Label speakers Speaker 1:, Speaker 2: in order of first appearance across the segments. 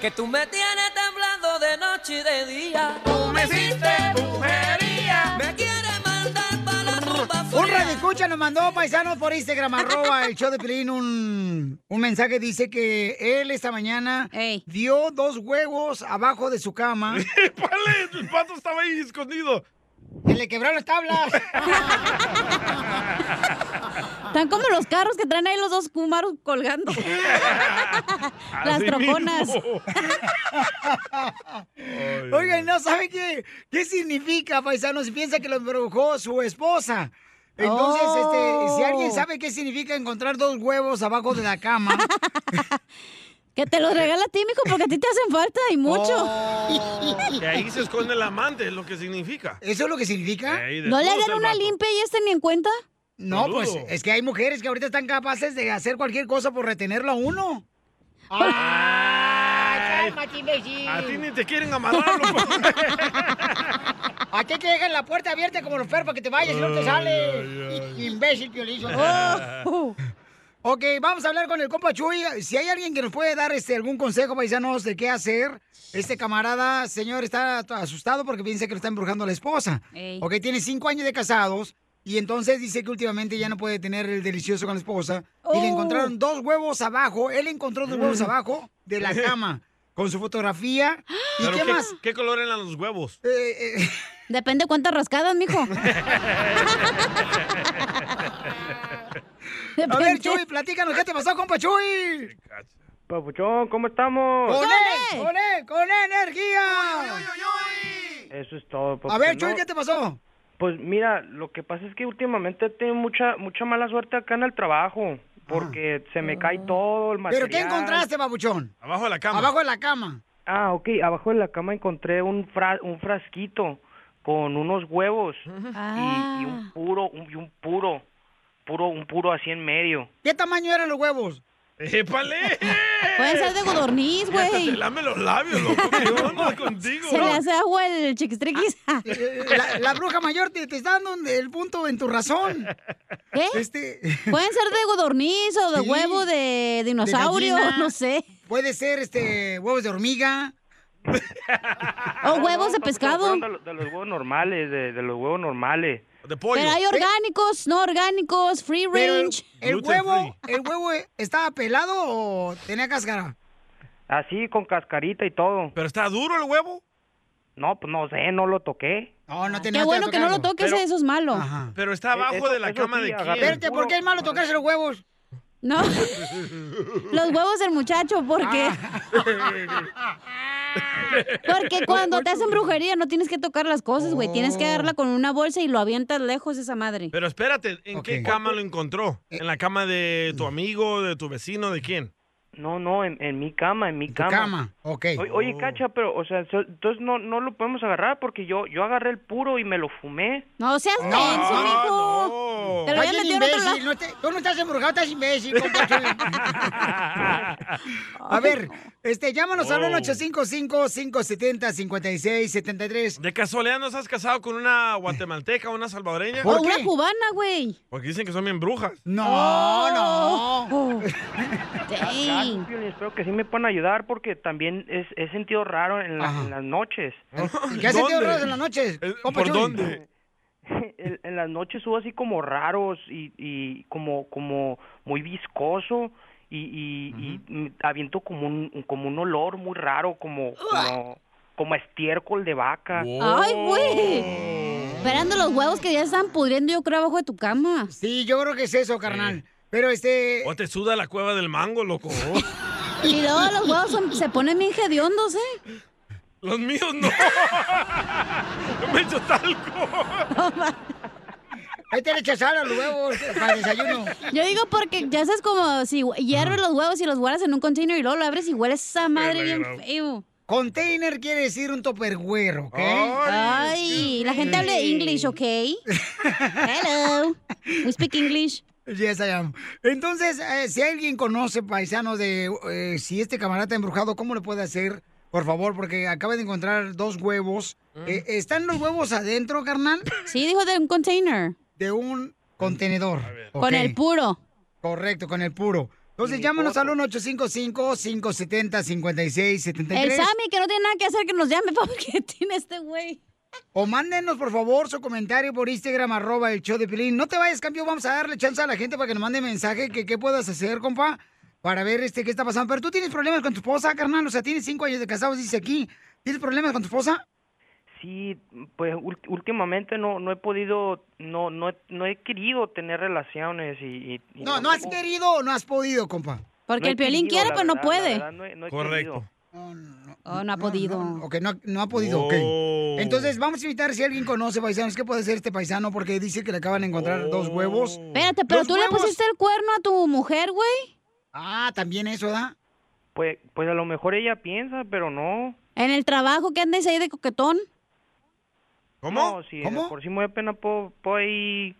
Speaker 1: Que tú me tienes temblando de noche y de día.
Speaker 2: Tú me hiciste brujería.
Speaker 1: Me quieres mandar para la tumba
Speaker 2: Un
Speaker 1: fría.
Speaker 2: radioescucha nos mandó paisanos por Instagram, arroba el show de Pilín, un, un mensaje. Dice que él esta mañana
Speaker 3: Ey.
Speaker 2: dio dos huevos abajo de su cama.
Speaker 4: ¡Pale! El pato estaba ahí escondido.
Speaker 2: Se le quebraron las tablas.
Speaker 3: Están como los carros que traen ahí los dos cumaros colgando. Las
Speaker 4: Así
Speaker 3: troconas.
Speaker 4: mismo. Ay,
Speaker 2: Oigan, no sabe qué, qué significa, paisanos. y Piensa que lo embrujó su esposa. Entonces,
Speaker 3: Oh.
Speaker 2: este, si alguien sabe qué significa encontrar dos huevos abajo de la cama.
Speaker 3: Que te los regala a ti, mijo, porque a ti te hacen falta y mucho.
Speaker 2: Oh.
Speaker 4: Que ahí se esconde el amante, es lo que significa.
Speaker 2: ¿Eso es lo que significa?
Speaker 4: Ahí
Speaker 3: ¿No le
Speaker 4: desnudo
Speaker 3: hagan
Speaker 4: el
Speaker 3: una
Speaker 4: vato.
Speaker 3: limpia y este ni en cuenta?
Speaker 2: No,
Speaker 4: Saludo.
Speaker 2: pues es que hay mujeres que ahorita están capaces de hacer cualquier cosa por retenerlo a uno.
Speaker 4: Ay,
Speaker 2: cálmate, imbécil!
Speaker 4: A ti ni te quieren amarrar, loco.
Speaker 2: A ti te dejan la puerta abierta como los perros para que te vayas y no te
Speaker 4: Ay,
Speaker 2: sales.
Speaker 4: ay, ay.
Speaker 2: Imbécil, piolillo.
Speaker 3: Oh.
Speaker 2: Ok, vamos a hablar con el compa Chuy. Si hay alguien que nos puede dar este, algún consejo, paisanos, de qué hacer. Este camarada, señor, está t- asustado porque piensa que lo está embrujando a la esposa.
Speaker 3: Ey.
Speaker 2: Ok, tiene cinco años de casados y entonces dice que últimamente ya no puede tener el delicioso con la esposa. Y le
Speaker 3: Oh.
Speaker 2: encontraron dos huevos abajo. Él encontró dos huevos abajo de la cama con su fotografía. ¿Y
Speaker 4: Pero
Speaker 2: qué, más?
Speaker 4: ¿Qué color eran los huevos?
Speaker 2: Eh, eh,
Speaker 3: Depende cuántas rascadas, mijo.
Speaker 2: a ver,
Speaker 3: Depende.
Speaker 2: Chuy, platícanos, ¿qué te pasó, compa Chuy?
Speaker 5: Papuchón, ¿cómo estamos?
Speaker 2: ¡Con él!
Speaker 3: él!
Speaker 2: ¡Con él! ¡Con energía!
Speaker 5: Eso es todo, papuchón.
Speaker 2: A ver,
Speaker 5: No,
Speaker 2: Chuy, ¿qué te pasó?
Speaker 5: Pues mira, lo que pasa es que últimamente tengo mucha mucha mala suerte acá en el trabajo, porque se me cae todo el material.
Speaker 2: Ah. ¿Pero qué encontraste, babuchón?
Speaker 4: Abajo de la cama.
Speaker 2: Abajo de la cama.
Speaker 5: Ah, ok, abajo de la cama encontré un, fra- un frasquito con unos huevos y, y un
Speaker 3: Ah.
Speaker 5: puro, un, y un puro, puro, un puro así en medio.
Speaker 2: ¿Qué tamaño eran los huevos?
Speaker 4: ¡Épale!
Speaker 3: Pueden ser de godorniz,
Speaker 4: Hasta te
Speaker 3: güey.
Speaker 4: lame los labios, loco. ¿Qué onda contigo?
Speaker 3: Se le hace agua el chiquistriquis.
Speaker 2: Eh, La, la bruja mayor te, te está dando el punto en tu razón.
Speaker 3: ¿Qué?
Speaker 2: Este
Speaker 3: Pueden ser de godorniz o de
Speaker 2: Sí.
Speaker 3: huevo de dinosaurio,
Speaker 2: gallina.
Speaker 3: no sé.
Speaker 2: puede ser este huevos de hormiga. Ah,
Speaker 3: O huevos de
Speaker 5: Papuchón,
Speaker 3: pescado.
Speaker 5: fueron De, los- de los huevos normales, de, de los huevos normales.
Speaker 4: De pollo.
Speaker 3: Pero hay orgánicos, no orgánicos, free
Speaker 2: Pero el,
Speaker 3: range.
Speaker 2: el
Speaker 4: Gluten
Speaker 2: huevo, el huevo estaba pelado o tenía cáscara.
Speaker 5: Así, con cascarita y todo.
Speaker 4: ¿Pero está duro el huevo?
Speaker 5: No, pues no sé, no lo toqué.
Speaker 2: No, no tenía
Speaker 3: Qué bueno que no lo
Speaker 2: tocarlo.
Speaker 3: toques,
Speaker 4: Pero-
Speaker 3: eso es malo.
Speaker 2: Ajá.
Speaker 4: Pero está abajo
Speaker 5: eso-
Speaker 4: de la
Speaker 5: eso
Speaker 4: cama
Speaker 5: sí,
Speaker 4: de quién.
Speaker 5: agarré.
Speaker 2: Espérate, ¿por qué es malo tocarse los huevos?
Speaker 3: No. Los huevos del muchacho, porque.
Speaker 2: Ah.
Speaker 3: Porque cuando te hacen brujería no tienes que tocar las cosas, güey. Tienes que
Speaker 2: Oh.
Speaker 3: darla con una bolsa y lo avientas lejos esa madre.
Speaker 4: Pero espérate, ¿en
Speaker 2: Ok. Eh.
Speaker 4: qué cama lo encontró? ¿En la cama de tu amigo, de tu vecino, de quién?
Speaker 5: No, no, en, en mi cama, en mi
Speaker 2: Tu
Speaker 5: cama.
Speaker 2: cama. Ok.
Speaker 5: O-
Speaker 4: Oh.
Speaker 5: oye, Cacha, pero, o sea, so- entonces no, no lo podemos agarrar porque yo, yo agarré el puro y me lo fumé.
Speaker 3: No seas menso,
Speaker 4: Ah,
Speaker 3: mijo.
Speaker 4: no.
Speaker 3: Pero ya
Speaker 2: Oye,
Speaker 3: metió en otro
Speaker 2: imbécil,
Speaker 3: lado.
Speaker 2: no te- tú no estás embrujado, estás imbécil. compa Chuy. A ver, este, llámanos al
Speaker 4: Oh.
Speaker 2: 1-855-570-5673.
Speaker 4: ¿De casualidad no estás casado con una guatemalteca o una salvadoreña?
Speaker 2: ¿Por
Speaker 3: O una
Speaker 2: qué?
Speaker 3: cubana, güey.
Speaker 4: Porque dicen que son bien brujas.
Speaker 2: No, no.
Speaker 3: Oh. Dang.
Speaker 5: Ah, Piolín, espero que sí me puedan ayudar porque también es, he sentido raro en, la-
Speaker 2: Ajá.
Speaker 5: en las noches.
Speaker 2: ¿Qué has sentido
Speaker 4: ¿Dónde?
Speaker 2: raros en las noches?
Speaker 5: pues
Speaker 4: Eh,
Speaker 2: compa
Speaker 4: ¿Por
Speaker 2: Chuy?
Speaker 4: dónde?
Speaker 5: en, en las noches subo así como raros y, y como como muy viscoso y, y, y me aviento como un como un olor muy raro como como, como a estiércol de vaca.
Speaker 3: ¡Ay, güey!
Speaker 2: Oh.
Speaker 3: Esperando los huevos que ya están pudriendo, yo creo, abajo de tu cama.
Speaker 2: Sí, yo creo que es eso, carnal. Pero este.
Speaker 4: O te suda la cueva del mango, loco.
Speaker 3: Y luego los huevos son- se ponen bien hediondos, ¿eh?
Speaker 4: Los míos no. Yo me echo talco.
Speaker 2: Ahí te le echas sal a los huevos para el desayuno.
Speaker 3: Yo digo porque ya sabes como si hierves los huevos y los guardas en un container y luego lo abres y huele esa madre bien
Speaker 2: gran-
Speaker 3: feo.
Speaker 2: Container quiere decir un topperware, ¿ok?
Speaker 3: Ay, la gente habla English, ¿ok? Hello. We speak English.
Speaker 2: Yes, I am. Entonces, eh, si alguien conoce, paisanos, de eh, si este camarada está embrujado, ¿cómo le puede hacer? Por favor, porque acaba de encontrar dos huevos. Eh, ¿Están los huevos adentro, carnal?
Speaker 3: Sí, dijo de un container.
Speaker 2: De un contenedor.
Speaker 3: Con el puro.
Speaker 2: Correcto, con el puro. Entonces, llámanos al 1-855-570-5673.
Speaker 3: El Sammy, que no tiene nada que hacer, que nos llame porque tiene este güey.
Speaker 2: O mándenos, por favor, su comentario por Instagram, arroba el show de Pilín. No te vayas, cambio, vamos a darle chance a la gente para que nos mande mensaje que qué puedas hacer, compa, para ver este qué está pasando. Pero tú tienes problemas con tu esposa, carnal, o sea, tienes cinco años de casados, dice aquí. ¿Tienes problemas con tu esposa?
Speaker 5: Sí, pues ul- últimamente no no he podido no no he, no he querido tener relaciones y, y- y
Speaker 2: No, no has
Speaker 5: tampoco-
Speaker 2: querido o no has podido, compa.
Speaker 5: No he querido, la verdad, la verdad, no he- no he
Speaker 2: Correcto.
Speaker 5: querido.
Speaker 3: Oh, no ha podido.
Speaker 2: ok, no, ha- no ha podido, ok.
Speaker 5: Oh.
Speaker 2: Entonces, vamos a invitar si alguien conoce paisanos, ¿qué puede ser este paisano? Porque dice que le acaban de encontrar dos huevos.
Speaker 3: Espérate, pero
Speaker 2: Los
Speaker 3: tú le
Speaker 2: huevos.
Speaker 3: pusiste el cuerno a tu mujer, güey.
Speaker 2: Ah, también eso, ¿da?
Speaker 5: Pues, pues a lo mejor ella piensa, pero no.
Speaker 3: En el trabajo que andes ahí de coquetón.
Speaker 5: ¿Cómo? No, si de
Speaker 3: ¿Cómo?
Speaker 5: por si me da pena puedo, puedo ahí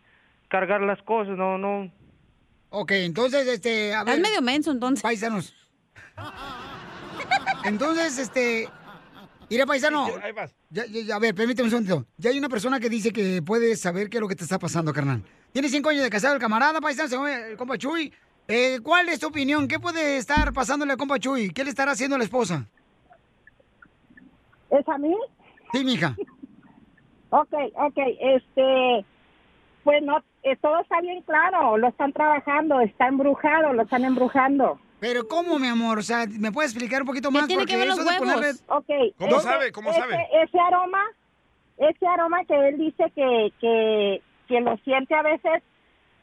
Speaker 5: cargar las cosas, no, no.
Speaker 2: Ok, entonces, este, a ver.
Speaker 3: Estás medio menso, entonces.
Speaker 2: Paisanos. Entonces, este, mira, paisano.
Speaker 4: Ahí vas.
Speaker 2: Ya, ya- ya, a ver, permíteme un segundo. Ya hay una persona que dice que puede saber qué es lo que te está pasando, carnal. Tiene cinco años de casado el camarada, paisano, se llama el compa Chuy. Eh, ¿Cuál es tu opinión? ¿Qué puede estar pasándole al compa Chuy? ¿Qué le estará haciendo la esposa?
Speaker 6: ¿Es a mí?
Speaker 2: Sí, mija.
Speaker 6: Ok, ok, este, pues no, eh, todo está bien claro, lo están trabajando, está embrujado, lo están embrujando.
Speaker 2: Pero ¿cómo, mi amor? O sea, ¿me puedes explicar un poquito más? Porque eso de ponerle-
Speaker 6: Ok.
Speaker 2: ¿Cómo
Speaker 6: ese-
Speaker 2: sabe? ¿Cómo
Speaker 6: ese-
Speaker 2: sabe?
Speaker 6: Ese aroma, ese aroma que él dice que, que, que lo siente a veces,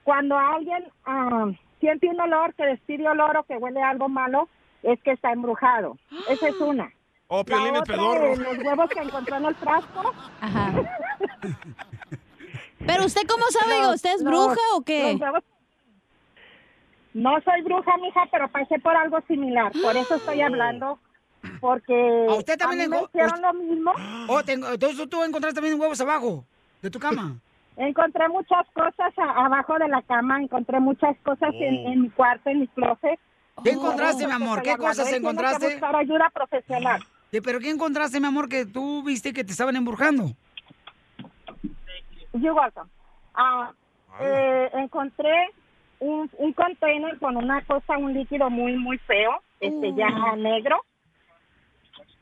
Speaker 6: cuando alguien ah, siente un olor, que despide olor o que huele a algo malo, es que está embrujado. Esa es una.
Speaker 4: Oh, Piolín,
Speaker 6: La
Speaker 4: el
Speaker 6: otra,
Speaker 4: pedorro.
Speaker 6: eh, Los huevos que encontró en el frasco.
Speaker 3: Pero usted cómo sabe, oiga? ¿usted es bruja o qué?
Speaker 6: los huevos- No soy bruja, mija, pero pasé por algo similar. Por eso estoy hablando. Porque
Speaker 2: Oh. ¿A usted también
Speaker 6: mí
Speaker 2: le
Speaker 6: me
Speaker 2: enco-
Speaker 6: hicieron
Speaker 2: us-
Speaker 6: lo mismo.
Speaker 2: Oh, te- entonces tú encontraste también huevos abajo de tu cama.
Speaker 6: Encontré muchas cosas a- abajo de la cama. Encontré muchas cosas en, en mi cuarto, en mi closet.
Speaker 2: Oh.
Speaker 6: Oh,
Speaker 2: ¿Qué encontraste,
Speaker 6: Por eso
Speaker 2: mi amor?
Speaker 6: estoy
Speaker 2: ¿Qué
Speaker 6: hablando. Él
Speaker 2: cosas
Speaker 6: tiene que
Speaker 2: encontraste?
Speaker 6: buscar ayuda profesional.
Speaker 2: Sí, ¿Pero qué encontraste, mi amor, que tú viste que te estaban embrujando?
Speaker 6: You're welcome. Ah, eh, encontré un, un container con una cosa, un líquido muy, muy feo, este
Speaker 7: Uh.
Speaker 6: ya negro.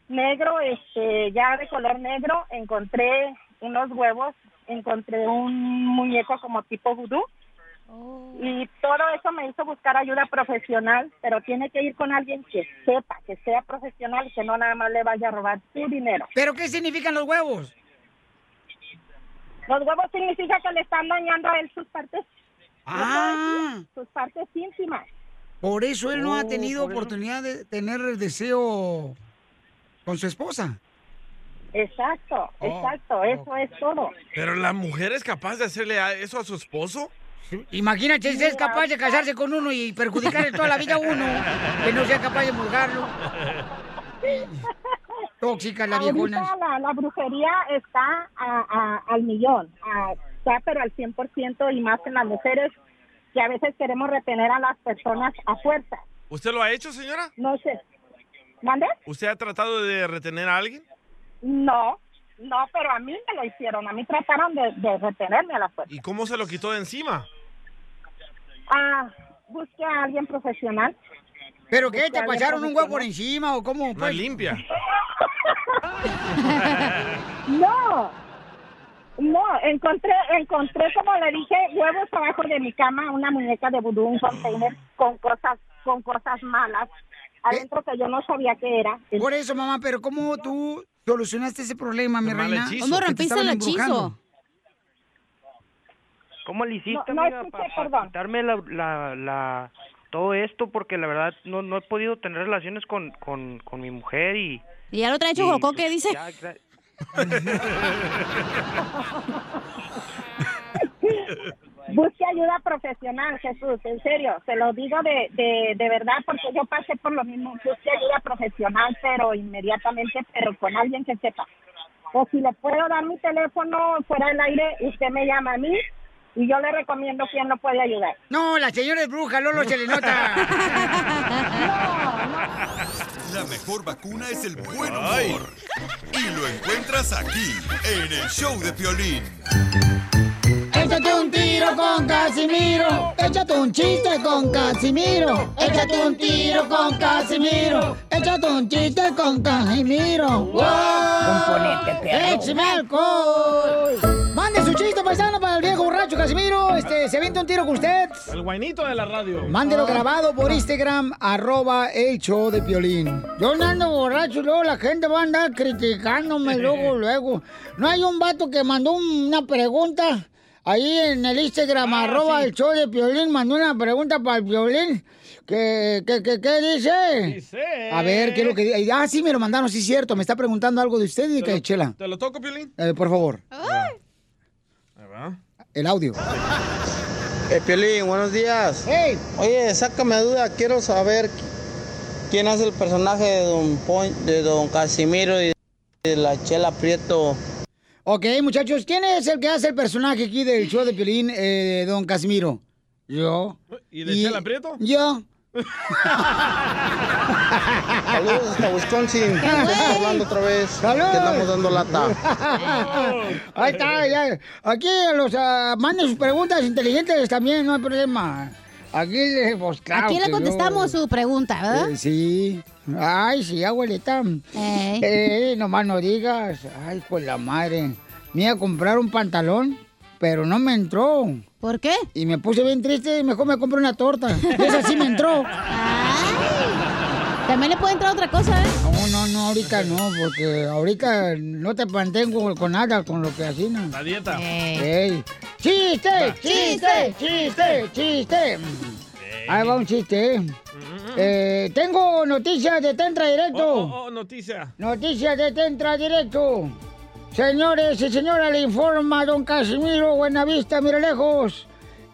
Speaker 6: Negro, este ya de color negro. Encontré unos huevos, encontré un muñeco como tipo vudú. Y todo eso me hizo buscar ayuda profesional, pero tiene que ir con alguien que sepa, que sea profesional y que no nada más le vaya a robar su dinero.
Speaker 2: ¿Pero qué significan los huevos?
Speaker 6: Los huevos significa que le están dañando a él sus partes,
Speaker 2: Ah,
Speaker 6: sus partes íntimas.
Speaker 2: por eso él no ha
Speaker 6: Oh,
Speaker 2: tenido
Speaker 6: por eso.
Speaker 2: oportunidad de tener el deseo con su esposa.
Speaker 6: Exacto,
Speaker 4: Oh,
Speaker 6: exacto, eso es todo.
Speaker 4: ¿Pero la mujer es capaz de hacerle a- eso a su esposo?
Speaker 2: Imagínate si es capaz de casarse con uno y perjudicarle toda la vida a uno, que no sea capaz de emburgarlo. Tóxica la viejona.
Speaker 6: Ah, Ahorita la, la brujería está a- a- al millón, a- está pero al 100% y más en las mujeres que a veces queremos retener a las personas a fuerza.
Speaker 4: ¿Usted lo ha hecho, señora?
Speaker 6: No sé. ¿Mande?
Speaker 4: ¿Usted ha tratado de retener a alguien?
Speaker 6: No, no, pero a mí me lo hicieron, a mí trataron de, de retenerme a la fuerza.
Speaker 4: ¿Y cómo se lo quitó de encima?
Speaker 6: Ah, busqué a alguien profesional.
Speaker 2: ¿Pero qué?
Speaker 6: Busqué a
Speaker 2: ¿Te
Speaker 6: alguien
Speaker 2: pasaron un huevo por
Speaker 6: profesional.
Speaker 2: encima o cómo?
Speaker 4: No es limpia.
Speaker 6: No. No, encontré, encontré, como le dije, huevos abajo de mi cama, una muñeca de vudú, un container con cosas, con cosas malas adentro que yo no sabía qué era.
Speaker 2: Por eso, mamá, pero ¿cómo tú solucionaste ese problema, mi
Speaker 6: Qué mal
Speaker 2: reina?
Speaker 6: hechizo. ¿Cómo
Speaker 2: Que te
Speaker 6: rompiste
Speaker 2: estaban
Speaker 6: el hechizo?
Speaker 2: embrujando.
Speaker 5: ¿Cómo le hiciste,
Speaker 6: No, no
Speaker 5: amiga,
Speaker 6: escuché,
Speaker 5: para quitarme la, la, la- todo esto? Porque la verdad no, no he podido tener relaciones con, con, con mi mujer y...
Speaker 3: Y ya lo trae
Speaker 5: y-
Speaker 3: Chococo, ¿qué dice?
Speaker 5: ya, gra-
Speaker 6: Busque ayuda profesional, Jesús, en serio, se lo digo de, de, de verdad porque yo pasé por lo mismo. Busque ayuda profesional, pero inmediatamente, pero con alguien que sepa. O si le puedo dar mi teléfono fuera del aire, usted me llama a mí y yo le recomiendo quién lo puede ayudar.
Speaker 2: No, la señora es bruja, Lolo se le nota.
Speaker 7: La mejor vacuna es el buen humor. Y lo encuentras aquí, en el show de Piolín.
Speaker 2: Échate un tiro con Casimiro. Échate un chiste con Casimiro. Échate un tiro con Casimiro. Échate un chiste con Casimiro. ¡Wow!
Speaker 1: Componente, perro.
Speaker 2: ¡Échame alcohol! Mande su chiste, paisano, para el viejo borracho Casimiro. Este, se vende un tiro con usted.
Speaker 4: El guainito de la radio. Ah.
Speaker 2: Mándelo grabado por Instagram, arroba el show de Piolín. Yo no ando borracho, y luego la gente va a andar criticándome luego, luego. No hay un vato que mandó un- una pregunta ahí en el Instagram, arroba el show de Piolín, mandó una pregunta para el Piolín. ¿Qué, qué, qué, qué dice? A ver, ¿qué es lo que dice? Ah, sí, me lo mandaron, sí, cierto. Me está preguntando algo de usted y que, chela.
Speaker 4: ¿Te lo toco, Piolín?
Speaker 2: Eh, por favor,
Speaker 4: Ahí va.
Speaker 2: el audio.
Speaker 8: Eh, Piolín, buenos días. Oye, sácame de duda, quiero saber quién hace el personaje de Don, Pon- de don Casimiro y de la Chela Prieto.
Speaker 2: Ok, muchachos, ¿quién es el que hace el personaje aquí del show de Piolín, eh, don Casimiro? Yo.
Speaker 4: ¿Y de Chela Prieto?
Speaker 2: Yo.
Speaker 8: Saludos hasta Wisconsin.
Speaker 2: ¡Qué güey!
Speaker 8: Estamos hablando otra vez. Te estamos dando lata.
Speaker 2: Ahí está, ya. Aquí los ah, manden sus preguntas inteligentes también, no hay problema. Aquí, eh, pues, claro
Speaker 3: Aquí
Speaker 2: que
Speaker 3: le
Speaker 2: yo-
Speaker 3: contestamos su pregunta, ¿verdad?
Speaker 2: Eh, sí. Ay, sí, abuelita.
Speaker 3: Ey.
Speaker 2: Eh, nomás no digas. Ay, con la madre. Me iba a comprar un pantalón, pero no me entró.
Speaker 3: ¿Por qué?
Speaker 2: Y me puse bien triste y mejor me compré una torta. Y esa sí me entró.
Speaker 3: También le puede entrar otra cosa, ¿eh?
Speaker 2: No, no, no, ahorita no, porque ahorita no te mantengo con nada, con lo que así, ¿no?
Speaker 4: La dieta.
Speaker 3: Eh.
Speaker 2: Ey. ¡Chiste! ¡Chiste! ¡Chiste! ¡Chiste! Ahí va un chiste, ¿eh? Eh, tengo noticias de Tentra Directo.
Speaker 4: Oh, oh, oh, noticia.
Speaker 2: Noticias de Tentra Directo. Señores y señoras, le informa don Casimiro Buenavista Mirelejos.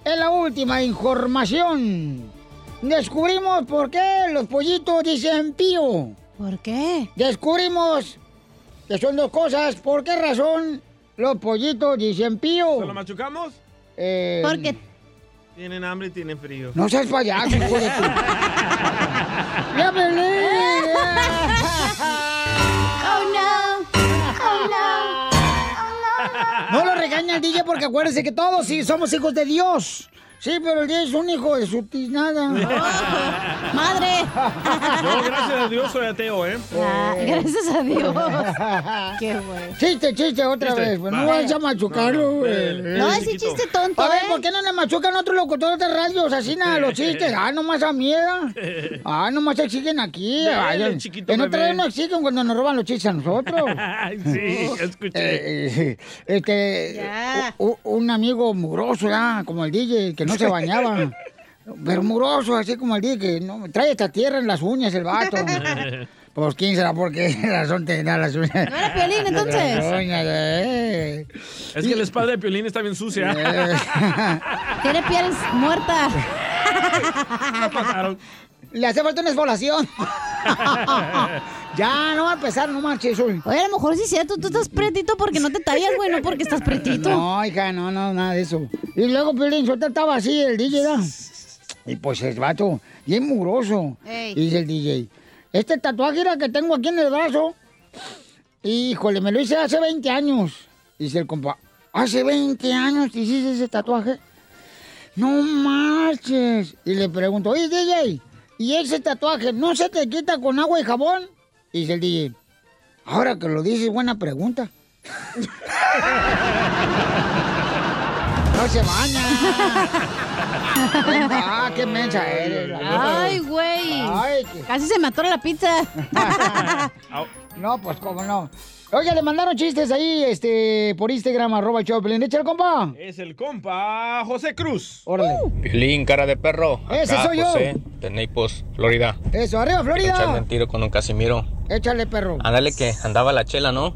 Speaker 2: Es la última información. Descubrimos por qué los pollitos dicen pío.
Speaker 3: ¿Por qué?
Speaker 2: Descubrimos que son dos cosas. ¿Por qué razón los pollitos dicen pío?
Speaker 4: ¿Se lo machucamos?
Speaker 2: Eh,
Speaker 4: Tienen hambre y tienen frío.
Speaker 2: No seas payaso, hijo de tu- ¡Ya, Piolín!
Speaker 3: ¡Oh, no! ¡Oh, no!
Speaker 2: No lo regaña el DJ porque acuérdense que todos sí somos hijos de Dios. Sí, pero el DJ es un hijo de su tiznada.
Speaker 3: ¡Madre!
Speaker 4: Yo, gracias a Dios, soy ateo, ¿eh?
Speaker 3: Ah, gracias a Dios.
Speaker 2: Qué Chiste, chiste, otra
Speaker 4: Chiste,
Speaker 2: vez. pues,
Speaker 4: va.
Speaker 2: no vayas a machucarlo, güey.
Speaker 3: No, ese chiste tonto,
Speaker 2: A ver,
Speaker 3: ¿eh?
Speaker 2: ¿por qué no le machucan a otros locutores de radio? Asesina los chistes. Ah, nomás a mierda. Ah, nomás exigen aquí.
Speaker 4: Dale,
Speaker 2: Ay, en-
Speaker 4: chiquito
Speaker 2: en otra
Speaker 4: bebé.
Speaker 2: radio no exigen cuando nos roban los chistes a nosotros.
Speaker 4: Ay, sí, ya escuché.
Speaker 2: Eh, este, u- u- un amigo mugroso, ¿verdad? como el DJ, que no se bañaba. Pero mugroso, así como el DJ, que no, trae esta tierra en las uñas el vato. Pues quién será por qué razón tendrá las eh. uñas. No
Speaker 3: era Piolín, entonces.
Speaker 4: Es que la espada de Piolín está bien sucia.
Speaker 2: Eh.
Speaker 3: Tiene piel muerta.
Speaker 2: Le hace falta una esfolación. ya, no va a empezar, no marches. Oye,
Speaker 3: a lo mejor sí es cierto, tú estás pretito porque no te tallas, güey, no porque estás pretito.
Speaker 2: No, hija, no, no, nada de eso. Y luego Piolín Sotelo estaba así, el DJ, ¿verdad? Y pues el vato, bien mugroso.
Speaker 1: Ey.
Speaker 2: Y dice el DJ, este tatuaje era que tengo aquí en el brazo, híjole, me lo hice hace 20 años. Dice el compa, ¿hace 20 años te hiciste ese tatuaje? No marches. Y le pregunto, oye, DJ, ¿y ese tatuaje no se te quita con agua y jabón? Dice el DJ, ahora que lo dices, buena pregunta. No se baña. ah, qué mensa eres. la neta.
Speaker 3: Ay, güey.
Speaker 2: Ay,
Speaker 3: Casi se me atora la pizza.
Speaker 2: No, pues cómo no. Oiga, le mandaron chistes ahí, este, por Instagram, arroba el show de Piolín. Échale, compa.
Speaker 4: Es el compa José Cruz.
Speaker 2: Órale.
Speaker 9: Piolín, cara de perro.
Speaker 2: Ese soy yo.
Speaker 9: José, de Naples, Florida.
Speaker 2: Eso, arriba,
Speaker 9: Echarme
Speaker 2: Florida.
Speaker 9: un tiro con un Casimiro.
Speaker 2: Échale, perro.
Speaker 9: Ándale que andaba la chela, ¿no?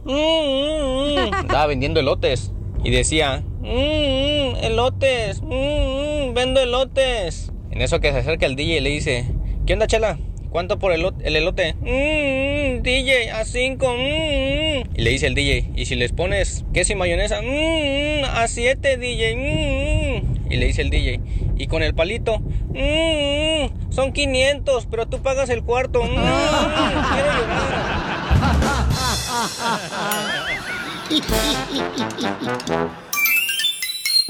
Speaker 9: Andaba vendiendo elotes. Y decía, Mmm, elotes. Mmm, vendo elotes. en eso que se acerca el DJ y le dice, ¿qué onda, chela? ¿Cuánto por el, el elote? Mmm, DJ, a 5. Mmm. Y le dice el DJ, ¿y si les pones queso y mayonesa? Mmm, a 7, DJ. Mmm. mm, Y le dice el DJ, ¿y con el palito? Mmm, son 500, pero tú pagas el cuarto. Mmm, quiero
Speaker 1: Oh,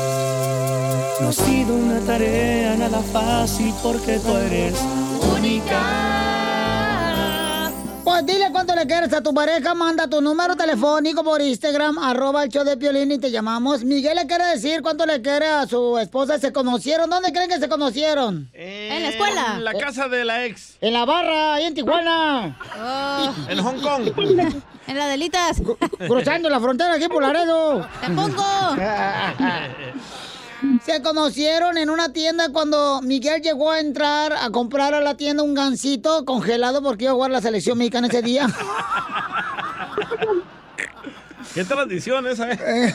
Speaker 1: No ha sido una tarea nada fácil porque tú eres única.
Speaker 2: Pues dile cuánto le quieres a tu pareja, manda tu número telefónico por Instagram, arroba el show de Piolín y te llamamos. Miguel le quiere decir cuánto le quiere a su esposa, se conocieron, ¿dónde creen que se conocieron?
Speaker 4: En la escuela. En la casa de la ex.
Speaker 2: En la barra, ahí en Tijuana.
Speaker 4: En Hong Kong.
Speaker 2: En la delitas. Cruzando la frontera aquí por Laredo. Se conocieron en una tienda cuando Miguel llegó a entrar a comprar a la tienda un gansito congelado porque iba a jugar la selección mexicana ese día.
Speaker 4: Qué tradición esa, eh.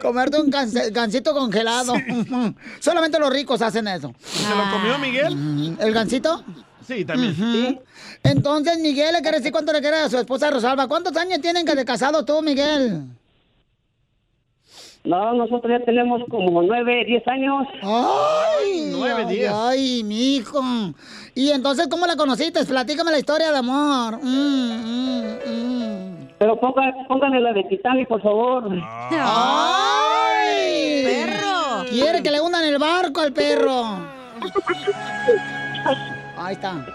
Speaker 2: Comerte un ganse- gansito congelado. Solamente los ricos hacen eso. Mm,
Speaker 4: ¿Se lo comió Miguel?
Speaker 2: ¿El gansito?
Speaker 4: Sí, también.
Speaker 2: Ujú. Entonces, Miguel, ¿le quiere decir cuánto le quiere a su esposa Rosalba? ¿Cuántos años tienen que de casado tú, Miguel?
Speaker 10: No, nosotros ya tenemos como nueve, diez años.
Speaker 2: ¡Ay!
Speaker 10: nueve,
Speaker 2: ay,
Speaker 10: diez.
Speaker 2: ¡Ay, mijo! Y entonces, ¿cómo la conociste? Platícame la historia de amor. Mm, mm, mm.
Speaker 10: Pero ponga, pónganle la de Titanic, por favor.
Speaker 2: ¡Ay! ¡Perro! Quiere que le hundan el barco al perro. Ahí está.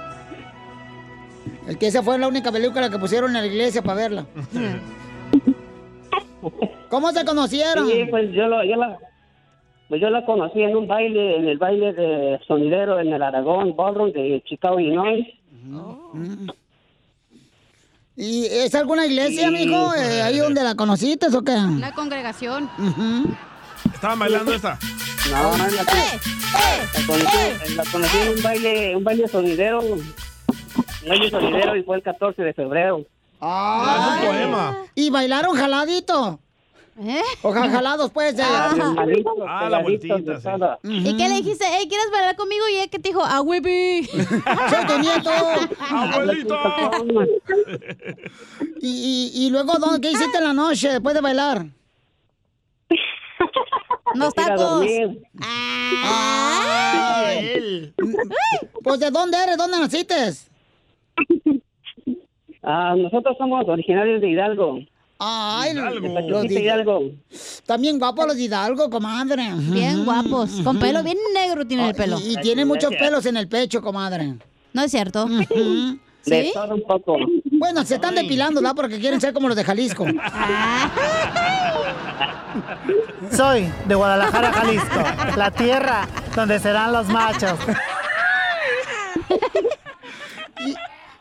Speaker 2: El que esa fue la única película que pusieron en la iglesia para verla. ¿Cómo se conocieron?
Speaker 10: Sí, pues yo, lo- yo la, pues yo la conocí en un baile, en el baile de sonidero en el Aragón Ballroom de Chicago, Illinois.
Speaker 2: Oh. ¿Y es alguna iglesia,
Speaker 10: Sí.
Speaker 2: mijo? Eh, ¿Ahí donde la conociste o qué?
Speaker 3: La congregación.
Speaker 2: Ujú.
Speaker 4: Estaban bailando esta.
Speaker 10: No, no, la,
Speaker 2: Eh,
Speaker 10: la conocí, la conocí en un baile, un baile sonidero, un baile sonidero y fue el 14 de febrero.
Speaker 2: Ay. ¿Y bailaron jaladito? ¿Eh? O ja- jalados, pues. eh.
Speaker 3: Ah, la
Speaker 10: vueltita,
Speaker 3: ¿Y qué le dijiste? Hey, ¿quieres bailar conmigo? Y él que te dijo, ¡Ah, huevi! ¡Soy
Speaker 2: tu nieto! ¿Y, y, y luego ¿dónde- qué hiciste en la noche después de bailar?
Speaker 3: Los tacos.
Speaker 2: Ay. Pues de dónde eres, dónde naciste.
Speaker 10: Ah, nosotros somos originarios de Hidalgo.
Speaker 2: Ay,
Speaker 10: Hidalgo.
Speaker 2: los de
Speaker 10: Hidalgo.
Speaker 2: También guapos los de Hidalgo, comadre.
Speaker 3: Bien guapos. Con pelo bien negro tiene el pelo.
Speaker 2: Y, y tiene muchos pelos en el pecho, comadre.
Speaker 3: No es cierto.
Speaker 10: De
Speaker 3: ¿Sí?
Speaker 10: todo un poco.
Speaker 2: Bueno, se están depilando, ¿verdad? Porque quieren ser como los de Jalisco.
Speaker 11: Soy de Guadalajara, Jalisco, la tierra donde serán los machos.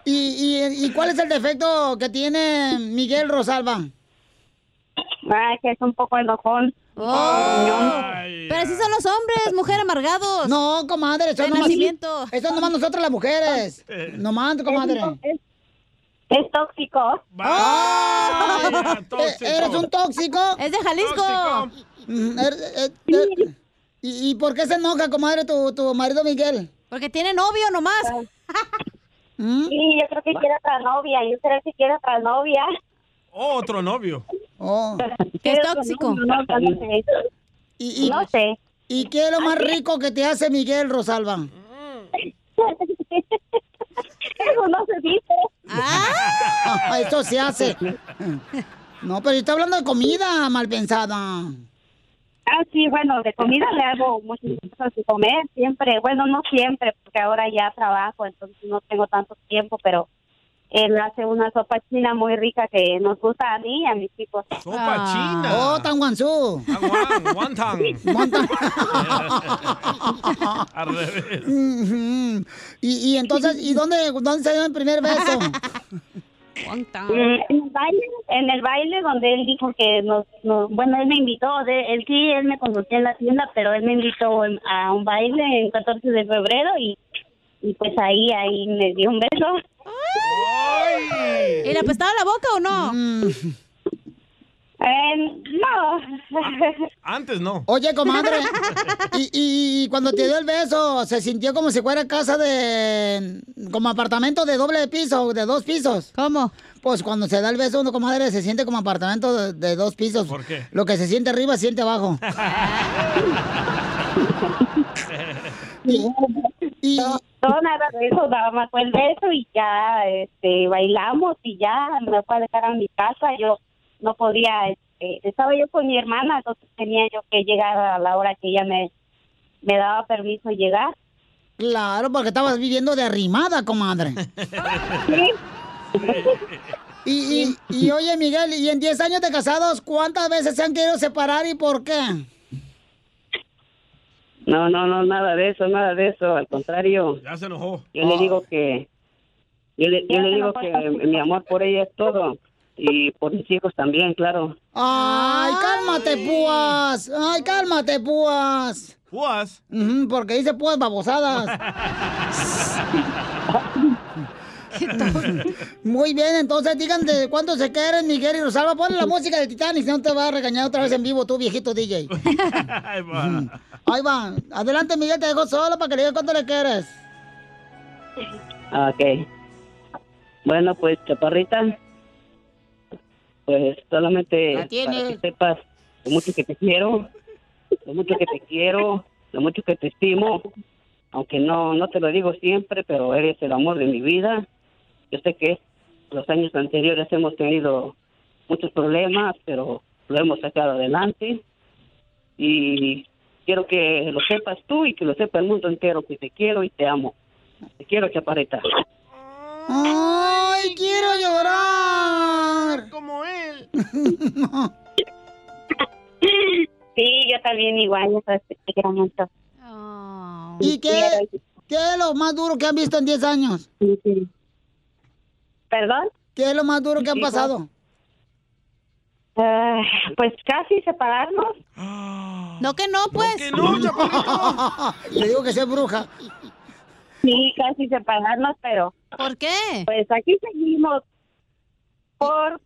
Speaker 2: ¿Y, y, y cuál es el defecto que tiene Miguel Rosalba?
Speaker 10: Ay, que es un poco enojón.
Speaker 2: Oh.
Speaker 3: Pero así son los hombres, mujer amargados.
Speaker 2: No, comadre, eso
Speaker 3: De
Speaker 2: nomás-
Speaker 3: nacimiento.
Speaker 2: Eso nomás nosotras las mujeres. Nomás, comadre.
Speaker 10: Es, es tóxico.
Speaker 2: ¡Ah! Eh, ¿Eres un tóxico? Es de Jalisco. ¿Y, y por qué se enoja, comadre, tu, tu marido Miguel?
Speaker 3: Porque tiene novio nomás.
Speaker 10: Sí, yo creo que quiere otra novia. Yo creo que quiere otra novia.
Speaker 4: O otro novio.
Speaker 2: Oh.
Speaker 3: Que es tóxico.
Speaker 4: No, no, no
Speaker 2: sé. Y, y- ¿Y qué es lo más rico que te hace Miguel Rosalba? Eso no se dice. Ah, esto se hace. No, pero está hablando de comida mal pensada.
Speaker 12: Ah, sí, bueno, de comida le hago muchas cosas de comer siempre. Bueno, no siempre, porque ahora ya trabajo, entonces no tengo tanto tiempo, pero él hace una sopa china muy rica que nos gusta a mí y a mis hijos.
Speaker 4: ¡Sopa china!
Speaker 2: ¡Oh, tan guanzú!
Speaker 4: Wonton. Al revés.
Speaker 2: Ujú. y, y entonces, ¿y dónde, dónde se dio el primer beso?
Speaker 12: Mm, En el baile, en el baile donde él dijo que nos, nos- bueno, él me invitó, de, él sí, él me conducía en la tienda, pero él me invitó en- a un baile en 14 de febrero y, y pues ahí, ahí me dio un beso.
Speaker 3: ¿Y le apestaba la boca o no?
Speaker 12: Eh, no.
Speaker 4: Antes no.
Speaker 2: Oye, comadre, y, y- y cuando te dio el beso, ¿se sintió como si fuera casa de... como apartamento de doble piso, de dos pisos?
Speaker 3: ¿Cómo?
Speaker 2: Pues cuando se da el beso uno, comadre, se siente como apartamento de, de dos pisos.
Speaker 4: ¿Por qué?
Speaker 2: Lo que se siente arriba, se siente abajo.
Speaker 12: Y,
Speaker 2: no,
Speaker 12: no, nada de eso, nada más fue el beso y ya este, bailamos y ya me fue a dejar a mi casa. Yo no podía, este, estaba yo con mi hermana, entonces tenía yo que llegar a la hora que ella me, me daba permiso llegar.
Speaker 2: Claro, porque estabas viviendo de arrimada, comadre. Y, y- y oye, Miguel, ¿y en 10 años de casados cuántas veces se han querido separar y por qué?
Speaker 10: No, no, no, nada de eso, nada de eso. Al contrario,
Speaker 4: Ya se enojó. Ah.
Speaker 10: yo le digo que, yo le, yo le digo que mi amor por ella es todo. Y por mis hijos también, claro.
Speaker 2: Ay, cálmate, púas. Ay, cálmate, púas.
Speaker 4: ¿Púas?
Speaker 2: porque dice púas babosadas. Muy bien, entonces digan de cuánto se quieren, Miguel y Rosalba. Ponle la música del Titanic, si no te va a regañar otra vez en vivo tú, viejito DJ.
Speaker 4: Ay, va.
Speaker 2: Ahí va. Adelante, Miguel, te dejo solo para que le digas cuánto le quieres.
Speaker 10: Ok. Bueno, pues, chaparrita, pues solamente
Speaker 2: La tienes.
Speaker 10: para que sepas lo mucho que te quiero, lo mucho que te quiero, lo mucho que te estimo, aunque no, no te lo digo siempre, pero eres el amor de mi vida. Yo sé que los años anteriores hemos tenido muchos problemas, pero lo hemos sacado adelante. Y quiero que lo sepas tú y que lo sepa el mundo entero, que te quiero y te amo. Te quiero, chaparrita.
Speaker 2: ¡Ay, quiero llorar!
Speaker 4: Como él.
Speaker 12: Sí, yo también igual, yo te te quiero mucho.
Speaker 2: ¿Y qué, qué es lo más duro que han visto en 10 años?
Speaker 12: ¿Perdón?
Speaker 2: ¿Qué es lo más duro que han pasado?
Speaker 12: Ah, pues casi separarnos.
Speaker 3: No que no, pues.
Speaker 4: no,
Speaker 2: Le digo que sea bruja.
Speaker 12: Sí, casi separarnos, pero...
Speaker 3: ¿Por qué?
Speaker 12: Pues aquí seguimos. Por...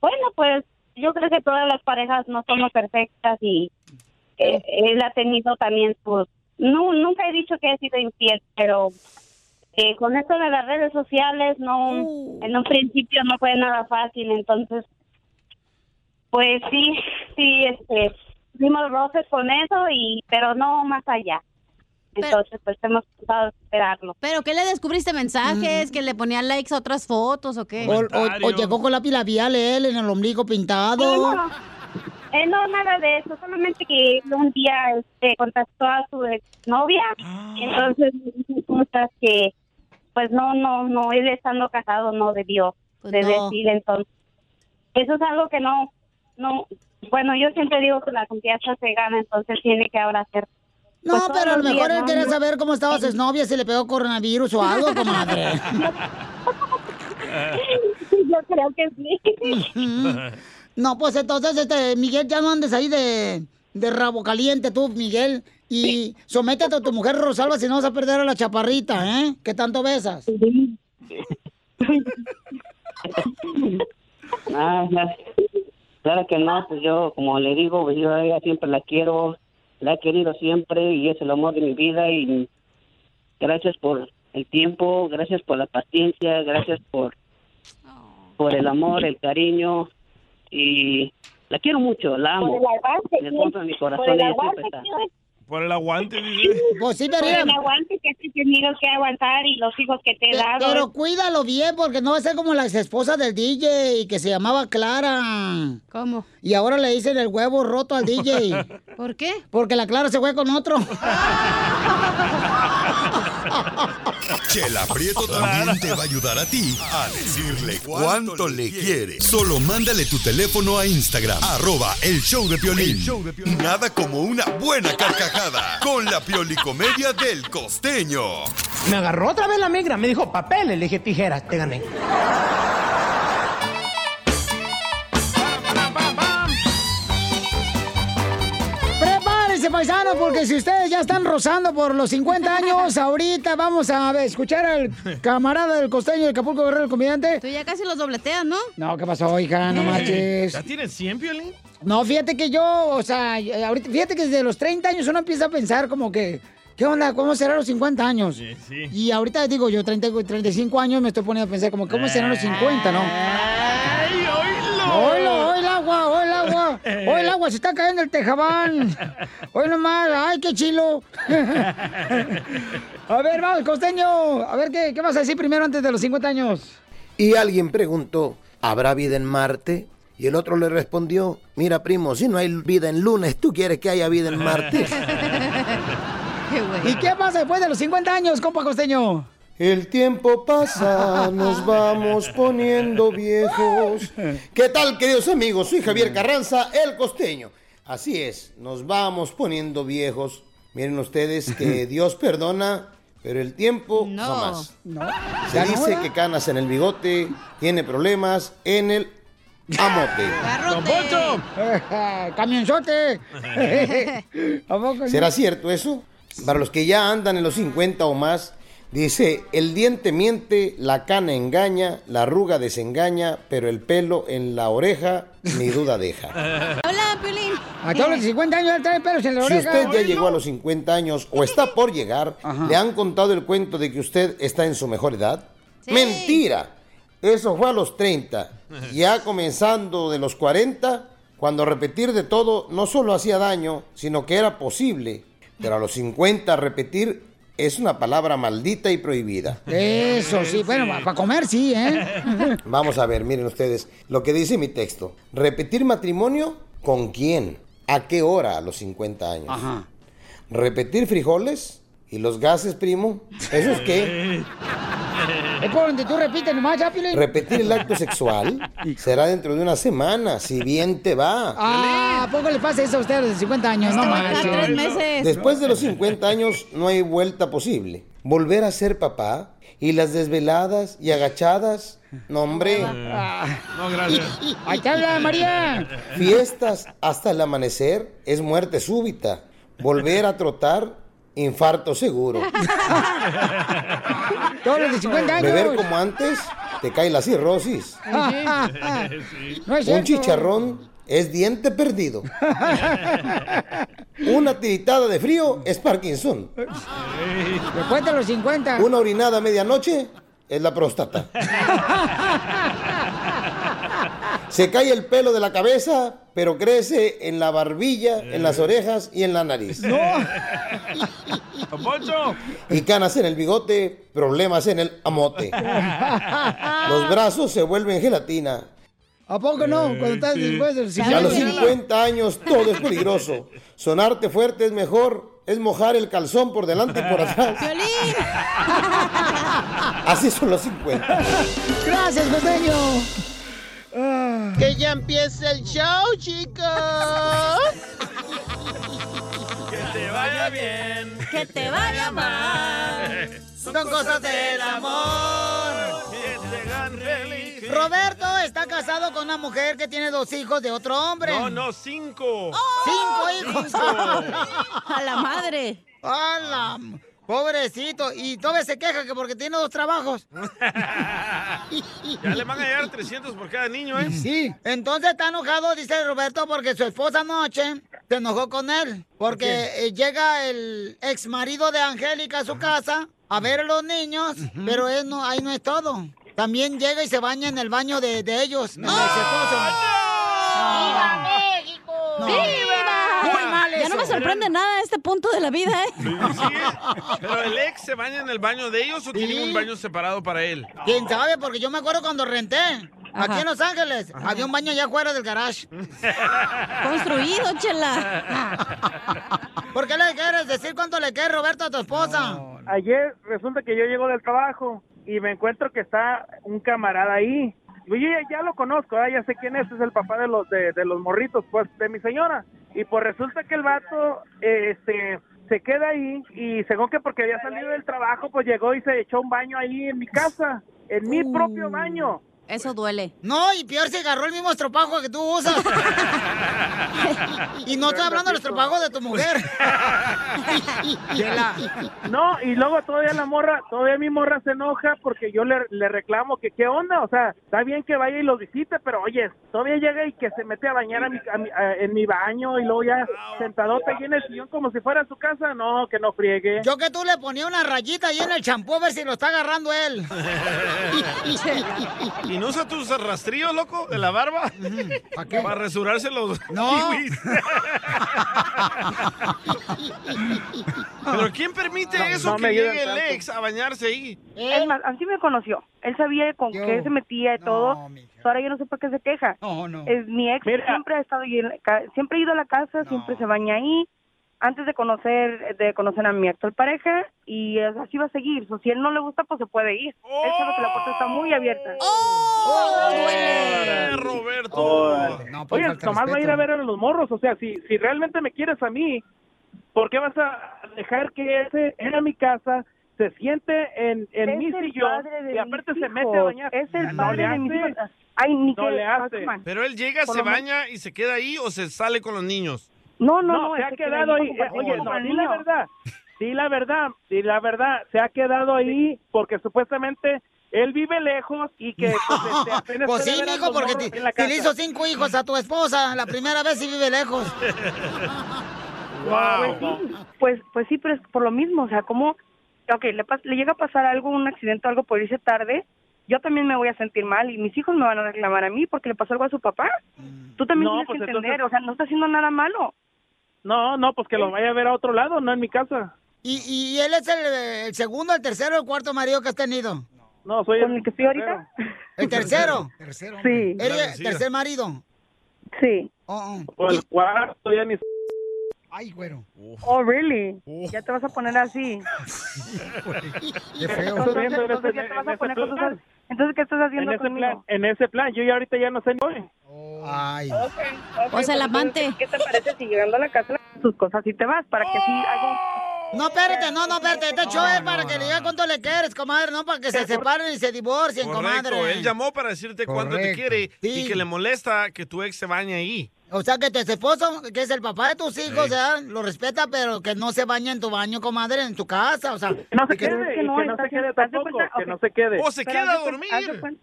Speaker 12: Bueno, pues yo creo que todas las parejas no somos perfectas y eh, él ha tenido también sus... No, nunca he dicho que he sido infiel, pero eh, con esto de las redes sociales no
Speaker 3: Uh.
Speaker 12: en un principio no fue nada fácil, entonces pues sí, sí, este, dimos roces con eso y pero no más allá. Entonces pues hemos tratado de esperarlo.
Speaker 3: ¿Pero qué le descubriste mensajes? ¿Que le ponía likes a otras fotos o qué?
Speaker 2: Mm. O, o- o llegó con lápiz labial él en el ombligo pintado.
Speaker 12: No, eh, no, nada de eso, solamente que un día este, contactó a su novia,
Speaker 2: Ah.
Speaker 12: entonces me dijo cosas que, pues no, no, no, él estando casado no debió
Speaker 2: Pues
Speaker 12: de
Speaker 3: no.
Speaker 12: decir, entonces, eso es algo que no, no, bueno, yo siempre digo que la confianza se gana, entonces tiene que ahora hacer.
Speaker 2: No,
Speaker 12: pues,
Speaker 2: pero a lo
Speaker 12: todos los
Speaker 2: mejor
Speaker 12: días,
Speaker 2: él
Speaker 12: ¿no?
Speaker 2: quería saber cómo estaba su novia, si le pegó coronavirus o algo, comadre.
Speaker 12: Yo creo que sí.
Speaker 2: No, pues entonces, este, Miguel, ya no andes ahí de, de rabo caliente tú, Miguel. Y sométete a tu mujer Rosalba si no vas a perder a la chaparrita, ¿eh? Que tanto besas.
Speaker 10: Ah, ya. claro que no, pues yo, como le digo, pues yo a ella siempre la quiero, la he querido siempre y es el amor de mi vida y gracias por el tiempo, gracias por la paciencia, gracias por por el amor, el cariño y la quiero mucho, la amo.
Speaker 1: Por el aguante,
Speaker 10: En el fondo de mi
Speaker 1: ¿sí?
Speaker 10: corazón
Speaker 1: Por el
Speaker 10: ella
Speaker 1: aguante,
Speaker 10: siempre está.
Speaker 12: Pues,
Speaker 4: Por el aguante, dice.
Speaker 2: Pues
Speaker 1: Por
Speaker 2: eh,
Speaker 1: el aguante que has tenido que aguantar y los hijos que te he dado.
Speaker 2: Pero cuídalo bien, porque no va a ser como la esposa del DJ que se llamaba Clara.
Speaker 3: ¿Cómo?
Speaker 2: Y ahora le dicen el huevo roto al DJ.
Speaker 3: ¿Por qué?
Speaker 2: Porque la Clara se fue con otro.
Speaker 7: Chela Prieto también te va a ayudar a ti a decirle cuánto le quiere. Solo mándale tu teléfono a Instagram, arroba el show de Piolín. Nada como una buena carcajada con la piolicomedia del costeño.
Speaker 13: Me agarró otra vez la migra, me dijo papeles, le dije tijeras, te gané.
Speaker 2: Prepárense, paisanos, porque si ustedes ya están rozando por los 50 años, ahorita vamos a ver, escuchar al camarada del costeño de Acapulco Guerrero, el comediante.
Speaker 3: Tú ya casi los dobleteas, ¿no?
Speaker 2: No, ¿qué pasó, hija? No marches.
Speaker 4: ¿Ya tienes 100, Piolín?
Speaker 2: No, fíjate que yo, o sea, ahorita, fíjate que desde los 30 años uno empieza a pensar como que, ¿qué onda? ¿Cómo será los 50 años?
Speaker 4: sí.
Speaker 2: Y ahorita digo, yo 30, y 35 años me estoy poniendo a pensar como, ¿cómo serán los 50, no?
Speaker 1: ¡Ay,
Speaker 2: ¡Hola, hoy el agua, hoy el agua! ¡Hoy el agua se está cayendo el tejabán! ¡Hoy nomás! ¡Ay, qué chilo! A ver, vamos, costeño. A ver, ¿qué, ¿qué vas a decir primero antes de los 50 años?
Speaker 14: Y alguien preguntó, ¿habrá vida en Marte? Y el otro le respondió, mira primo, si no hay vida en lunes, ¿tú quieres que haya vida en Marte?
Speaker 2: ¿Y qué pasa después de los 50 años, compa costeño?
Speaker 14: El tiempo pasa, nos vamos poniendo viejos. ¿Qué tal, queridos amigos? Soy Javier Carranza, el costeño. Así es, nos vamos poniendo viejos. Miren ustedes que Dios perdona, pero el tiempo jamás.
Speaker 2: No.
Speaker 14: Se dice que canas en el bigote, tiene problemas en el amote.
Speaker 2: ¡Don Poncho! ¡Camionzote! ¿A poco no?
Speaker 14: ¿Será cierto eso? Para los que ya andan en los 50 o más, dice, el diente miente, la cana engaña, la arruga desengaña, pero el pelo en la oreja ni duda deja.
Speaker 3: Hola, Piolín.
Speaker 2: A todos los 50 años él trae pelos en la
Speaker 14: Si
Speaker 2: oreja.
Speaker 14: usted ya llegó a los 50 años o está por llegar, ¿le han contado el cuento de que usted está en su mejor edad? ¡Mentira! Eso fue a los 30. Ya comenzando de los 40, cuando repetir de todo no solo hacía daño, sino que era posible. Pero a los 50 repetir es una palabra maldita y prohibida.
Speaker 2: Eso sí, bueno, para comer sí, ¿eh?
Speaker 14: Vamos a ver, miren ustedes lo que dice mi texto. Repetir matrimonio con quién, a qué hora a los 50 años. Repetir frijoles y los gases, primo. ¿Eso es qué?
Speaker 2: Es por donde tú repites nomás, ya, Piolín.
Speaker 14: Repetir el acto sexual será dentro de una semana, si bien te va.
Speaker 2: Ah, ¿a poco le pasa eso a ustedes de 50 años? No
Speaker 3: va a
Speaker 2: manches.
Speaker 3: estar tres meses.
Speaker 14: Después de los 50 años no hay vuelta posible. Volver a ser papá y las desveladas y agachadas, no hombre.
Speaker 2: Ah.
Speaker 4: No, gracias.
Speaker 2: Ahí te habla María.
Speaker 14: Fiestas hasta el amanecer es muerte súbita. Volver a trotar, infarto seguro.
Speaker 2: Todos los de 50 años.
Speaker 14: Beber como antes, te cae la cirrosis.
Speaker 2: No es
Speaker 14: Un
Speaker 2: cierto.
Speaker 14: chicharrón es diente perdido. Una tiritada de frío es Parkinson.
Speaker 2: Después de los 50.
Speaker 14: Una orinada a medianoche es la próstata. Se cae el pelo de la cabeza, pero crece en la barbilla, en
Speaker 2: Eh.
Speaker 14: las orejas y en la nariz. Y canas en el bigote, problemas en el amote. Los brazos se vuelven gelatina.
Speaker 2: ¿A poco no? Cuando estás después de los
Speaker 14: Ya a
Speaker 2: 50
Speaker 14: los
Speaker 2: años.
Speaker 14: 50 años todo es peligroso. Sonarte fuerte es mejor, es mojar el calzón por delante y por atrás. Así son los 50.
Speaker 2: Gracias, costeño.
Speaker 1: Que ya empiece el show, chicos.
Speaker 4: Que te vaya bien.
Speaker 1: Que te vaya
Speaker 12: este,
Speaker 1: mal. Son cosas del amor. Que te dan feliz.
Speaker 2: Roberto está casado con una mujer que tiene dos hijos de otro hombre. ¡Oh!
Speaker 4: No, no, cinco.
Speaker 2: Cinco hijos.
Speaker 3: A la madre.
Speaker 2: A la m- Pobrecito. Y todavía se queja que porque tiene dos trabajos.
Speaker 4: Ya le van a llegar 300 por cada niño, ¿eh?
Speaker 2: Sí. Entonces está enojado, dice Roberto, porque su esposa anoche se enojó con él. Porque eh, llega el ex marido de Angélica a su casa a ver a los niños, pero él no, ahí no es todo. También llega y se baña en el baño de, de ellos. en el secoso.
Speaker 1: ¡Viva
Speaker 3: México!
Speaker 1: ¡Viva!
Speaker 3: ¡Viva!
Speaker 1: Muy mal
Speaker 3: Ya no
Speaker 1: eso.
Speaker 3: me sorprende nada a este punto de la vida, ¿eh?
Speaker 4: ¿Pero el ex se baña en el baño de ellos o tiene un baño separado para él?
Speaker 2: ¿Quién sabe? Porque yo me acuerdo cuando renté. Aquí en Los Ángeles había un baño allá afuera del garage.
Speaker 3: Construido,
Speaker 2: chela. ¿Por qué le quieres decir cuánto le quieres, Roberto, a tu esposa?
Speaker 15: Ayer resulta que yo llego del trabajo y me encuentro que está un camarada ahí. Yo ya, ya lo conozco, ¿eh? ya sé quién es, es el papá de los de, de los morritos, pues, de mi señora. Y pues resulta que el vato, eh, este, se queda ahí y según que porque había salido del trabajo, pues llegó y se echó un baño ahí en mi casa, en mi propio baño.
Speaker 3: Uh. Eso duele.
Speaker 2: No, y peor se agarró el mismo estropajo que tú usas. y no estoy hablando del estropajo
Speaker 4: Pues-
Speaker 2: de tu mujer. Chela.
Speaker 15: No, y luego todavía la morra, todavía mi morra se enoja porque yo le, le reclamo que qué onda, o sea, está bien que vaya y los visite, pero oye, todavía llega y que se mete a bañar a mi- a mi- a- en mi baño y luego ya sentadota ahí en el sillón como si fuera a su casa, no, que no friegue.
Speaker 2: Yo que tú le ponía una rayita ahí en el champú a ver si lo está agarrando él.
Speaker 4: ¿Y no usa tus rastrillos, loco, de la barba? ¿Para
Speaker 2: qué?
Speaker 4: Para rasurarse los
Speaker 2: No.
Speaker 4: kiwis. ¿Pero quién permite
Speaker 1: No,
Speaker 4: eso
Speaker 1: no
Speaker 4: que
Speaker 1: me ayudan
Speaker 4: llegue el
Speaker 1: tanto.
Speaker 4: ex a bañarse ahí?
Speaker 2: Eh.
Speaker 16: Es más, así me conoció. Él sabía con qué se metía y todo. Ahora yo no sé por qué se queja.
Speaker 2: No, no.
Speaker 16: Es, mi ex
Speaker 2: Mira.
Speaker 16: siempre ha estado ahí en la ca- siempre ha ido a la casa, siempre se baña ahí. Antes de conocer de conocer a mi actual pareja y es- así va a seguir. So, si él no le gusta, pues se puede ir. Él sabe que la puerta está muy abierta.
Speaker 2: Oh,
Speaker 4: Eh, Roberto!
Speaker 15: oye, nomás va a ir a ver a los morros, o sea, si, si realmente me quieres a mí, ¿por qué vas a dejar que ese era mi casa? Se siente en, en
Speaker 16: Es
Speaker 15: mi
Speaker 16: el
Speaker 15: sillón
Speaker 16: padre de
Speaker 15: y aparte
Speaker 16: mis
Speaker 15: se mete a
Speaker 16: hijos.
Speaker 15: bañar.
Speaker 16: Es el
Speaker 15: No
Speaker 16: padre
Speaker 15: le
Speaker 16: de mis
Speaker 15: hace.
Speaker 16: hijos. Ay, ni
Speaker 4: No
Speaker 16: que- Pues,
Speaker 4: le hace.
Speaker 16: Batman.
Speaker 4: Pero él llega,
Speaker 16: Por
Speaker 4: se
Speaker 16: lo menos-
Speaker 4: baña y se queda ahí o se sale con los niños.
Speaker 16: No, no,
Speaker 15: no,
Speaker 16: no,
Speaker 15: se ha
Speaker 16: ese que
Speaker 15: quedado ahí.
Speaker 16: venimos con-
Speaker 15: Eh, Oye,
Speaker 16: con
Speaker 15: no,
Speaker 16: el
Speaker 15: di la
Speaker 16: niño.
Speaker 15: verdad, di la verdad, di la verdad, se ha quedado ahí porque supuestamente él vive lejos y que... pues, este, apenas
Speaker 2: Pues
Speaker 15: puede
Speaker 2: sí,
Speaker 15: ver a
Speaker 2: mijo,
Speaker 15: los
Speaker 2: porque
Speaker 15: morros
Speaker 2: ti-
Speaker 15: en la
Speaker 2: si le
Speaker 15: casa.
Speaker 2: hizo cinco hijos a tu esposa, la primera vez sí vive lejos.
Speaker 16: No,
Speaker 1: Wow.
Speaker 16: Pues, sí, pues, pues sí, pero es por lo mismo, o sea, como, ok, le, pas- le llega a pasar algo, un accidente o algo por irse tarde, yo también me voy a sentir mal y mis hijos me van a reclamar a mí porque le pasó algo a su papá. Tú también
Speaker 15: No,
Speaker 16: tienes
Speaker 15: pues
Speaker 16: que entender,
Speaker 15: entonces-
Speaker 16: o sea, no está haciendo nada malo.
Speaker 15: No, no, pues que lo vaya a ver a otro lado, no en mi casa.
Speaker 2: ¿Y, y él es el, el segundo, el tercero, el cuarto marido que has tenido?
Speaker 15: No, soy
Speaker 16: el que estoy ahorita.
Speaker 2: ¿El tercero?
Speaker 16: Tercero,
Speaker 2: sí.
Speaker 16: hombre.
Speaker 2: ¿Eres
Speaker 16: Claro, sí.
Speaker 2: tercer marido?
Speaker 16: Sí.
Speaker 2: Oh,
Speaker 15: O el cuarto, ya ni...
Speaker 2: Ay, güero.
Speaker 16: Oh, really? Ya te vas a poner así.
Speaker 2: Qué
Speaker 15: feo.
Speaker 16: Entonces,
Speaker 15: Estoy viendo en
Speaker 16: entonces
Speaker 15: ese-
Speaker 16: ya te vas
Speaker 15: en
Speaker 16: a
Speaker 15: ese
Speaker 16: poner
Speaker 15: plan.
Speaker 16: cosas- entonces, ¿qué estás
Speaker 15: En
Speaker 16: haciendo
Speaker 15: ese,
Speaker 16: conmigo?
Speaker 15: plan, en ese plan, yo ya ahorita ya no sé ni voy.
Speaker 2: Ay.
Speaker 16: O sea, el amante. ¿Qué te parece si llegando a la casa tus cosas y te vas? Para que así haga
Speaker 2: No, espérate, no, no, espérate. Este show es para que le digas cuánto le quieres, comadre, no para que se separen y se divorcien,
Speaker 4: Correcto,
Speaker 2: comadre.
Speaker 4: él llamó para decirte cuánto te
Speaker 2: Correcto.
Speaker 4: quiere
Speaker 2: Sí.
Speaker 4: y que le molesta que tu ex se bañe ahí.
Speaker 2: O sea, que tu esposo, que es el papá de tus hijos, o sea, lo respeta, pero que no se baña en tu baño, comadre, en tu casa, o sea.
Speaker 15: No
Speaker 16: Pero
Speaker 2: se
Speaker 16: es que no, está haciendo- haz de cuenta- ok. Pero haz de cuen- Haz de cuen-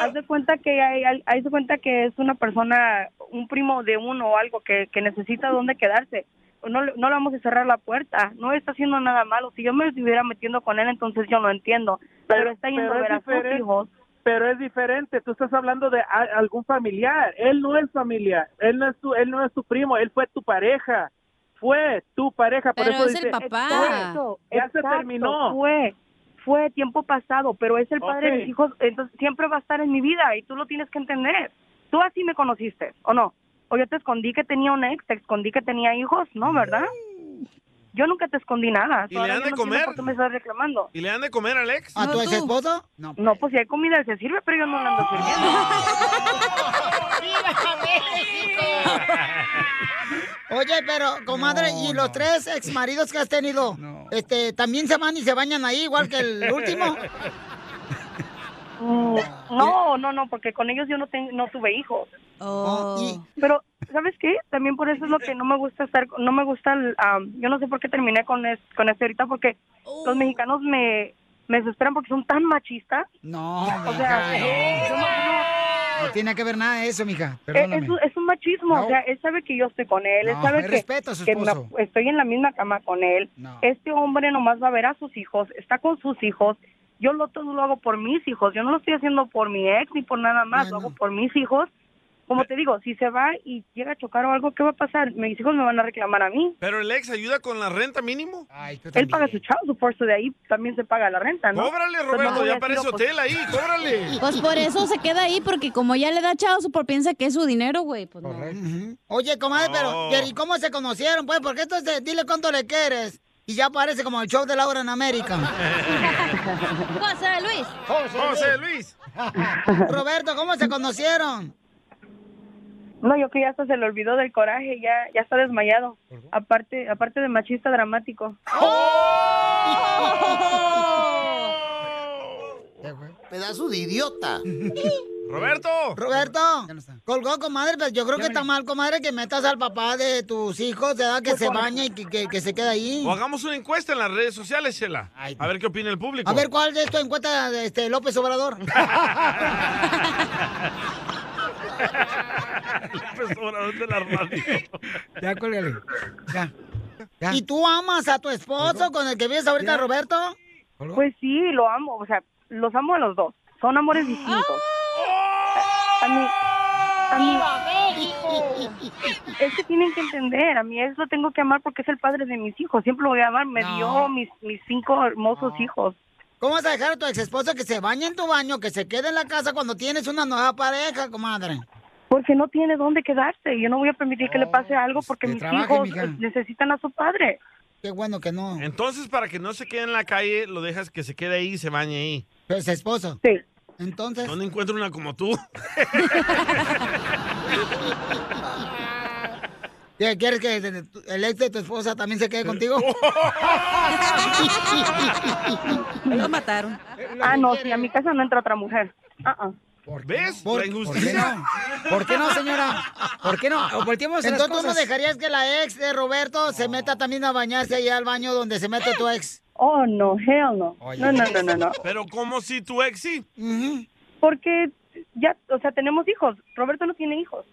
Speaker 16: haz de cuenta, que hay, hay- haz de cuenta que es una persona, un primo de uno o algo que, que necesita dónde quedarse. No, le- no le vamos a cerrar la puerta. No está haciendo nada malo. Si yo me estuviera metiendo con él, entonces yo no entiendo. Pero, está yendo a ver a sus
Speaker 15: diferente,
Speaker 16: hijos.
Speaker 15: pero es diferente. Tú estás hablando de a- algún familiar. Él no es familiar. Él no es tu, él no es tu primo. Él fue tu pareja. Fue tu pareja. Por
Speaker 16: Pero
Speaker 15: eso
Speaker 16: es el
Speaker 15: dice,
Speaker 16: papá.
Speaker 15: "Exacto, ya se
Speaker 16: Exacto,
Speaker 15: terminó.
Speaker 16: Fue, fue tiempo pasado, pero es el padre
Speaker 15: Ok.
Speaker 16: de mis hijos, entonces siempre va a estar en mi vida y tú lo tienes que entender. Tú así me conociste, ¿o no? O yo te escondí que tenía un ex, te escondí que tenía hijos, ¿no? ¿Verdad? Yo nunca te escondí nada.
Speaker 4: ¿Y
Speaker 16: Ahora yo
Speaker 4: le dan de
Speaker 16: no entiendo
Speaker 4: comer?
Speaker 16: por qué me estás reclamando?
Speaker 4: ¿Y le dan de comer al ex?
Speaker 2: esposo?
Speaker 16: No, pues si hay comida se sirve, pero yo no la ando
Speaker 4: Ah.
Speaker 16: sirviendo.
Speaker 2: Oye, pero, comadre, ¿y los tres exmaridos que has tenido? Este, ¿también se van y se bañan ahí, igual que el último?
Speaker 16: Mm, No, no, no, porque con ellos yo no, ten- no tuve hijos.
Speaker 2: Oh.
Speaker 16: Pero, ¿sabes qué? También por eso es lo que no me gusta estar, no me gusta, el, am, yo no sé por qué terminé con, es- con este ahorita, porque
Speaker 2: Oh.
Speaker 16: los mexicanos me, me desesperan porque son tan machistas.
Speaker 2: No,
Speaker 16: O sea,
Speaker 2: mija,
Speaker 16: yo no-
Speaker 2: no.
Speaker 16: no,
Speaker 2: No tiene que ver nada de eso, mija.
Speaker 16: Eh, es,
Speaker 2: Perdóname.
Speaker 16: es un- es un machismo,
Speaker 2: No.
Speaker 16: o sea, él sabe que yo estoy con él, él
Speaker 2: No,
Speaker 16: sabe
Speaker 2: me
Speaker 16: que,
Speaker 2: respeta a su
Speaker 16: que en la-
Speaker 2: esposo.
Speaker 16: estoy en la misma cama con él. Este hombre nomás va a ver a sus hijos, está con sus hijos, yo lo todo lo hago por mis hijos, yo no lo estoy haciendo por mi ex ni por nada más, lo hago por mis hijos. Como te digo, si se va y llega a chocar o algo, ¿qué va a pasar? Mis hijos me van a reclamar a mí.
Speaker 4: Pero el ex ayuda con la renta mínimo.
Speaker 16: Él paga su child support, so de ahí también se paga la renta, ¿no?
Speaker 4: Cóbrale,
Speaker 16: Entonces, no
Speaker 4: Roberto,
Speaker 16: voy a
Speaker 4: ya
Speaker 16: decir,
Speaker 4: parece
Speaker 16: "Oh, pues,
Speaker 4: hotel ahí, cóbrale.
Speaker 3: Pues por eso se queda ahí, porque como ya le da chao, por piensa que es su dinero, güey. Pues no.
Speaker 2: Oye, comadre,
Speaker 3: Oh.
Speaker 2: pero, Jerry, ¿cómo se conocieron? Pues, porque esto es de dile cuánto le quieres. Y ya parece como el show de Laura en América.
Speaker 3: José Luis.
Speaker 2: José
Speaker 4: Luis.
Speaker 2: Roberto, ¿cómo se conocieron?
Speaker 16: No, yo que ya hasta se le olvidó del coraje, ya ya está desmayado. Aparte aparte de machista dramático.
Speaker 2: ¡Oh! Pedazo de idiota.
Speaker 4: Roberto.
Speaker 2: Roberto. Colgó, comadre, pero yo creo que está mal, comadre, que metas al papá de tus hijos, de edad que se baña y que, que- que se queda ahí.
Speaker 4: O hagamos una encuesta en las redes sociales, Chela. A ver qué opina el público.
Speaker 2: A ver cuál de esto encuentra este, López Obrador.
Speaker 4: López Obrador de la radio.
Speaker 2: Ya, cuélgale. Ya. ¿Y tú amas a tu esposo con el que vives ahorita, Roberto?
Speaker 16: Pues sí, lo amo, o sea, los amo a los dos. Son amores distintos. A mí, a mí- es que tienen que entender, a mí es lo tengo que amar porque es el padre de mis hijos, siempre lo voy a amar, me
Speaker 2: No.
Speaker 16: dio mis, mis cinco hermosos hijos.
Speaker 2: ¿Cómo vas a dejar a tu ex esposo que se bañe en tu baño, que se quede en la casa cuando tienes una nueva pareja, comadre?
Speaker 16: Porque no tiene dónde quedarse, yo no voy a permitir que le pase algo porque mis
Speaker 2: pues, trabaje,
Speaker 16: hijos
Speaker 2: mija.
Speaker 16: eh, necesitan a su padre.
Speaker 2: Qué bueno que no.
Speaker 4: Entonces, para que no se quede en la calle, lo dejas que se quede ahí y se bañe ahí.
Speaker 2: Pero es esposo.
Speaker 16: Sí.
Speaker 2: Entonces.
Speaker 4: ¿Dónde encuentro una como tú?
Speaker 2: ¿Qué, ¿Quieres que el- el ex de tu esposa también se quede contigo?
Speaker 3: Lo mataron.
Speaker 16: Ah, no, sí, a mi casa no entra otra mujer. Ah, ah.
Speaker 4: ¿Ves?
Speaker 2: ¿Por, ¿por
Speaker 4: la
Speaker 2: qué
Speaker 4: injusticia.
Speaker 2: no? ¿Por qué no, señora? ¿Por qué no? O volteemos
Speaker 4: las
Speaker 2: Entonces tú no
Speaker 4: cosas.
Speaker 2: dejarías que la ex de Roberto se meta también a bañarse allá al baño donde se mete tu ex.
Speaker 16: Oh, no, hell no. No, no, no, no, no.
Speaker 4: Pero como si tu ex sí.
Speaker 16: Porque ya, o sea, tenemos hijos. Roberto no tiene hijos.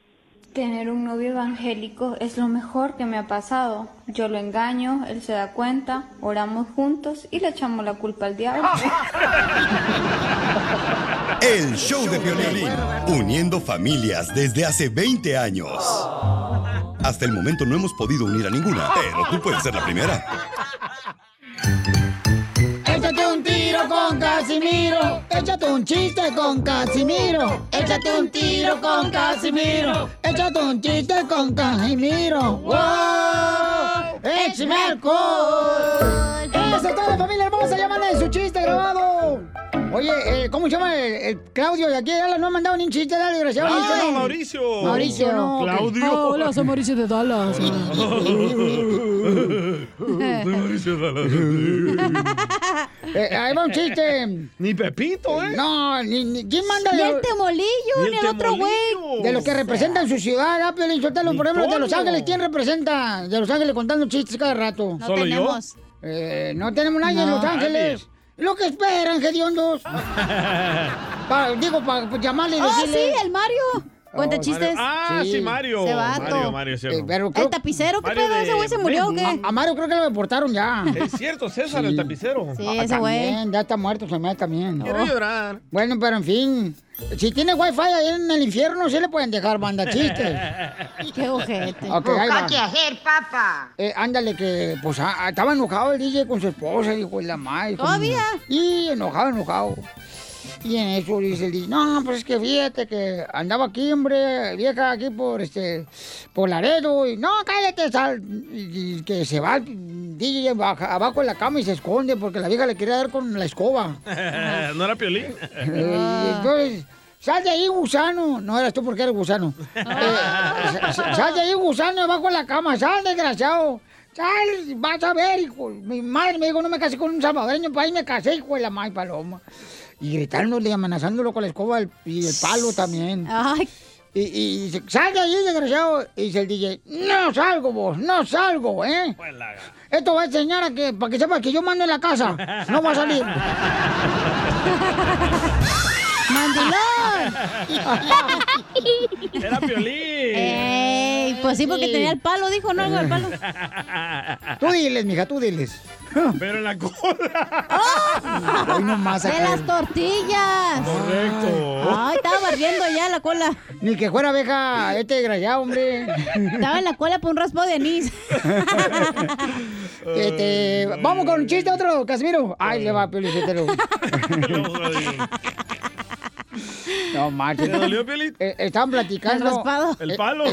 Speaker 17: Tener un novio evangélico es lo mejor que me ha pasado. Yo lo engaño, él se da cuenta, oramos juntos y le echamos la culpa al diablo.
Speaker 7: El show de violín, uniendo familias desde hace 20 años. Hasta el momento no hemos podido unir a ninguna, pero tú puedes ser la primera.
Speaker 2: Échate un tiro con Casimiro. Échate un chiste con Casimiro. Échate un tiro con Casimiro. Échate un chiste con Casimiro. ¡Wow! ¡Échame alcohol! ¡Eso es todo, familia hermosa! ¡Ya manden su chiste grabado! Oye, eh, ¿cómo se llama el, el Claudio? De aquí ya le- no ha mandado ni un chiste, dale, desgraciado.
Speaker 1: Ah,
Speaker 2: Ni un chiste.
Speaker 1: Mauricio.
Speaker 2: Mauricio, no. ok.
Speaker 1: Claudio.
Speaker 2: Ah, hola, soy Mauricio de Dallas. Eh, ahí va un chiste.
Speaker 4: Ni Pepito, ¿eh?
Speaker 2: No, ni, ni- ¿quién manda?
Speaker 1: Ni
Speaker 2: de-
Speaker 1: el Temolillo, Ni el ni el otro Temolillo. güey.
Speaker 2: De los que
Speaker 1: O sea.
Speaker 2: representan su ciudad, ah, Piolín, Sotelo, por ejemplo, de Los
Speaker 1: Toño.
Speaker 2: Ángeles, ¿quién representa? De Los Ángeles contando chistes cada rato.
Speaker 1: No ¿Solo yo? tenemos.
Speaker 2: Eh, no tenemos nadie en
Speaker 1: No.
Speaker 2: Los Ángeles. Lo que esperan, gediondos. Pa- digo, para llamarle y
Speaker 3: Oh,
Speaker 2: decirle...
Speaker 3: sí, el Mario. Cuenta
Speaker 2: Oh,
Speaker 3: chistes.
Speaker 2: Mario. Ah, sí, Mario.
Speaker 3: Se vato.
Speaker 4: Mario, Mario, es cierto.
Speaker 3: El tapicero, ¿qué
Speaker 4: Mario
Speaker 3: pedo?
Speaker 4: de
Speaker 3: ¿Ese güey se murió o qué?
Speaker 2: A, a Mario creo que lo deportaron ya.
Speaker 4: Es cierto, César, el tapicero.
Speaker 2: Ah, también, Ya está muerto, se me también.
Speaker 4: Quiero llorar.
Speaker 2: Bueno, pero en fin. Si tiene wifi ahí en el infierno, sí le pueden dejar banda chistes.
Speaker 3: Qué ojete.
Speaker 2: Ok, ahí va.
Speaker 1: hacer, papá?
Speaker 2: Eh, ándale, que pues a- a- estaba enojado el DJ con su esposa, dijo la madre. con-
Speaker 1: ¿Todavía?
Speaker 2: Y enojado, enojado. Y en eso dice el DJ, no, pues es que fíjate que andaba aquí, hombre, vieja aquí por este, por Laredo, y no, cállate, sal, y, y que se va el DJ baja- abajo de la cama y se esconde porque la vieja le quería dar con la escoba.
Speaker 4: ¿No era Piolín? Ah.
Speaker 2: Eh, entonces, sal de ahí, gusano. No eras tú porque eres gusano. Eh, sa- sal de ahí, gusano, debajo de la cama. Sal, desgraciado. Sal, vas a ver, hijo. Mi madre me dijo, no me casé con un salvadoreño, país me casé, hijo de la madre paloma. Y gritándole, amenazándolo con la escoba el- y el palo también. Y, y dice, sal de ahí, desgraciado. Y dice el DJ, no salgo vos, no salgo, ¿eh? Esto va a enseñar a que, para que sepas que yo mando en la casa. No va a salir. ¡Mandilón!
Speaker 1: Era Piolín.
Speaker 3: ¡Ey, Pues sí, porque tenía el palo, dijo, ¿no? Algo del palo.
Speaker 2: Tú diles, mija, tú diles. Pero en la cola. Hoy nomás
Speaker 3: ¡De las tortillas! Correcto. Ay, estaba barriendo ya la cola.
Speaker 2: Ni que fuera abeja, este desgraciado, hombre.
Speaker 3: Estaba en la cola por un raspo de anís.
Speaker 2: Este, vamos con un chiste otro, Casimiro. Ay, le va, Piolicetero. No, marches.
Speaker 1: ¿Te dolió, Piolín?
Speaker 2: Eh, estaban platicando.
Speaker 1: El raspado. El palo.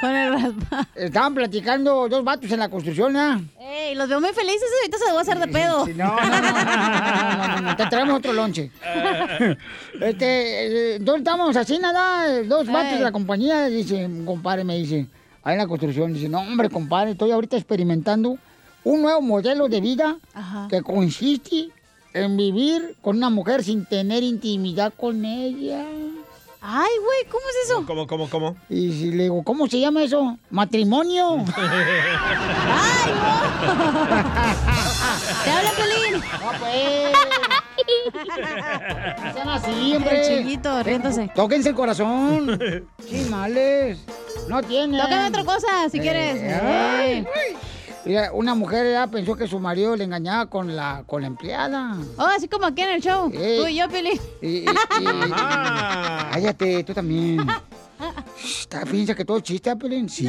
Speaker 3: Con el
Speaker 2: Estaban platicando dos vatos en la construcción, ¿ah?
Speaker 3: Ey, los veo muy felices, ahorita se debo hacer de pedo.
Speaker 2: No, no, no, no, no, no, te traemos otro lonche. Este, eh, dos estamos así, nada, dos vatos de la compañía, dice, un compadre me dice, ahí en la construcción, dice, no, hombre, compadre, estoy ahorita experimentando un nuevo modelo de vida que consiste en vivir con una mujer sin tener intimidad con ella.
Speaker 3: Ay, güey, ¿cómo es eso?
Speaker 4: ¿Cómo, cómo, cómo?
Speaker 2: Y si le digo, ¿cómo se llama eso? Matrimonio.
Speaker 1: ¡Ay,
Speaker 3: ¡Te habla Pelín!
Speaker 2: ¡No, pues! Sean así, hombre.
Speaker 3: El chiquito, riéndose.
Speaker 2: Tóquense el corazón. Sí, males. No tienen.
Speaker 3: Tócame otra cosa, si quieres.
Speaker 2: Eh, ay, Mira, una mujer ya pensó que su marido le engañaba con la, con la empleada.
Speaker 3: Oh, así como aquí en el show.
Speaker 2: Ey.
Speaker 3: Tú y yo, Pelín.
Speaker 2: Y, y- y- Ah. Cállate, tú también. Shh, ta- Piensa que todo es chiste, Pelín. Sí.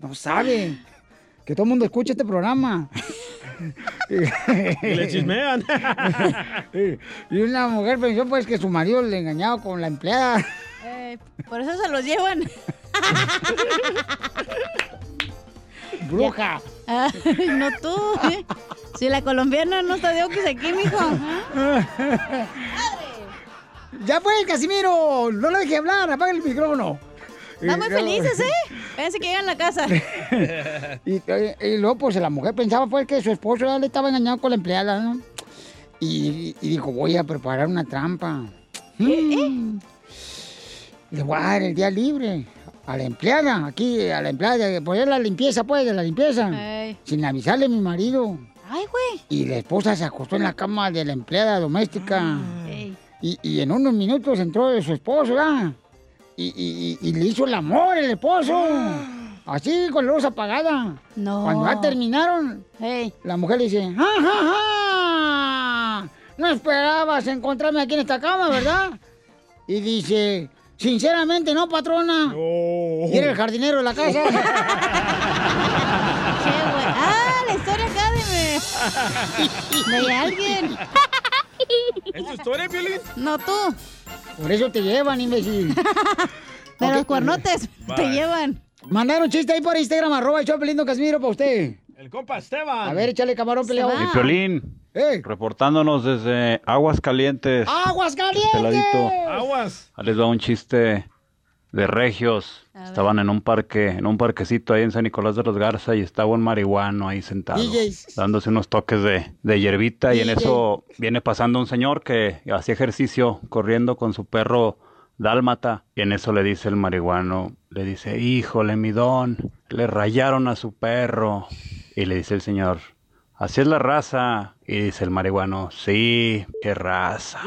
Speaker 2: No sabe. Que todo el mundo escuche este programa.
Speaker 4: Y le chismean.
Speaker 2: y una mujer pensó pues que su marido le engañaba con la empleada.
Speaker 3: Eh, por eso se los llevan.
Speaker 2: Bruja.
Speaker 3: Ay, no tú. eh. Si la colombiana no está de oquis aquí, mijo.
Speaker 2: Ya pues, Casimiro. No lo deje hablar. Apaga el micrófono.
Speaker 3: Están muy
Speaker 2: Y luego-
Speaker 3: felices, ¿eh? Parece que llegan a la casa.
Speaker 2: Y, eh, y luego, pues, la mujer pensaba, pues, que su esposo ya le estaba engañado con la empleada, ¿no? Y, y dijo, voy a preparar una trampa. Mm. Le voy a dar el día libre a la empleada, aquí, a la empleada, poner la limpieza, pues, de la limpieza.
Speaker 1: Ah.
Speaker 3: Ey.
Speaker 2: Sin avisarle a mi marido.
Speaker 3: Ay, güey.
Speaker 2: Y la esposa se acostó en la cama de la empleada doméstica. Y, y en unos minutos entró su esposo, ¿verdad? Y, y- y- y le hizo el amor el esposo. Así, con la luz apagada.
Speaker 3: No.
Speaker 2: Cuando ya terminaron, la mujer le dice, ¡Ja, ja, ja! No esperabas encontrarme aquí en esta cama, ¿verdad? Y dice, sinceramente no, patrona. Y era el jardinero de la casa.
Speaker 3: Ah, la historia acá de me. De alguien.
Speaker 4: ¿Es tu historia, Piolín?
Speaker 3: No tú.
Speaker 2: Por eso te llevan, imbécil.
Speaker 3: De los cuernotes te
Speaker 4: Bye.
Speaker 3: llevan.
Speaker 2: Mandaron chiste ahí por Instagram, arroba el show de Piolín de Casimiro para usted.
Speaker 4: El compa Esteban.
Speaker 2: A ver, échale camarón peleado.
Speaker 18: Y Piolín, reportándonos desde Aguas Calientes.
Speaker 2: ¡Aguas
Speaker 18: Este Peladito.
Speaker 2: calientes!
Speaker 4: ¡Aguas!
Speaker 18: Ahí Ah, les va un chiste de regios. Estaban en un parque, en un parquecito ahí en San Nicolás de los Garza y estaba un marihuano ahí sentado,
Speaker 2: DJs.
Speaker 18: dándose unos toques de, de hierbita y en eso viene pasando un señor que hacía ejercicio corriendo con su perro dálmata y en eso le dice el marihuano, le dice, híjole, mi don, le rayaron a su perro y le dice el señor, así es la raza y dice el marihuano, sí, qué raza.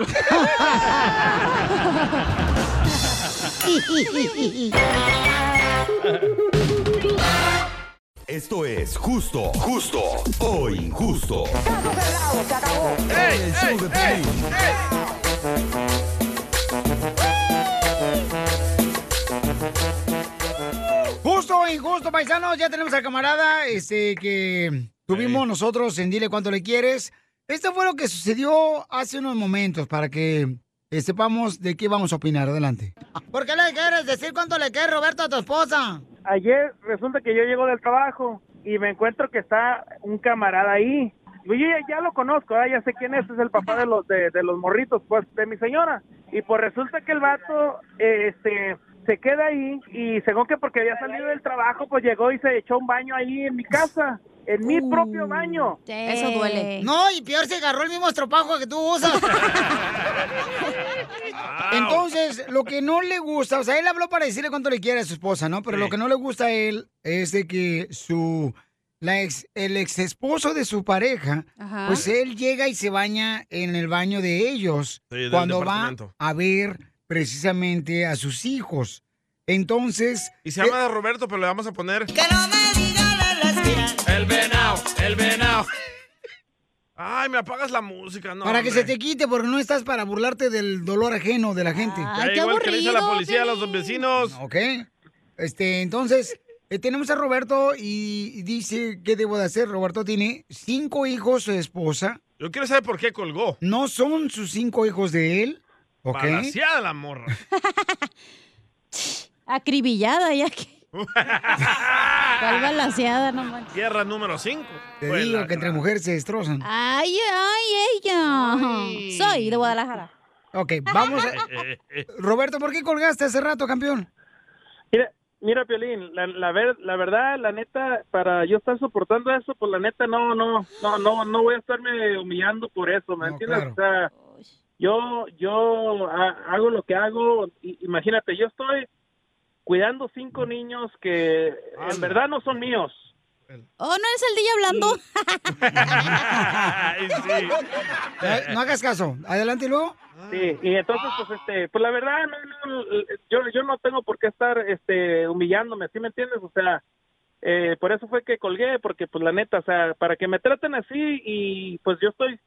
Speaker 7: Esto es justo, justo o injusto. El show de Piolín.
Speaker 2: Justo o injusto, paisanos, ya tenemos al camarada este, que tuvimos nosotros en Dile Cuánto Le Quieres. Esto fue lo que sucedió hace unos momentos para que eh, sepamos de qué vamos a opinar. Adelante. ¿Por qué le quieres decir cuánto le quieres, Roberto, a tu esposa?
Speaker 15: Ayer resulta que yo llego del trabajo y me encuentro que está un camarada ahí. Yo ya, ya lo conozco, ¿verdad? ya sé quién es, es el papá de los de, de los morritos, pues, de mi señora. Y pues resulta que el vato, eh, este, se queda ahí y según que porque había salido del trabajo, pues llegó y se echó un baño ahí en mi casa, en mi propio baño.
Speaker 2: Uh, Eso duele. No, y peor se agarró el mismo estropajo que tú usas. Entonces, lo que no le gusta, o sea, él habló para decirle cuánto le quiere a su esposa, ¿no? Pero lo que no le gusta a él es de que su la ex, el ex esposo de su pareja,
Speaker 1: Ajá.
Speaker 2: pues él llega y se baña en el baño de ellos
Speaker 1: Sí, del
Speaker 2: cuando va
Speaker 1: departamento.
Speaker 2: a ver precisamente a sus hijos. Entonces.
Speaker 4: Y se llama Roberto, pero le vamos a poner. El venao, el venao. Ay, me apagas la música, no.
Speaker 2: para que se
Speaker 4: hombre.
Speaker 2: te quite, porque no estás para burlarte del dolor ajeno de la gente.
Speaker 4: Ya igual que le dice a la policía a los vecinos.
Speaker 2: Ok. Este, entonces, eh, tenemos a Roberto y dice qué debo de hacer. Roberto tiene cinco hijos, su esposa.
Speaker 4: Yo quiero saber por qué colgó.
Speaker 2: No son sus cinco hijos de él. Ok.
Speaker 4: Palaciada la morra.
Speaker 3: Acribillada ya que. ¿Cuál balaseada, no manches?
Speaker 4: Guerra número 5.
Speaker 2: Te digo que entre mujeres se destrozan.
Speaker 3: Ay, ay, ella. Soy de Guadalajara.
Speaker 2: Ok, vamos. a- Roberto, ¿por qué colgaste hace rato, campeón?
Speaker 15: Mira, mira Piolín, la, la, ver- la verdad, la neta, para yo estar soportando eso, pues la neta, no, no, no, no, no voy a estarme humillando por eso, ¿me entiendes? O sea, yo, yo ha- hago lo que hago, i- imagínate, yo estoy cuidando cinco niños que en verdad no son míos.
Speaker 3: Oh, ¿no eres el DJ hablando?
Speaker 2: Eh, No hagas caso. Adelante y luego.
Speaker 15: Sí, y entonces, pues, este, pues la verdad, no, no, yo, yo no tengo por qué estar, este, humillándome, ¿sí me entiendes? O sea, eh, por eso fue que colgué, porque, pues, la neta, o sea, para que me traten así y, pues, yo estoy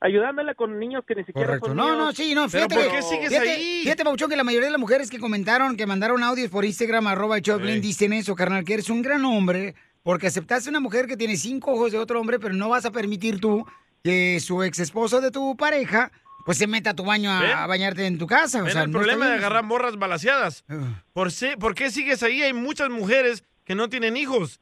Speaker 15: ayudándole con niños que ni siquiera
Speaker 4: pues,
Speaker 15: son
Speaker 2: No,
Speaker 15: míos.
Speaker 2: no, sí, no, fíjate que. fíjate, Fíjate, Pabuchón, que la mayoría de las mujeres que comentaron, que mandaron audios por Instagram, arroba el Choplin, dicen eso, carnal, que eres un gran hombre, porque aceptaste una mujer que tiene cinco ojos de otro hombre, pero no vas a permitir tú que su ex esposo de tu pareja, pues se meta a tu baño
Speaker 4: ¿Ven?
Speaker 2: a, a bañarte en tu casa. O
Speaker 4: Ven
Speaker 2: sea,
Speaker 4: el
Speaker 2: no Ah. está
Speaker 4: problema de
Speaker 2: bien.
Speaker 4: agarrar morras balaseadas. ¿Por, si- ¿Por qué sigues ahí? Hay muchas mujeres que no tienen hijos.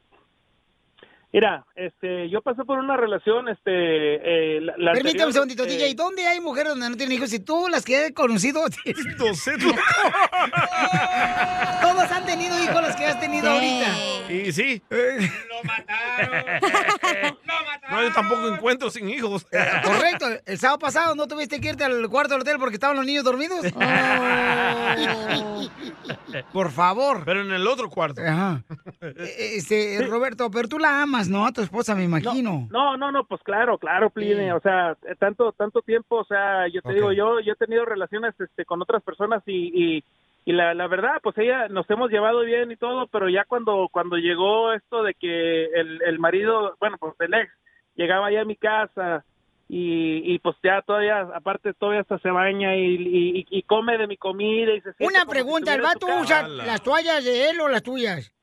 Speaker 15: Mira, este, yo pasé por una relación, este, eh, la, la
Speaker 2: Permítame un
Speaker 15: anterior,
Speaker 2: segundito,
Speaker 15: eh,
Speaker 2: DJ, ¿dónde hay mujeres donde no tienen hijos? Si tú las que has conocido... Todos han tenido hijos los que has tenido ahorita. Eh.
Speaker 4: Y sí. Lo mataron. No, yo tampoco encuentro sin hijos.
Speaker 2: Eh, Correcto, el sábado pasado no tuviste que irte al cuarto del hotel porque estaban los niños dormidos. Por favor.
Speaker 4: Pero en el otro cuarto.
Speaker 2: Ajá. E- Este, Roberto, pero tú la amas, ¿no? A tu esposa, me imagino.
Speaker 15: No, no, no, pues claro, claro, Pline, o sea, eh, tanto, tanto tiempo, o sea, yo te
Speaker 2: Ok.
Speaker 15: digo, yo, yo he tenido relaciones, este, con otras personas y, y, y la, la verdad, pues ella, nos hemos llevado bien y todo, pero ya cuando, cuando llegó esto de que el, el marido, bueno, pues el ex, llegaba ya a mi casa y, y pues ya todavía, aparte todavía hasta se baña y, y, y come de mi comida y se siente
Speaker 2: Una
Speaker 15: Pues como si
Speaker 2: pregunta, ¿el
Speaker 15: estuviera en
Speaker 2: vato
Speaker 15: su casa.
Speaker 2: usa las toallas de él o las tuyas?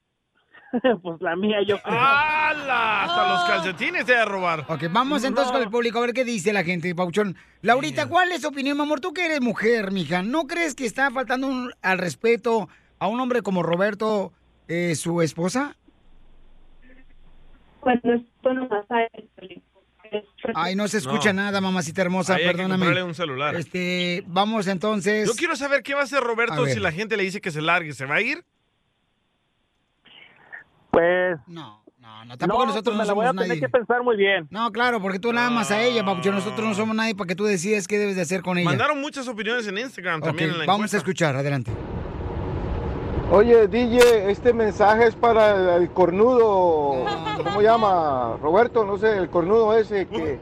Speaker 15: pues la mía, yo creo.
Speaker 4: ¡Hala! Hasta los calcetines te voy a robar.
Speaker 2: Oh. Ok, vamos entonces con el público a ver qué dice la gente, Pauchón. Laurita, ¿cuál es tu opinión, mi amor? Tú que eres mujer, mija, ¿no crees que está faltando un- al respeto a un hombre como Roberto, eh, su esposa?
Speaker 19: Cuando esto no pasa, el-
Speaker 2: Ay, no se escucha
Speaker 4: No.
Speaker 2: nada, mamacita hermosa,
Speaker 4: Ahí hay que comprarle
Speaker 2: perdóname.
Speaker 4: un celular.
Speaker 2: Este, vamos entonces.
Speaker 4: Yo quiero saber qué va a hacer
Speaker 2: A
Speaker 4: Roberto
Speaker 2: ver.
Speaker 4: si la gente le dice que se largue. ¿Se va a ir?
Speaker 15: Pues.
Speaker 2: No, no, no, tampoco nosotros no
Speaker 15: me la voy
Speaker 2: somos
Speaker 15: a tener
Speaker 2: nadie.
Speaker 15: que pensar muy bien.
Speaker 2: No, claro, porque tú la amas a ella, Pauchón. Nosotros no somos nadie para que tú decidas qué debes de hacer con ella.
Speaker 4: Mandaron muchas opiniones en Instagram
Speaker 2: Ok,
Speaker 4: también en la
Speaker 2: vamos a escuchar, adelante.
Speaker 20: Oye, DJ, este mensaje es para el, el cornudo. ¿Cómo llama? Roberto, no sé, el cornudo ese. Que,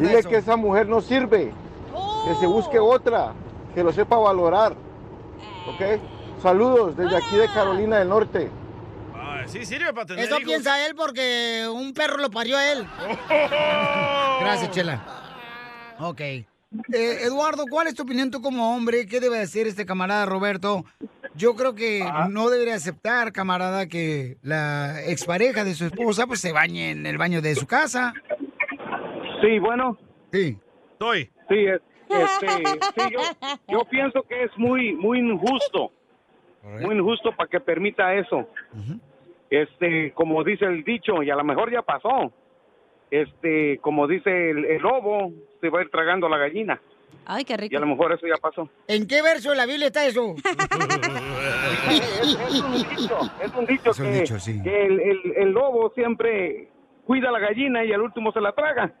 Speaker 20: dile que esa mujer no sirve. Que se busque otra. Que lo sepa valorar. ¿Ok? Saludos desde aquí de Carolina del Norte.
Speaker 4: Ah, sí, sirve para tener
Speaker 2: Eso
Speaker 4: hijos.
Speaker 2: piensa él porque un perro lo parió a él.
Speaker 4: Oh.
Speaker 2: Gracias, Chela. Ok. Eh, Eduardo, ¿cuál es tu opinión tú como hombre? ¿Qué debe hacer este camarada Roberto? Yo creo que no debería aceptar, camarada, que la expareja de su esposa pues se bañe en el baño de su casa.
Speaker 21: Sí, bueno.
Speaker 2: Sí.
Speaker 4: Estoy.
Speaker 21: Sí, es- este, sí, yo, yo pienso que es muy, muy injusto. Muy injusto para que permita eso. Este, como dice el dicho, y a lo mejor ya pasó. Este, como dice el, el lobo, se va a ir tragando la gallina.
Speaker 3: Ay, qué
Speaker 21: Y a lo mejor eso ya pasó.
Speaker 2: ¿En qué verso de la Biblia está eso?
Speaker 21: Es un dicho que, que el, el- el lobo siempre cuida a la gallina y al último se la traga.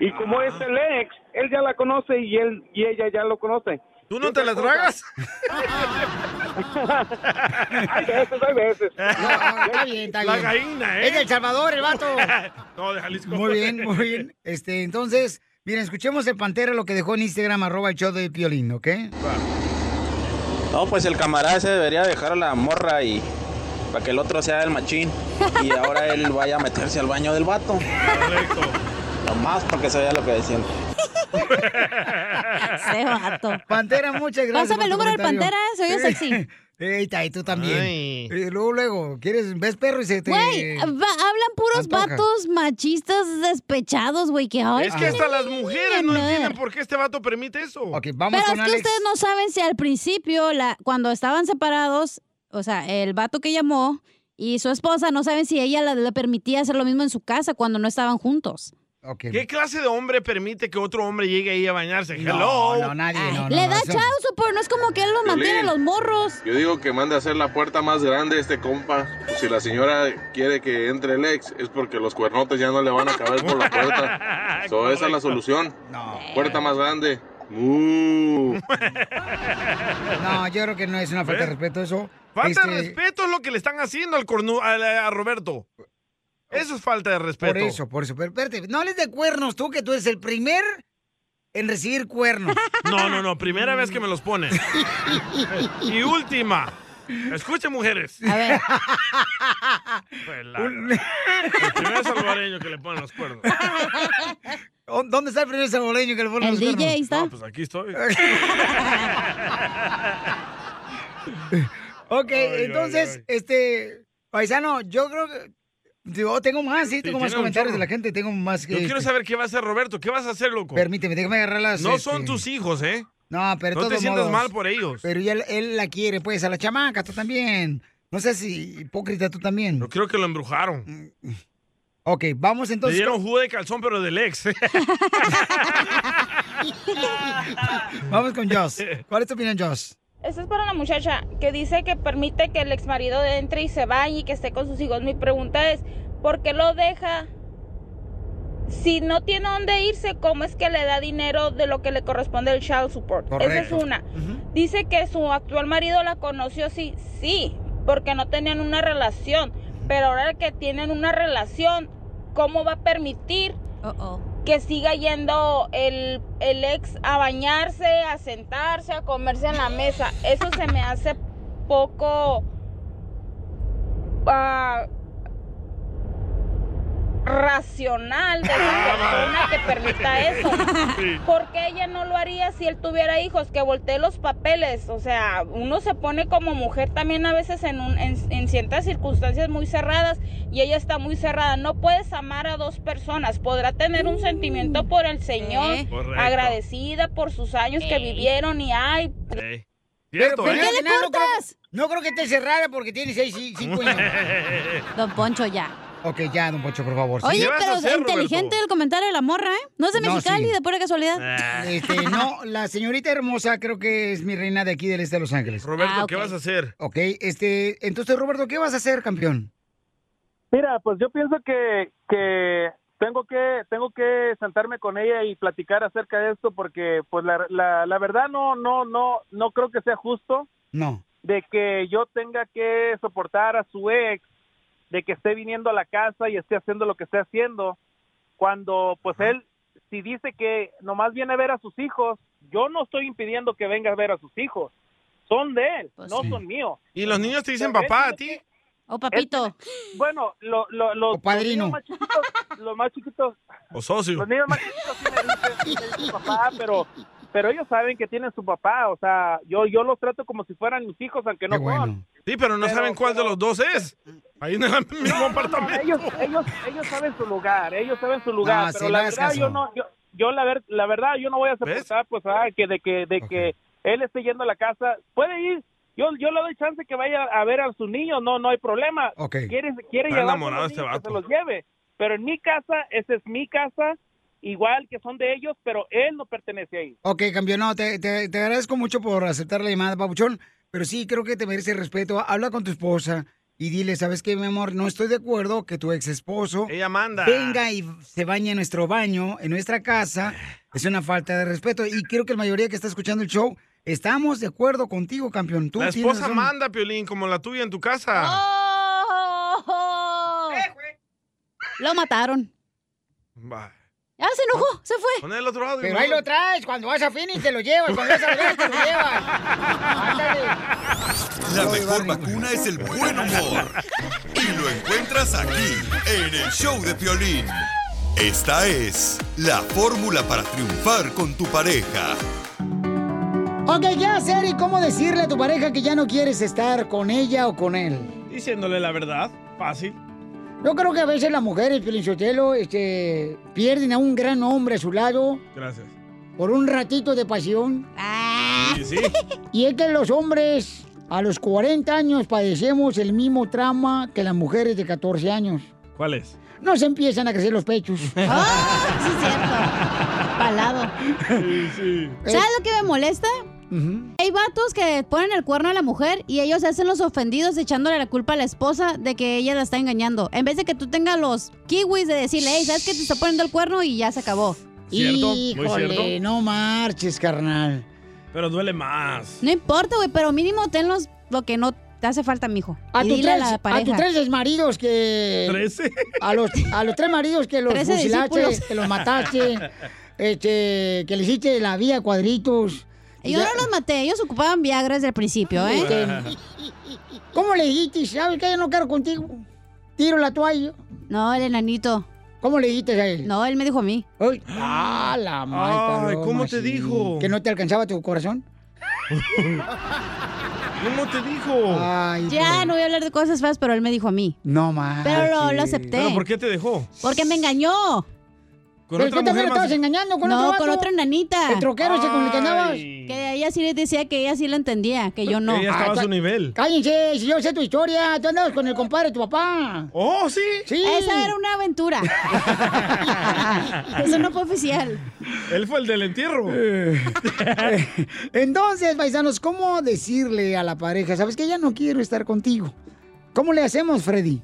Speaker 21: Y como es el ex, él ya la conoce y él y ella ya lo conoce.
Speaker 4: ¿Tú no te la tragas?
Speaker 21: hay veces, hay veces.
Speaker 2: está bien, está
Speaker 21: La
Speaker 2: bien.
Speaker 21: gallina, ¿eh?
Speaker 2: Es de El Salvador, el vato.
Speaker 4: no, de Jalisco.
Speaker 2: Muy bien, muy bien. Este, entonces, miren, escuchemos el Pantera lo que dejó en Instagram, arroba el show de Piolín, ¿ok?
Speaker 22: No, pues el camarada se debería dejar a la morra y para que el otro sea el machín y ahora él vaya a meterse al baño del vato. Correcto. Nomás para que se vea lo que decían.
Speaker 2: Se vato. Pantera, muchas gracias.
Speaker 3: Pásame el
Speaker 2: por tu
Speaker 3: número del
Speaker 2: comentario.
Speaker 3: Pantera, se oye sexy.
Speaker 2: Eita, y tú también. Y luego, luego, quieres, ves perro y se te.
Speaker 3: Güey, va- hablan puros
Speaker 2: Este, Antoja.
Speaker 3: vatos machistas despechados, güey, que ay,
Speaker 4: Es que hasta las mujeres no entienden por qué este vato permite eso.
Speaker 2: Ok,
Speaker 3: Pero es que ustedes no saben si al principio, la, cuando estaban separados, o sea, el vato que llamó y su esposa, no saben si ella la- le permitía hacer lo mismo en su casa cuando no estaban juntos.
Speaker 4: ¿Qué clase de hombre permite que otro hombre llegue ahí a bañarse? Hello.
Speaker 2: No, no, nadie.
Speaker 3: le da chao, pero no es como que él los mantiene a los morros.
Speaker 5: Yo digo que manda a hacer la puerta más grande este compa. Si la señora quiere que entre el ex, es porque los cuernotes ya no le van a caber por la puerta. So, esa es la solución. Puerta más grande. Uh.
Speaker 2: No, yo creo que no es una falta de respeto eso.
Speaker 4: Falta de
Speaker 2: Este,
Speaker 4: respeto es lo que le están haciendo al cornu al- a, Roberto. Eso es falta de respeto.
Speaker 2: Por eso, por eso. Pero espérate, no hables de cuernos tú, que tú eres el primer en recibir cuernos.
Speaker 4: No, no, no. Primera vez que me los ponen. y última. Escuchen, mujeres.
Speaker 3: A ver.
Speaker 4: El primer salvadoreño que le ponen los cuernos.
Speaker 2: ¿Dó- Oh, ¿Dónde está el primer salvadoreño que le pone
Speaker 4: El
Speaker 2: los
Speaker 4: DJ
Speaker 2: cuernos?
Speaker 4: está. No, pues aquí estoy.
Speaker 2: ok, entonces, este, paisano, yo creo que... Yo tengo más, sí, tengo más
Speaker 4: tiene un
Speaker 2: comentarios de
Speaker 4: chorro.
Speaker 2: la gente, tengo más que... este.
Speaker 4: Yo quiero saber qué va a hacer Roberto. ¿Qué vas a hacer, loco?
Speaker 2: Permíteme, déjame agarrar las...
Speaker 4: No son
Speaker 2: este,
Speaker 4: tus hijos, ¿eh?
Speaker 2: No, pero de
Speaker 4: No te
Speaker 2: todos
Speaker 4: sientas
Speaker 2: modos.
Speaker 4: mal por ellos.
Speaker 2: Pero ya él, él la quiere, pues, a la chamaca, tú también. No sé si hipócrita tú también. Mm.
Speaker 4: Creo que lo embrujaron.
Speaker 2: Ok, vamos
Speaker 4: Le
Speaker 2: entonces...
Speaker 4: dieron jugo de calzón, pero del ex. ¿eh?
Speaker 2: Vamos con Joss. ¿Cuál es tu opinión, Joss?
Speaker 8: Esta es para la muchacha que dice que permite que el exmarido entre y se bañe y que esté con sus hijos. Mi pregunta es, ¿por qué lo deja? Si no tiene dónde irse, ¿cómo es que le da dinero de lo que le corresponde el child support? Esa es
Speaker 23: Correcto.
Speaker 8: una. Dice que su actual marido la conoció, sí, sí, porque no tenían una relación. Pero ahora que tienen una relación, ¿cómo va a permitir que siga yendo el, el ex a bañarse, a sentarse, a comerse en la mesa? Eso se me hace poco... ah, racional de una persona que permita eso. ¿Por qué ella no lo haría si él tuviera hijos? Que voltee los papeles. O sea, uno se pone como mujer también a veces en, un- en, en ciertas circunstancias muy cerradas y ella está muy cerrada. No puedes amar a dos personas. Podrá tener un sentimiento por el Señor,
Speaker 4: Eh. Correcto.
Speaker 8: agradecida por sus años que
Speaker 4: Eh.
Speaker 8: vivieron y ay.
Speaker 4: Ey. Cierto, ¿eh?
Speaker 2: cortas? No creo, que esté cerrada pues. porque tiene 6 y 5 años.
Speaker 3: Don Poncho, ya.
Speaker 2: Ok, ya, don Pocho, por favor.
Speaker 3: Oye, pero inteligente el comentario de la morra, ¿eh? No es de
Speaker 2: No,
Speaker 3: Mexicali,
Speaker 2: sí.
Speaker 3: de pura
Speaker 4: Ah.
Speaker 3: casualidad.
Speaker 2: Este, no, la señorita hermosa creo que es mi reina de aquí del este de Los Ángeles.
Speaker 4: Roberto,
Speaker 3: Ah,
Speaker 4: ¿qué vas a hacer?
Speaker 2: Ok, este, entonces, Roberto, ¿qué vas a hacer, campeón?
Speaker 15: Mira, pues yo pienso que, que tengo que tengo que sentarme con ella y platicar acerca de esto porque pues la, la, la verdad no no no no creo que sea justo
Speaker 2: No.
Speaker 15: de que yo tenga que soportar a su ex de que esté viniendo a la casa y esté haciendo lo que esté haciendo cuando pues él si dice que nomás viene a ver a sus hijos, yo no estoy impidiendo que venga a ver a sus hijos. Son de él, no son míos.
Speaker 4: ¿Y los niños te dicen papá a ti?
Speaker 3: O papito.
Speaker 15: Bueno, lo- lo- los,
Speaker 4: padrino.
Speaker 15: los niños más chiquitos, los más chiquitos,
Speaker 4: O socio.
Speaker 15: los niños más chiquitos sí me dicen, me dicen papá, pero, pero ellos saben que tienen su papá, o sea, yo, yo los trato como si fueran mis hijos, aunque no son.
Speaker 4: Sí, pero no saben cuál de los dos es. Ahí en el mismo apartamento.
Speaker 15: Ellos, ellos, ellos saben su lugar, ellos saben su lugar,
Speaker 4: No,
Speaker 15: pero
Speaker 4: sí, no
Speaker 15: la
Speaker 4: hagas
Speaker 15: verdad
Speaker 4: caso.
Speaker 15: yo no, yo, yo la, ver- la verdad yo no voy a soportar, pues, ah, que de que, de que él esté yendo a la casa, puede ir. Yo, yo le doy chance que vaya a ver a sus niños, no, no hay problema.
Speaker 4: Ok.
Speaker 15: Quiere, quiere
Speaker 4: Está
Speaker 15: llevarse
Speaker 4: enamorado
Speaker 15: los
Speaker 4: este
Speaker 15: niños, que
Speaker 4: vato.
Speaker 15: se los lleve. Pero en mi casa, esa es mi casa, igual que son de ellos, pero él no pertenece ahí.
Speaker 2: Ok, campeón, no, te, te- te agradezco mucho por aceptar la llamada, Pabuchón, pero sí creo que te merece respeto. Habla con tu esposa y dile, ¿sabes qué, mi amor? No estoy de acuerdo que tu ex esposo
Speaker 4: Ella manda.
Speaker 2: venga y se bañe en nuestro baño, en nuestra casa. Es una falta de respeto y creo que la mayoría que está escuchando el show estamos de acuerdo contigo, campeón. Tú
Speaker 4: La
Speaker 2: tienes
Speaker 4: esposa
Speaker 2: razón.
Speaker 4: manda, Piolín, como la tuya en tu casa.
Speaker 3: ¡Oh! Lo mataron.
Speaker 4: Va.
Speaker 3: Ya se enojó, se fue.
Speaker 4: Pon el otro audio.
Speaker 2: Pero ahí lo traes, cuando vas a Phoenix te lo llevas, cuando vas a Vegas te lo llevas.
Speaker 7: La mejor vacuna es el buen humor. Y lo encuentras aquí, en el show de Piolín. Esta es la fórmula para triunfar con tu pareja.
Speaker 2: Ok, ¿qué hacer y cómo decirle a tu pareja que ya no quieres estar con ella o con él?
Speaker 4: Diciéndole la verdad, fácil.
Speaker 2: Yo creo que a veces las mujeres, Piolín Sotelo, este, pierden a un gran hombre a su lado
Speaker 4: Gracias.
Speaker 2: por un ratito de pasión.
Speaker 4: Sí, sí.
Speaker 2: Y es que los hombres a los 40 años padecemos el mismo trauma que las mujeres de 14 años.
Speaker 4: ¿Cuál es?
Speaker 2: Nos empiezan a crecer los pechos.
Speaker 3: Sí, es cierto.
Speaker 4: Eh.
Speaker 3: Palado.
Speaker 4: Sí, sí.
Speaker 3: ¿Sabes lo que me molesta? Hay vatos que ponen el cuerno a la mujer y ellos se hacen los ofendidos echándole la culpa a la esposa de que ella la está engañando. En vez de que tú tengas los kiwis de decirle, hey, ¿sabes que te está poniendo el cuerno y ya se acabó?
Speaker 4: Cierto, muy
Speaker 2: Híjole,
Speaker 4: cierto.
Speaker 2: no marches, carnal.
Speaker 4: Pero duele más.
Speaker 3: No importa, güey, pero mínimo tenlos lo que no te hace falta, mijo.
Speaker 2: A
Speaker 3: Y
Speaker 2: tus
Speaker 3: dile
Speaker 2: tres,
Speaker 3: a la
Speaker 2: a
Speaker 3: pareja.
Speaker 2: tus tres maridos que...
Speaker 4: ¿Trece?
Speaker 2: Eh, A los, a los tres maridos que los
Speaker 3: Trece
Speaker 2: fusilaste,
Speaker 3: discípulos.
Speaker 2: que los mataste, este, que le hiciste la vía a cuadritos.
Speaker 3: Yo no los maté, ellos ocupaban Viagra desde el principio, ¿eh?
Speaker 2: ¿Cómo le dijiste? ¿Sabes que yo no quiero contigo? Tiro la toalla.
Speaker 3: No, el enanito.
Speaker 2: ¿Cómo le dijiste a él?
Speaker 3: No, él me dijo a mí.
Speaker 2: Ay, ah, la madre.
Speaker 4: Ay, ¿cómo te dijo?
Speaker 2: ¿Que no te alcanzaba tu corazón?
Speaker 4: ¿Cómo te dijo?
Speaker 2: Ay,
Speaker 3: Ya, no voy a hablar de cosas feas, pero él me dijo a mí.
Speaker 2: No más.
Speaker 3: Pero lo, lo acepté.
Speaker 4: ¿Pero por qué te dejó?
Speaker 3: Porque me engañó.
Speaker 4: Con otra mujer más-
Speaker 3: no, con otra nanita.
Speaker 2: El troquero ese con el que andabas.
Speaker 3: Que ella sí le decía que ella sí lo entendía, que yo no.
Speaker 4: Ella estaba a
Speaker 2: ca-
Speaker 4: su nivel.
Speaker 2: Cállense, si yo sé tu historia, tú andabas con el compadre de tu papá.
Speaker 4: Oh, sí.
Speaker 2: Sí.
Speaker 3: Esa era una aventura. Eso no Eh. fue oficial.
Speaker 4: Él fue el del entierro.
Speaker 2: Entonces, paisanos, ¿cómo decirle a la pareja, sabes que ya no quiero estar contigo? ¿Cómo le hacemos, Freddy?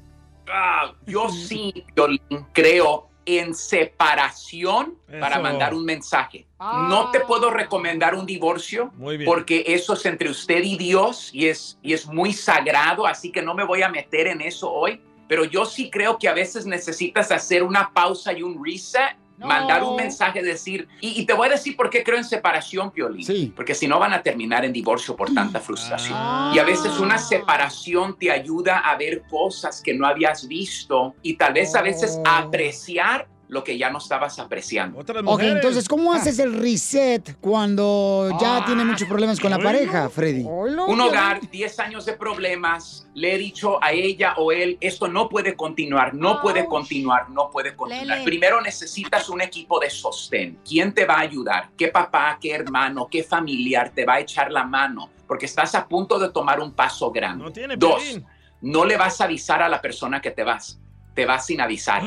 Speaker 23: Ah, yo sí, Piolín, creo en separación para
Speaker 2: Eso.
Speaker 23: mandar un mensaje. No te puedo recomendar un divorcio
Speaker 4: Muy bien.
Speaker 23: porque eso es entre usted y Dios y es, y es muy sagrado, así que no me voy a meter en eso hoy. Pero yo sí creo que a veces necesitas hacer una pausa y un reset, mandar un mensaje, decir, y, y te voy a decir por qué creo en separación, Piolín. Porque si no van a terminar en divorcio por
Speaker 4: Ah.
Speaker 23: tanta frustración. Y a veces una separación te ayuda a ver cosas que no habías visto y tal vez a
Speaker 2: Oh.
Speaker 23: veces apreciar lo que ya no estabas apreciando.
Speaker 2: Ok, entonces, ¿cómo haces el reset cuando ya tiene muchos problemas con la pareja, Freddy?
Speaker 23: Un hogar, 10 años de problemas, le he dicho a ella o él, esto no puede continuar, no puede continuar, no puede continuar.
Speaker 24: Lele.
Speaker 23: Primero necesitas un equipo de sostén. ¿Quién te va a ayudar? ¿Qué papá, qué hermano, qué familiar te va a echar la mano? Porque estás a punto de tomar un paso grande.
Speaker 4: tiene
Speaker 23: Dos,
Speaker 4: Piolín.
Speaker 23: no le vas a avisar a la persona que te vas. Te vas sin avisar.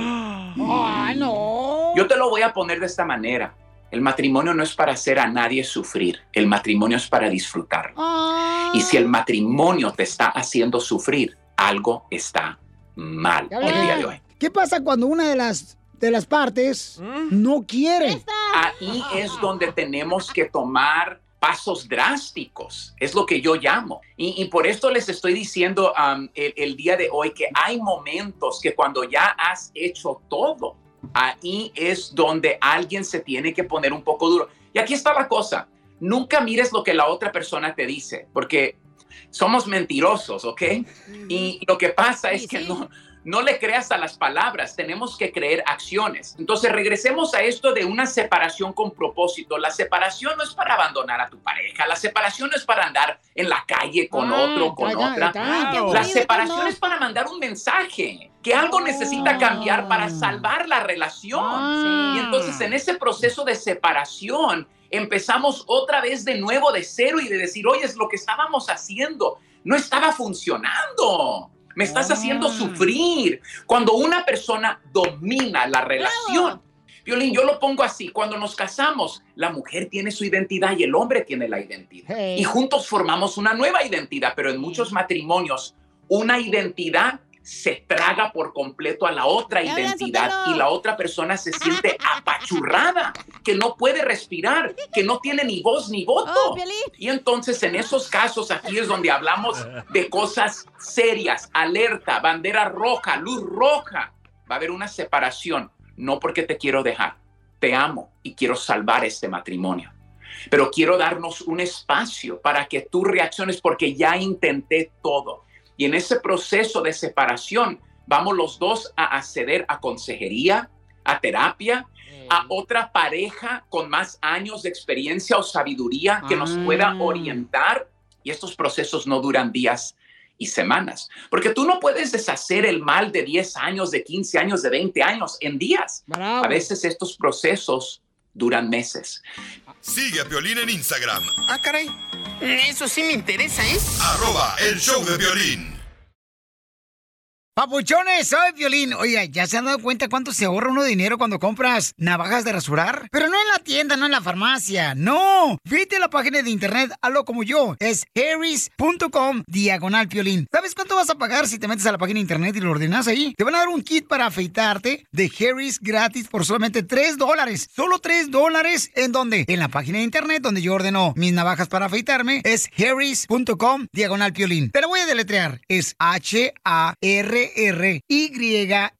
Speaker 2: Ah, no.
Speaker 23: Yo te lo voy a poner de esta manera. El matrimonio no es para hacer a nadie sufrir. El matrimonio es para disfrutarlo. Y si el matrimonio te está haciendo sufrir, algo está mal
Speaker 2: Ya
Speaker 23: el día
Speaker 2: hablaste.
Speaker 23: de hoy.
Speaker 2: ¿Qué pasa cuando una de las, de las partes no quiere?
Speaker 23: Ahí es donde tenemos que tomar pasos drásticos, es lo que yo llamo. Y, y por esto les estoy diciendo um, el, el día de hoy que hay momentos que cuando ya has hecho todo, ahí es donde alguien se tiene que poner un poco duro. Y aquí está la cosa, nunca mires lo que la otra persona te dice, porque somos mentirosos, ¿ok? Y lo que pasa es que no, no le creas a las palabras, tenemos que creer acciones. Entonces regresemos a esto de una separación con propósito. La separación no es para abandonar a tu pareja, la separación no es para andar en la calle con
Speaker 1: Ah,
Speaker 23: otro, con
Speaker 1: está,
Speaker 23: otra.
Speaker 1: está, qué aburrido,
Speaker 23: La separación
Speaker 1: no.
Speaker 23: es para mandar un mensaje, que algo necesita cambiar para salvar la relación. Y entonces en ese proceso de separación empezamos otra vez de nuevo de cero y de decir, oye, es lo que estábamos haciendo, no estaba funcionando. Me estás haciendo sufrir. Cuando una persona domina la relación. Violín, yo lo pongo así. Cuando nos casamos, la mujer tiene su identidad y el hombre tiene la identidad. Y juntos formamos una nueva identidad, pero en muchos matrimonios una identidad se traga por completo a la otra
Speaker 1: Ya hablan,
Speaker 23: identidad
Speaker 1: Sotelo.
Speaker 23: y la otra persona se siente apachurrada, que no puede respirar, que no tiene ni voz ni voto.
Speaker 1: Oh, Piolín.
Speaker 23: y entonces en esos casos aquí es donde hablamos de cosas serias, alerta, bandera roja, luz roja. Va a haber una separación, no porque te quiero dejar, te amo y quiero salvar este matrimonio. Pero quiero darnos un espacio para que tú reacciones porque ya intenté todo. Y en ese proceso de separación vamos los dos a acceder a consejería, a terapia, a otra pareja con más años de experiencia o sabiduría que nos
Speaker 24: Ah.
Speaker 23: pueda orientar. Y estos procesos no duran días y semanas, porque tú no puedes deshacer el mal de 10 años, de 15 años, de 20 años en días. A veces estos procesos duran meses.
Speaker 7: Sigue a Piolín en Instagram.
Speaker 13: Ah, caray. Eso sí me interesa, ¿eh?
Speaker 7: Arroba el show de violín.
Speaker 2: Papuchones, soy Violín. Oiga, ¿ya se han dado cuenta cuánto se ahorra uno de dinero cuando compras navajas de rasurar? Pero no en la tienda, no en la farmacia, no. Vete a la página de internet, hazlo como yo. Es harris.com diagonal Piolín. ¿Sabes cuánto vas a pagar si te metes a la página de internet y lo ordenas ahí? Te van a dar un kit para afeitarte de Harris gratis por solamente 3 dólares. Solo 3 dólares en donde? En la página de internet donde yo ordeno mis navajas para afeitarme es harris.com diagonal Piolín. Te lo voy a deletrear. Es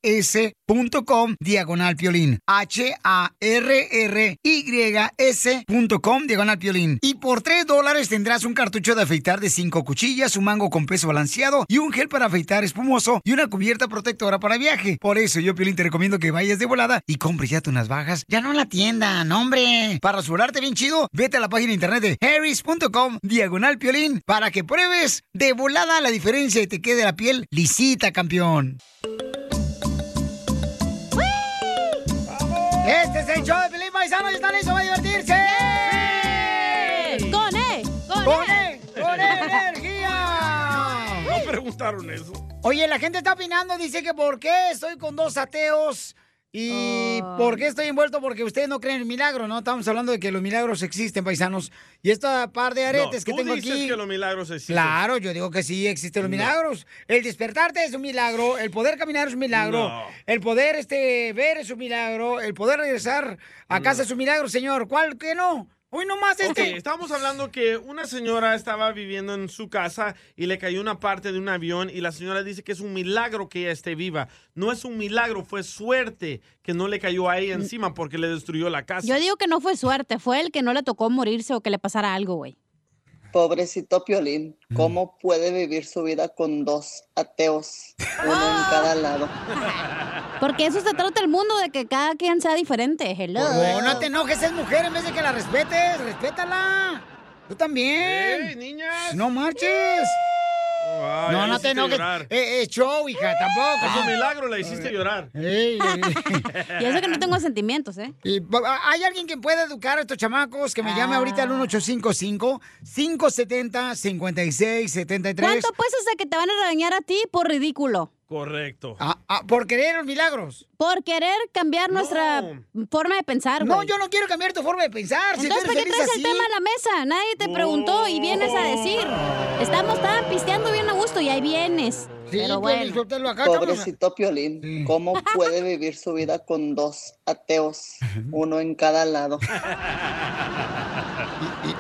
Speaker 2: H-A-R-R-Y-S.com diagonal Piolín. H-A-R-R-Y-S.com diagonal Piolín. Y por 3 dólares tendrás un cartucho de afeitar de 5 cuchillas, un mango con peso balanceado y un gel para afeitar espumoso y una cubierta protectora para viaje. Por eso yo, Piolín, te recomiendo que vayas de volada y compres ya tus navajas. Ya no en la tienda, no hombre. Para rasurarte bien chido, vete a la página de internet de harris.com diagonal Piolín para que pruebes de volada la diferencia y te quede la piel lisita, campeón. Este es el show de Piolín Paisanos. ¿Están listos para divertirse?
Speaker 3: ¡Con E! ¡Con
Speaker 2: ¡Con
Speaker 3: E!
Speaker 2: E! ¡Con E energía!
Speaker 4: No preguntaron eso.
Speaker 2: Oye, la gente está opinando, dice que por qué estoy con dos ateos y por qué estoy envuelto porque ustedes no creen en milagro, ¿no? Estamos hablando de que los milagros existen, paisanos. Y esta par de aretes
Speaker 4: No,
Speaker 2: que
Speaker 4: tú
Speaker 2: tengo
Speaker 4: dices
Speaker 2: aquí.
Speaker 4: que los milagros existen.
Speaker 2: Claro, yo digo que sí existen los milagros. El despertarte es un milagro, el poder caminar es un milagro,
Speaker 4: No.
Speaker 2: el poder este ver es un milagro, el poder regresar a casa es un milagro, señor. ¿Cuál que no? Hoy nomás este.
Speaker 4: Ok, estábamos hablando que una señora estaba viviendo en su casa y le cayó una parte de un avión y la señora dice que es un milagro que ella esté viva. No es un milagro, fue suerte que no le cayó a ella encima porque le destruyó la casa.
Speaker 3: Mm. Yo digo que no fue suerte, fue el que no le tocó morirse o que le pasara algo, güey.
Speaker 25: Pobrecito Piolín, ¿cómo
Speaker 2: Mm.
Speaker 25: puede vivir su vida con dos ateos, uno en
Speaker 4: Ah.
Speaker 25: cada lado?
Speaker 3: Porque eso se trata el mundo, de que cada quien sea diferente. Hello.
Speaker 2: No, no te enojes, es mujer, en vez de que la respetes, respétala. Tú también. No marches.
Speaker 4: Ay,
Speaker 2: no,
Speaker 4: ahí
Speaker 2: no
Speaker 4: hiciste
Speaker 2: te enojes.
Speaker 4: llorar.
Speaker 2: Eh, eh, show, hija, tampoco.
Speaker 4: Es un milagro, la hiciste llorar.
Speaker 2: Ey,
Speaker 3: Eh, Y eso que no tengo sentimientos, ¿eh?
Speaker 2: Y, ba- ba- ¿Hay alguien que pueda educar a estos chamacos? Que me llame ahorita
Speaker 3: Ah.
Speaker 2: al 1855-570-5673.
Speaker 3: ¿Cuánto pues hasta que te van a regañar a ti por ridículo?
Speaker 4: Correcto.
Speaker 2: Ah, por querer los milagros.
Speaker 3: Por querer cambiar nuestra forma de pensar,
Speaker 2: No,
Speaker 3: güey.
Speaker 2: yo no quiero cambiar tu forma de pensar. si tú
Speaker 3: Entonces,
Speaker 2: eres
Speaker 3: ¿para qué
Speaker 2: feliz
Speaker 3: traes
Speaker 2: así? Oh.
Speaker 3: el tema a la mesa? Nadie te preguntó y vienes a decir. Estamos estaban pisteando bien a gusto y ahí vienes. Pero bueno.
Speaker 25: Pobrecito Piolín, ¿cómo puede vivir su vida con dos ateos, uno en cada lado?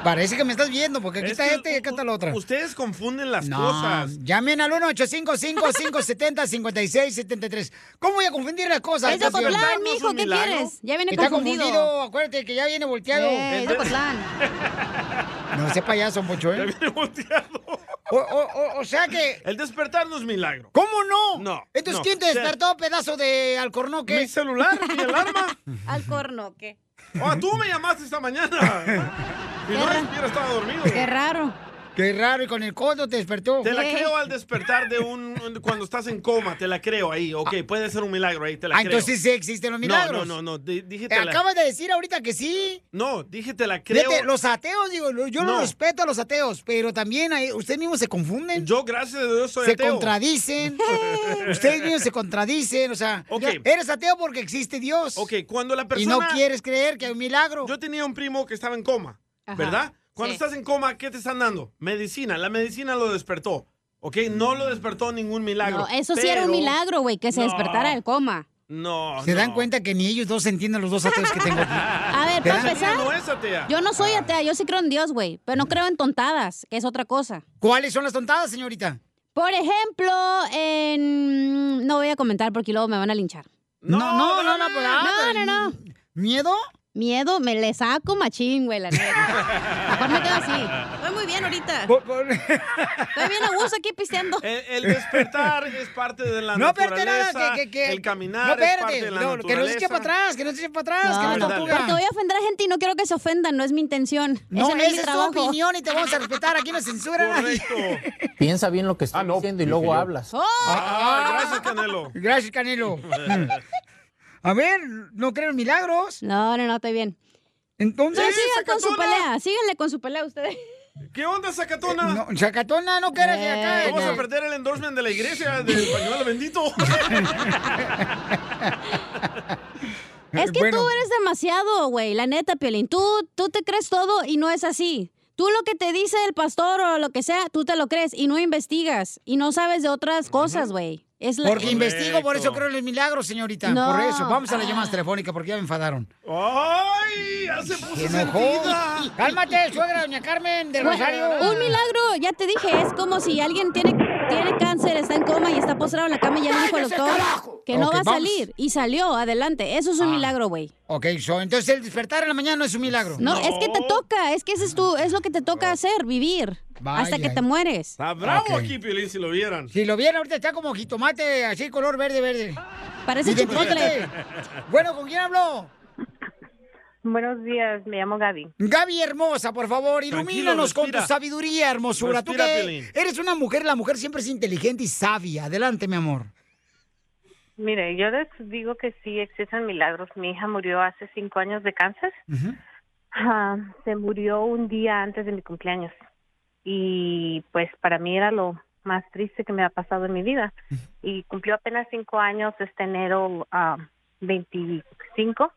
Speaker 2: Parece que me estás viendo, porque aquí
Speaker 25: Es
Speaker 2: está
Speaker 25: que
Speaker 2: este y acá está la otra.
Speaker 4: Ustedes confunden las
Speaker 2: cosas. Llamen al 1-855-570-5673. ¿Cómo voy a confundir las cosas?
Speaker 3: Es de
Speaker 2: campeón?
Speaker 3: Ocotlán, mijo, ¿qué quieres? Ya viene
Speaker 2: Está
Speaker 3: confundido.
Speaker 2: confundido, acuérdate que ya viene volteado.
Speaker 3: Eh, es de Ocotlán.
Speaker 2: No sea payaso, Poncho, ¿eh? O, o- o- o sea que...
Speaker 4: El despertar no es milagro.
Speaker 2: ¿Cómo no?
Speaker 4: No.
Speaker 2: Entonces,
Speaker 4: no.
Speaker 2: ¿quién te
Speaker 4: Se-
Speaker 2: despertó, pedazo de alcornoque?
Speaker 4: Mi celular, mi alarma.
Speaker 3: Alcornoque.
Speaker 4: Oh, tú me llamaste esta mañana. Y no hubiera estaba dormido.
Speaker 3: Qué raro.
Speaker 2: Qué raro, y con el codo te despertó.
Speaker 4: Te la creo al despertar de un, un- cuando estás en coma, te la creo ahí. Ok, puede ser un milagro ahí, te la
Speaker 2: Ah,
Speaker 4: creo.
Speaker 2: entonces sí existen los
Speaker 4: No,
Speaker 2: milagros.
Speaker 4: No, no, no, di- dije
Speaker 2: Te
Speaker 4: te la-
Speaker 2: acabas de decir ahorita que sí.
Speaker 4: No, dije te la creo.
Speaker 2: Fíjate, los ateos, digo, lo- yo
Speaker 4: No.
Speaker 2: no respeto a los ateos, pero también hay- ustedes mismos se confunden.
Speaker 4: Yo, gracias a Dios, soy
Speaker 2: Se
Speaker 4: ateo.
Speaker 2: contradicen. ustedes mismos se contradicen, o sea, eres ateo porque existe Dios.
Speaker 4: Ok, cuando la
Speaker 2: Y
Speaker 4: persona...
Speaker 2: no quieres creer que hay un milagro.
Speaker 4: Yo tenía un primo que estaba en coma,
Speaker 2: Ajá,
Speaker 4: ¿verdad? Cuando
Speaker 2: sí.
Speaker 4: estás en coma, ¿qué te están dando? Medicina. La medicina lo despertó, ¿ok? No lo despertó ningún milagro.
Speaker 3: No, eso sí era un
Speaker 4: pero-
Speaker 3: milagro, güey, que se
Speaker 4: No.
Speaker 3: despertara del coma.
Speaker 4: No,
Speaker 2: Se dan cuenta que ni ellos dos entienden los dos ateos que tengo aquí.
Speaker 3: A ver, para
Speaker 2: ¿Verdad?
Speaker 3: empezar, yo no
Speaker 2: Ah.
Speaker 3: soy atea, yo sí creo en Dios, güey, pero no creo en tontadas, que es otra cosa.
Speaker 2: ¿Cuáles son las tontadas, señorita?
Speaker 3: Por ejemplo, en... no voy a comentar porque luego me van a linchar.
Speaker 2: No, no, no, no, pues, ah,
Speaker 3: no, no, no.
Speaker 2: ¿Miedo?
Speaker 3: Miedo, me le saco machín, güey, la neta. Mejor me quedo así. Estoy muy bien ahorita. Estoy bien a gusto aquí pisteando.
Speaker 4: El, el despertar es parte de la
Speaker 2: No, espérate
Speaker 4: naturaleza.
Speaker 2: nada, que- que- que-
Speaker 4: El caminar
Speaker 2: no,
Speaker 4: es parte
Speaker 2: espérate,
Speaker 4: de la
Speaker 2: no, que no se eche
Speaker 4: naturaleza.
Speaker 2: para atrás, que no se eche para atrás,
Speaker 3: No,
Speaker 2: que
Speaker 3: no,
Speaker 2: no, tortuga.
Speaker 3: porque voy a ofender a gente y no quiero que se ofendan, no es mi intención.
Speaker 2: No,
Speaker 3: Ese
Speaker 2: esa
Speaker 3: no es
Speaker 2: es
Speaker 3: mi
Speaker 2: tu
Speaker 3: trabajo.
Speaker 2: opinión y te vamos a respetar, aquí no censuran.
Speaker 23: Piensa bien lo que estás diciendo y luego hablas.
Speaker 3: Oh.
Speaker 4: Ah, gracias, Canelo.
Speaker 2: Gracias, Canelo. Mm. A ver, ¿no creen milagros?
Speaker 3: No, no, no, estoy bien.
Speaker 2: Entonces.
Speaker 3: No, sigan con su pelea, síganle con su pelea ustedes.
Speaker 4: ¿Qué onda, Zacatona?
Speaker 2: Eh, No, Zacatona, no quieres
Speaker 3: Eh,
Speaker 2: de acá.
Speaker 4: Vamos
Speaker 2: de-
Speaker 4: a perder el endorsement de la iglesia del pañuelo bendito.
Speaker 2: Eh,
Speaker 3: Es que
Speaker 4: Bueno.
Speaker 3: tú eres demasiado, güey, la neta, Piolín. Tú, tú te crees todo y no es así. Tú lo que te dice el pastor o lo que sea, tú te lo crees y no investigas y no sabes de otras cosas, güey. Es la-
Speaker 2: Porque investigo, por eso creo en los milagros, señorita.
Speaker 3: No. Ah.
Speaker 2: Por eso. Vamos a las llamadas telefónicas porque ya me enfadaron.
Speaker 4: ¡Ay! Ya se puso
Speaker 2: Se enojó.
Speaker 4: sentida.
Speaker 2: Cálmate, suegra, doña Carmen de
Speaker 3: Güey,
Speaker 2: Rosario.
Speaker 3: Un milagro, ya te dije, es como si alguien tiene, tiene cáncer, está en coma y está postrado en la cama y ya le dijo al
Speaker 2: ¡Cállese,
Speaker 3: doctor
Speaker 2: carajo!
Speaker 3: que no
Speaker 2: Ok,
Speaker 3: va a
Speaker 2: vamos. Ah.
Speaker 3: salir. Y salió, adelante. Eso es un milagro, güey.
Speaker 2: Ok, so, entonces el despertar en la mañana no es un milagro.
Speaker 3: No, es que te toca, es que ese es tu, es lo que te toca hacer, vivir. hasta que
Speaker 2: Vaya.
Speaker 3: te mueres.
Speaker 4: Está Ah, bravo
Speaker 2: Ok.
Speaker 4: aquí, Piolín, si lo vieran.
Speaker 2: Si lo vieron ahorita está como jitomate, así color verde, verde.
Speaker 3: Parece
Speaker 2: Identifícate. Bueno, ¿con quién habló?
Speaker 26: Buenos días, me llamo Gaby.
Speaker 2: Gaby hermosa, por favor, ilumínanos
Speaker 26: Tranquilo,
Speaker 2: con tu
Speaker 26: respira.
Speaker 2: sabiduría, hermosura. Tú
Speaker 26: Respira,
Speaker 2: que
Speaker 26: Piolín.
Speaker 2: eres una mujer, la mujer siempre es inteligente y sabia. Adelante, mi amor.
Speaker 26: Mire, yo les digo que sí existen milagros. Mi hija murió hace cinco años de cáncer. Ah, se murió un día antes de mi cumpleaños. Y pues para mí era lo más triste que me ha pasado en mi vida. Y cumplió apenas cinco años este enero ah, 25.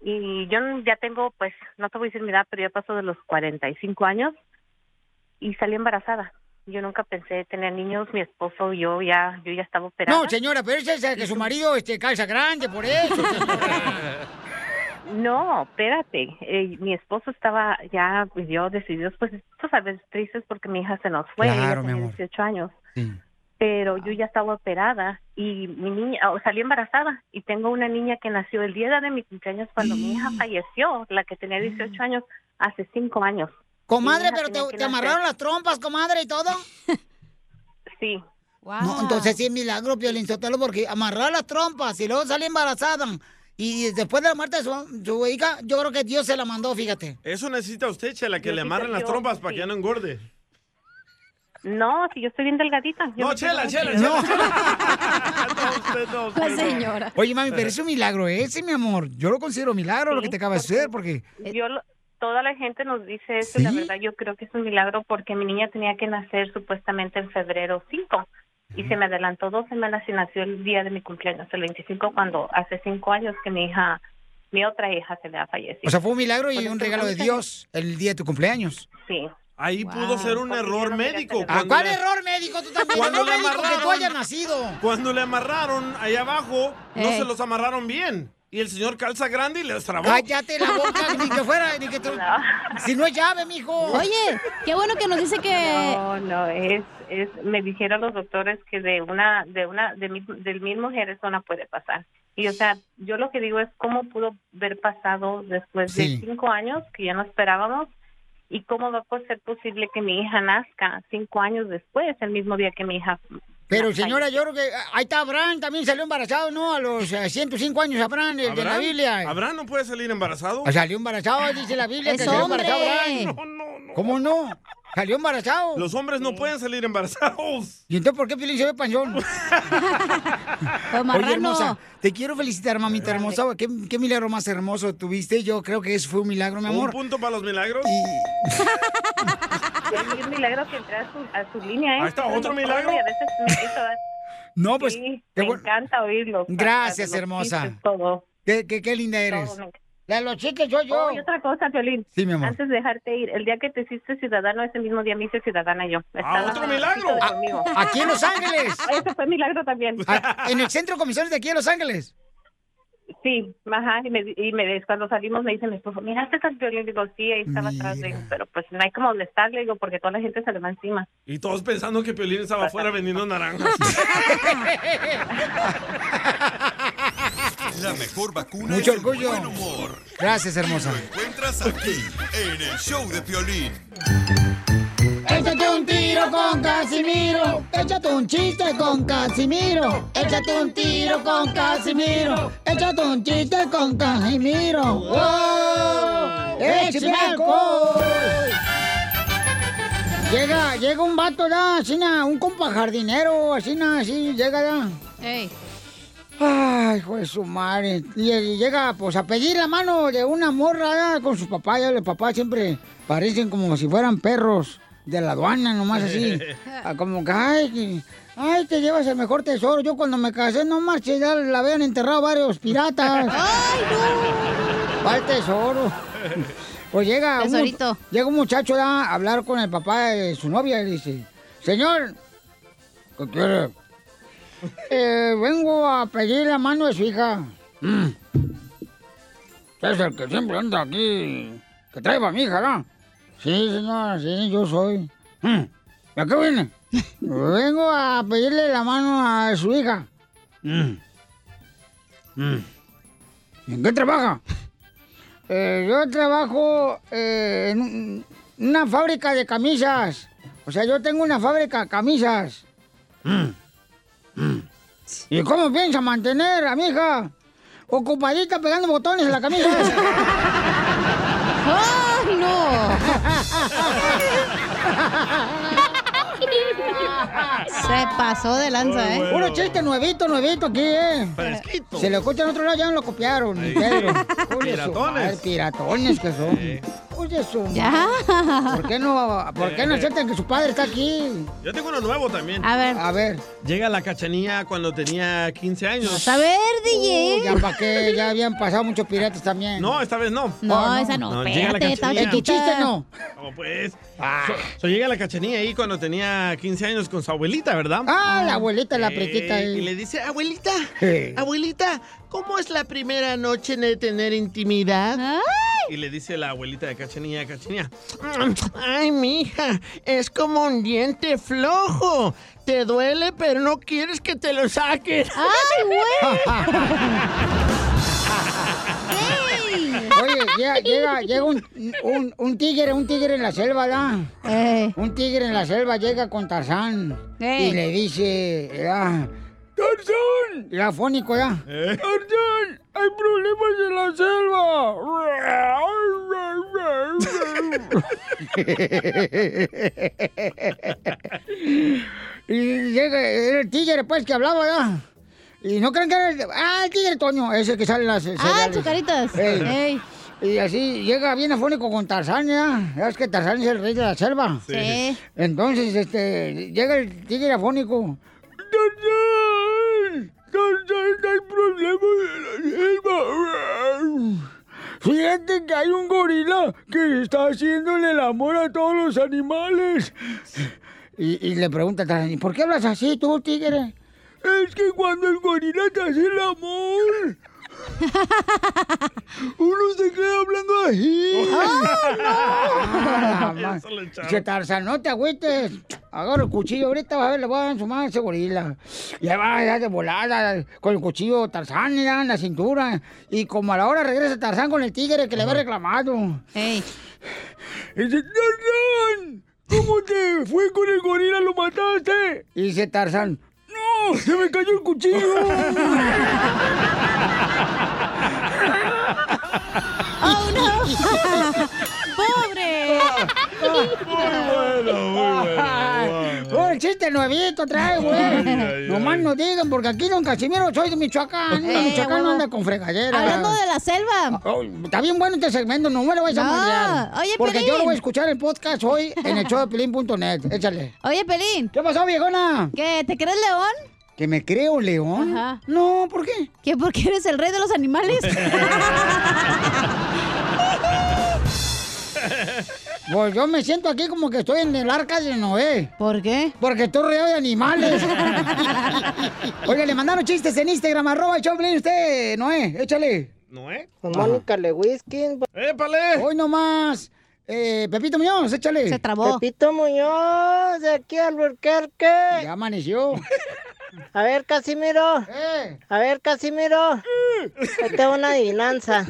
Speaker 26: Y yo ya tengo, pues, no te voy a decir mi edad, pero ya paso de los 45 años y salí embarazada. Yo nunca pensé tener niños, mi esposo, yo ya, yo ya estaba operada.
Speaker 2: No, señora, pero esa es que su marido este, calza grande, por eso.
Speaker 26: No, espérate. Eh, mi esposo estaba ya, pues yo decidí, pues tú sabes, tristes porque mi hija se nos fue. ella
Speaker 2: Claro, mi
Speaker 26: tenía
Speaker 2: amor.
Speaker 26: 18 años. Pero yo ya estaba operada y mi niña, o salí embarazada y tengo una niña que nació el día de mi cumpleaños cuando mi
Speaker 2: Mm.
Speaker 26: hija falleció, la que tenía 18 años, hace 5 años.
Speaker 2: Comadre,
Speaker 26: Mi hija
Speaker 2: pero
Speaker 26: tenía que
Speaker 2: te, te
Speaker 26: nacer.
Speaker 2: amarraron las trompas, comadre, y todo.
Speaker 26: Sí.
Speaker 3: Ah.
Speaker 2: No, entonces sí es milagro, Piolín Sotelo, porque amarrar las trompas y luego sale embarazada. Y después de la muerte de su, su hija, yo creo que Dios se la mandó, fíjate.
Speaker 4: Eso necesita usted, Chela, que
Speaker 26: Yo
Speaker 4: le
Speaker 26: sí
Speaker 4: amarren las
Speaker 26: salió,
Speaker 4: trompas para
Speaker 26: sí.
Speaker 4: que ya no engorde.
Speaker 26: No, si yo estoy bien delgadita. yo
Speaker 4: No,
Speaker 26: me
Speaker 4: chela,
Speaker 26: quedo-
Speaker 4: chela,
Speaker 2: No.
Speaker 4: No,
Speaker 26: La señora.
Speaker 2: Oye, mami, pero es un milagro ese, mi amor. Yo lo considero milagro lo que te acaba de hacer, porque...
Speaker 26: Yo, lo- toda la gente nos dice eso, y la
Speaker 2: ¿Sí?
Speaker 26: verdad yo creo que es un milagro porque mi niña tenía que nacer supuestamente en febrero 5 y se me adelantó dos semanas y nació el día de mi cumpleaños, el 25, cuando hace cinco años que mi hija, mi otra hija se le ha fallecido.
Speaker 2: O sea, fue un milagro y
Speaker 26: Por
Speaker 2: un
Speaker 26: eso
Speaker 2: regalo de
Speaker 26: ahorita-
Speaker 2: Dios el día de tu cumpleaños.
Speaker 26: Sí.
Speaker 4: Ahí
Speaker 26: Ah,
Speaker 4: pudo ser un error médico.
Speaker 2: ¿A
Speaker 4: cuando
Speaker 2: cuál
Speaker 4: le-
Speaker 2: error médico tú también?
Speaker 4: Cuando
Speaker 2: No
Speaker 4: le
Speaker 2: médico que tú
Speaker 4: amarraron.
Speaker 2: hayas nacido. Eh.
Speaker 4: Cuando le amarraron ahí abajo, no
Speaker 2: Ey.
Speaker 4: se los amarraron bien. Y el señor calza grande y les trabó.
Speaker 2: Cállate la boca, ni que fuera, ni que tú... Si no es llave, mijo.
Speaker 3: Oye, qué bueno que nos dice que...
Speaker 26: No, no, es, es, me dijeron los doctores que de una, de una, de mi, del mismo gerezona puede pasar. Y o sea, yo lo que digo es cómo pudo haber pasado después
Speaker 27: Sí.
Speaker 26: de cinco años que ya no esperábamos y cómo va a ser posible que mi hija nazca cinco años después, el mismo día que mi hija.
Speaker 2: Pero señora, yo creo que ahí está Abraham, también salió embarazado, ¿no? A los eh, 105 años Abraham, el de la
Speaker 4: ¿Abraham?
Speaker 2: Biblia. Ah,
Speaker 4: ¿Abraham no puede salir embarazado? Ah.
Speaker 2: Salió embarazado, dice la Biblia,
Speaker 4: Es
Speaker 2: que salió
Speaker 4: hombre.
Speaker 2: embarazado Abraham. ¿Cómo no? Salió embarazado.
Speaker 4: Los hombres no pueden salir embarazados.
Speaker 2: ¿Y entonces por qué Piolín se ve panzón? Oye,
Speaker 4: marrano.
Speaker 2: hermosa, te quiero felicitar, mamita hermosa. ¿Qué, qué milagro más hermoso tuviste. Yo creo que eso fue un milagro, mi
Speaker 4: Un
Speaker 2: amor.
Speaker 4: punto para los milagros.
Speaker 26: Es un milagro que entré a su, a su línea. ¿eh?
Speaker 4: Ahí está,
Speaker 26: Soy
Speaker 4: otro
Speaker 26: muy
Speaker 4: milagro.
Speaker 26: sorda y a veces me quiso dar-
Speaker 2: No, pues,
Speaker 26: Sí,
Speaker 2: qué
Speaker 26: me
Speaker 2: bueno.
Speaker 26: encanta oírlos.
Speaker 2: Gracias,
Speaker 26: Los
Speaker 2: hermosa.
Speaker 26: chistes, Todo.
Speaker 2: Qué, qué- qué linda eres.
Speaker 26: Todo me
Speaker 2: La de los chistes, yo, yo.
Speaker 26: Oh, y otra cosa, Violín.
Speaker 2: Sí, mi amor.
Speaker 26: Antes de dejarte ir, el día que te hiciste ciudadano, ese mismo día me hice ciudadana yo. Está la
Speaker 2: Ah, otro
Speaker 26: mamacita
Speaker 2: milagro.
Speaker 26: de
Speaker 2: A-
Speaker 26: conmigo.
Speaker 2: Ah, aquí en Los Ángeles.
Speaker 26: Ese fue milagro también.
Speaker 2: Ah, En el centro de comisiones de aquí de Los Ángeles.
Speaker 6: Sí, ajá, y me, y me des- cuando salimos me dice mi esposo, este miraste al violín, digo, sí, ahí estaba atrás, digo, pero pues no hay como molestarle, digo, porque toda la gente se le va encima.
Speaker 4: Y todos pensando que Piolín estaba afuera vendiendo naranjas.
Speaker 7: La mejor vacuna
Speaker 2: Mucho
Speaker 7: es el
Speaker 2: orgullo.
Speaker 7: buen humor.
Speaker 2: Gracias, hermosa.
Speaker 7: Encuentras aquí, en el show de Piolín.
Speaker 2: Échate un tiro con Casimiro. Échate un chiste con Casimiro. Échate un tiro con Casimiro. Échate un chiste con Casimiro. ¡Oh! ¡Échame alcohol! Llega, llega un vato, da, así, na, un compa jardinero, así, na, así, llega, da. Ay, hijo de su madre. Y, y llega, pues, a pedir la mano de una morra ¿verdad? con sus papás. Ya los papás siempre parecen como si fueran perros de la aduana, nomás así. Ah, Como que, ay, que- ay, te llevas el mejor tesoro. Yo cuando me casé, no marché, ya la habían enterrado varios piratas. ¡Ay, no! Va el tesoro. Pues llega un,
Speaker 3: Tesorito.
Speaker 2: llega un muchacho ¿verdad? a hablar con el papá de su novia y dice, señor, ¿qué quiere? Eh, vengo a pedir la mano de su hija. Usted es el que siempre anda aquí, que trae a mi hija, ¿no? Sí, señora, sí, yo soy. Mm, ¿Y a qué viene? Vengo a pedirle la mano a su hija. Mm. Mm. ¿En qué trabaja? Eh, yo trabajo eh, en un- una fábrica de camisas. O sea, yo tengo una fábrica de camisas. ¿Y cómo piensa mantener a mi hija? Ocupadita pegando botones en la camisa. ¡Ay, no!
Speaker 3: Se pasó de lanza, ¿eh?
Speaker 2: Puro chiste nuevito, nuevito aquí, ¿eh?
Speaker 3: Fresquito.
Speaker 2: Se lo escuchan en otro lado, ya no lo copiaron, ni
Speaker 1: Ahí.
Speaker 2: Pedro.
Speaker 1: Piratones.
Speaker 2: Ay, piratones que son. Oye, su
Speaker 1: Ya.
Speaker 2: ¿Por qué no, por
Speaker 4: Eh.
Speaker 2: qué no aceptan que su padre está aquí?
Speaker 4: Yo tengo uno nuevo también.
Speaker 2: A ver. A ver.
Speaker 4: Llega la cachanilla cuando tenía 15 años.
Speaker 2: Uy, Oh, ya pa' qué, ya habían pasado muchos piratas también. Ah,
Speaker 4: No, esta vez no.
Speaker 2: No, esa no,
Speaker 4: llega la
Speaker 2: espérate, está
Speaker 4: Cachanilla.
Speaker 2: Eh, tu chiste no.
Speaker 4: No, pues. So- so llega la cachanilla ahí cuando tenía 15 años con su abuelita, ¿verdad?
Speaker 2: Ah, la abuelita, la
Speaker 4: Eh,
Speaker 2: pretita ahí.
Speaker 4: Y le dice, abuelita,
Speaker 2: Eh.
Speaker 4: abuelita, ¿cómo es la primera noche de tener intimidad?
Speaker 3: ¿Ah?
Speaker 4: Y le dice la abuelita de cachanilla, cachanilla, Ay, mija, es como un diente flojo. Te duele, pero no quieres que te lo saquen.
Speaker 1: ¡Ay,
Speaker 2: Oye, llega, llega, llega un, un, un tigre, un tigre en la selva, ¿verdad? Un tigre en la selva llega con Tarzán
Speaker 1: Ey.
Speaker 2: y le dice, ah, ¡Tarzán! Y afónico, ¿verdad? ¡Tarzán! ¿Eh? ¡Hay problemas en la selva! y llega era el tigre, pues, que hablaba, ¿verdad? Y no creen que era el... ¡Ah, el tigre Toño! Ese que sale en las... ¡Ah, chucaritas! Y así llega bien afónico con Tarzán, ¿ya? ¿Sabes que Tarzán es el rey de la selva?
Speaker 1: Sí.
Speaker 2: Entonces, este, llega el tigre afónico. ¡Tarzán! ¡Tarzán, hay problemas en la selva! Fíjate que hay un gorila que está haciéndole el amor a todos los animales. Y, y le pregunta a Tarzán, ¿y por qué hablas así tú, tigre? Es que cuando el gorila te hace el amor, uno se queda hablando así. ¡Ah, no!
Speaker 1: Eso le echaron.
Speaker 2: Dice Tarzán, no te agüites. Agarra el cuchillo, ahorita vas a ver, le voy a dar en su mano a ese gorila. Ya va, ya de volada, con el cuchillo Tarzán, ya en la cintura. Y como a la hora regresa Tarzán con el tigre que le había reclamado. Y dice, Tarzán, ¿cómo te fue con el gorila? ¿Lo mataste? Y dice Tarzán, ¡no! ¡Se me cayó el cuchillo!
Speaker 1: ¡Oh, no! ¡Pobre!
Speaker 2: Muy bueno, muy bueno. Oh, el chiste nuevito trae, güey. Nomás no digan, porque aquí don Casimiro soy de Michoacán.
Speaker 3: Eh,
Speaker 2: Michoacán
Speaker 3: huevo.
Speaker 2: no anda con fregadera. Oh,
Speaker 3: Hablando de la selva.
Speaker 2: Está bien bueno este segmento, no me lo vais a
Speaker 3: No,
Speaker 2: mandar.
Speaker 3: oye,
Speaker 2: Porque yo lo
Speaker 3: Pelín.
Speaker 2: voy a escuchar el podcast hoy en el show de pelín.net. Échale.
Speaker 3: Oye, Pelín.
Speaker 2: ¿Qué pasó, viejona?
Speaker 3: ¿Qué? ¿Te crees león?
Speaker 2: ¿Que me creo, León?
Speaker 3: Ajá.
Speaker 2: No, ¿por qué?
Speaker 3: ¿Que porque eres el rey de los animales?
Speaker 2: Pues yo me siento aquí como que estoy en el arca de Noé.
Speaker 3: ¿Por qué?
Speaker 2: Porque estoy rodeado de animales. Oiga, le mandaron chistes en Instagram, arroba el Choplin, usted, Noé, échale.
Speaker 4: ¿Noé?
Speaker 2: Con Mónica Lewinskin.
Speaker 4: ¡Épale!
Speaker 2: Hoy nomás. Eh, Pepito Muñoz, échale.
Speaker 3: Se trabó.
Speaker 24: Pepito Muñoz, de aquí al Burquerque.
Speaker 2: Ya amaneció. Eh.
Speaker 24: A ver, Casimiro. A ver, Casimiro. Esta es una adivinanza.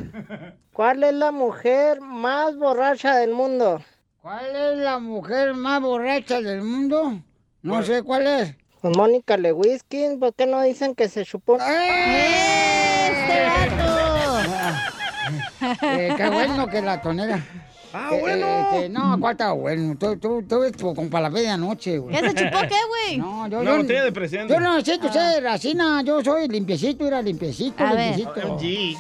Speaker 24: ¿Cuál es la mujer más borracha del mundo?
Speaker 2: ¿Cuál es la mujer más borracha del mundo? No sé cuál es.
Speaker 24: Con Mónica Lewinsky, ¿por qué no dicen que se chupó?
Speaker 2: ¡Eh!
Speaker 3: ¡Este
Speaker 2: vato! Eh, qué bueno que la tonera.
Speaker 4: ¡Ah,
Speaker 2: Eh,
Speaker 4: bueno!
Speaker 2: eh, este, no, ¿cuál está bueno? Tú, tú, tú ves tu- con palabra de anoche, güey.
Speaker 4: ¿Qué se chupó qué,
Speaker 3: güey?
Speaker 2: No, yo
Speaker 4: No,
Speaker 2: yo-
Speaker 4: usted de presidente.
Speaker 2: Yo no necesito
Speaker 4: Ah.
Speaker 2: ser racina, yo soy limpiecito, era limpiecito,
Speaker 4: A ver.
Speaker 2: limpiecito.
Speaker 4: OMG.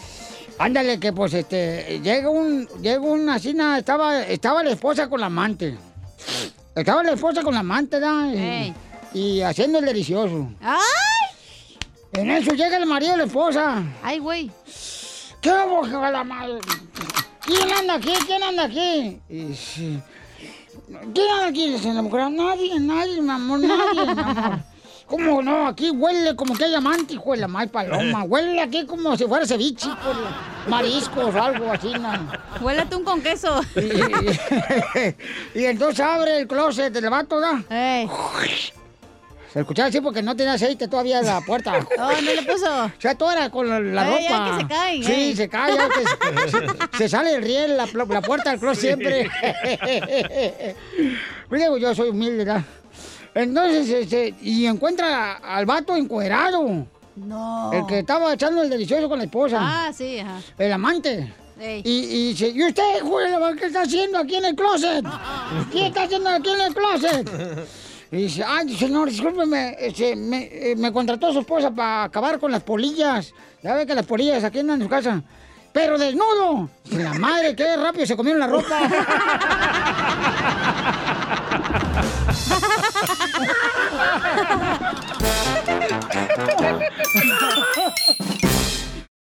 Speaker 2: Ándale, que pues este, llega un, llega una asina, estaba, estaba la esposa con la amante. Estaba la esposa con la amante, ¿da? Y- Y haciendo el delicioso.
Speaker 3: ¡Ay!
Speaker 2: En eso llega el marido de la esposa.
Speaker 3: ¡Ay, güey!
Speaker 2: ¿Qué hago, hija de la madre? ¿Quién anda aquí? ¿Quién anda aquí? Y sí, ¿Quién anda aquí? Dice la mujer. Nadie, nadie, mi amor, nadie, mi amor. ¿Cómo no? Aquí huele como que hay amante, hijo de la madre paloma. Huele aquí como si fuera ceviche, hijo de la- mariscos, algo así, ¿no?
Speaker 3: Huele a atún con queso.
Speaker 2: Y, entonces abre el closet del vato, ¿da? Se escuchaba así porque no tenía aceite todavía en la puerta.
Speaker 3: Oh, no le puso.
Speaker 2: O sea, todo era con la, la
Speaker 3: Ay, ya
Speaker 2: ropa.
Speaker 3: que se caen,
Speaker 2: Sí,
Speaker 3: eh.
Speaker 2: se cae. ya que se, se sale el riel, la, pl- la puerta del closet
Speaker 1: Sí.
Speaker 2: siempre. Luego yo soy humilde, ¿verdad? Entonces, este, y encuentra al vato encuerado.
Speaker 3: No.
Speaker 2: El que estaba echando el delicioso con la esposa.
Speaker 3: Oh. Ah, sí, ajá.
Speaker 2: El amante.
Speaker 3: Ey.
Speaker 2: Y, y dice, ¿y usted, Julio, qué está haciendo aquí en el closet? ¿Qué está haciendo aquí en el closet? Y dice, ay, señor, discúlpeme, este, me, eh, me contrató su esposa para acabar con las polillas. Ya ve que las polillas aquí andan en su casa. Pero desnudo. Dice, La madre, qué rápido se comieron la ropa.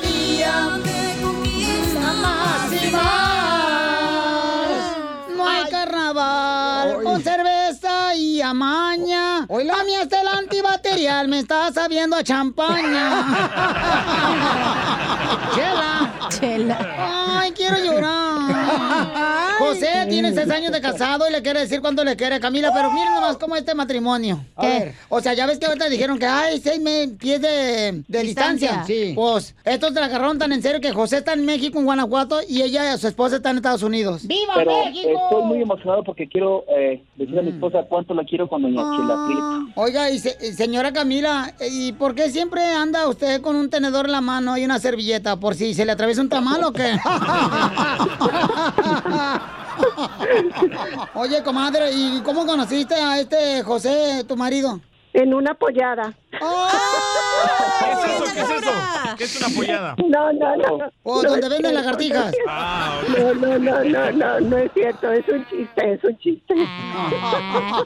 Speaker 1: día me conquista más y más.
Speaker 2: No hay carnaval con cerveza y amaña. Hoy la mía está el Royal me está sabiendo a champaña. Chela.
Speaker 3: Chela.
Speaker 2: Ay, quiero llorar. José tiene seis años de casado y le quiere decir cuánto le quiere a Camila, pero miren nomás cómo este matrimonio.
Speaker 14: A
Speaker 2: Que,
Speaker 14: ver.
Speaker 2: O sea, ya ves que ahorita dijeron que hay seis me- pies de, de distancia.
Speaker 14: Distancia. Sí.
Speaker 2: Pues estos la agarraron tan en serio que José está en México, en Guanajuato, y ella y su esposa están en Estados Unidos. ¡Viva
Speaker 28: Pero estoy muy emocionado porque quiero eh, decir a
Speaker 3: Mm.
Speaker 28: mi esposa cuánto la quiero con doña Chela Prieto.
Speaker 2: Oiga, y se- y señora Camila, ¿y por qué siempre anda usted con un tenedor en la mano y una servilleta? ¿Por si se le atraviesa un tamal o qué? Oye, comadre, ¿y cómo conociste a este José, tu marido? En una pollada.
Speaker 1: ¿Qué es eso? ¿Qué es eso? ¿Qué es una Oh. pollada?
Speaker 17: No, no, no.
Speaker 2: O
Speaker 17: No,
Speaker 2: Oh, donde venden
Speaker 17: no,
Speaker 2: lagartijas.
Speaker 1: Ah, ok.
Speaker 17: No, no, no, no, no, no es cierto, es un chiste, es un chiste.
Speaker 3: Ah.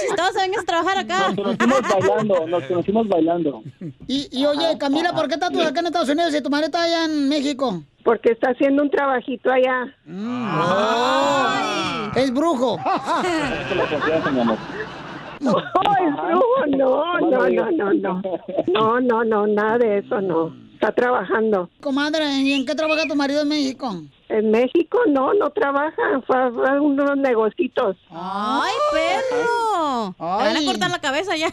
Speaker 3: Chistoso, vengas a trabajar acá.
Speaker 28: Nos conocimos bailando, nos conocimos bailando.
Speaker 2: Y, y oye, Camila, ¿por qué estás tú acá en Estados Unidos y tu marido está allá en México?
Speaker 17: Porque está haciendo un trabajito allá.
Speaker 2: Es brujo.
Speaker 28: La confianza, mi amor.
Speaker 17: Oh, es brujo, no, no, no, no, no. No, no, no, nada de eso, no. Está trabajando.
Speaker 2: Comadre, ¿y en qué trabaja tu marido en México?
Speaker 17: En México no, no trabaja, fue a fue a unos negocitos.
Speaker 3: Ah. ¡Ay, perro! Te van a cortar la cabeza ya.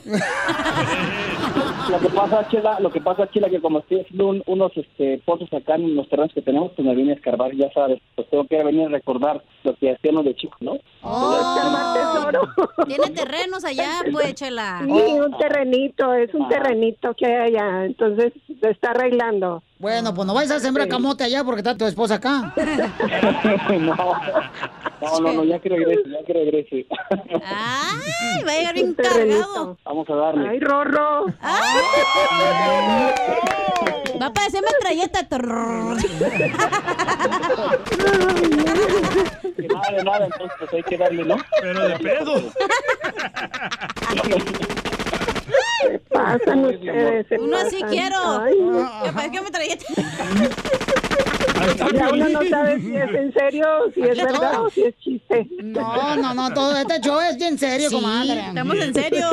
Speaker 28: Lo que pasa, Chela, lo que pasa, Chela, que como estoy haciendo un- unos este, pozos acá en los terrenos que tenemos, pues me vine a escarbar, ya sabes, pues tengo que venir a recordar lo que hacíamos de chico, ¿no?
Speaker 3: Tiene terrenos allá, pues, chela.
Speaker 17: Sí, un terrenito, es un terrenito que hay allá, entonces se está arreglando.
Speaker 2: Bueno, pues no vais a
Speaker 17: Ah,
Speaker 2: sembrar camote allá porque está tu esposa acá.
Speaker 28: No, no, no, ya que regrese, ya que regrese.
Speaker 3: ¡Ay, va a llegar bien
Speaker 17: Un
Speaker 3: cargado!
Speaker 17: terrenito.
Speaker 28: Vamos a darle.
Speaker 17: ¡Ay, Rorro!
Speaker 3: Va a parecer metralleta.
Speaker 28: Que nada de nada, entonces pues hay que darle, ¿no? Pero de pedo.
Speaker 17: Pasan ustedes. se
Speaker 3: Uno así
Speaker 17: pasan.
Speaker 3: quiero.
Speaker 17: Ay, no.
Speaker 2: Ah.
Speaker 3: Que parezca metralleta.
Speaker 17: Ya uno no sabe si es en serio, si es verdad o si es chiste.
Speaker 2: No, no, no, todo este show es bien serio,
Speaker 17: Sí,
Speaker 2: comadre.
Speaker 17: estamos en serio.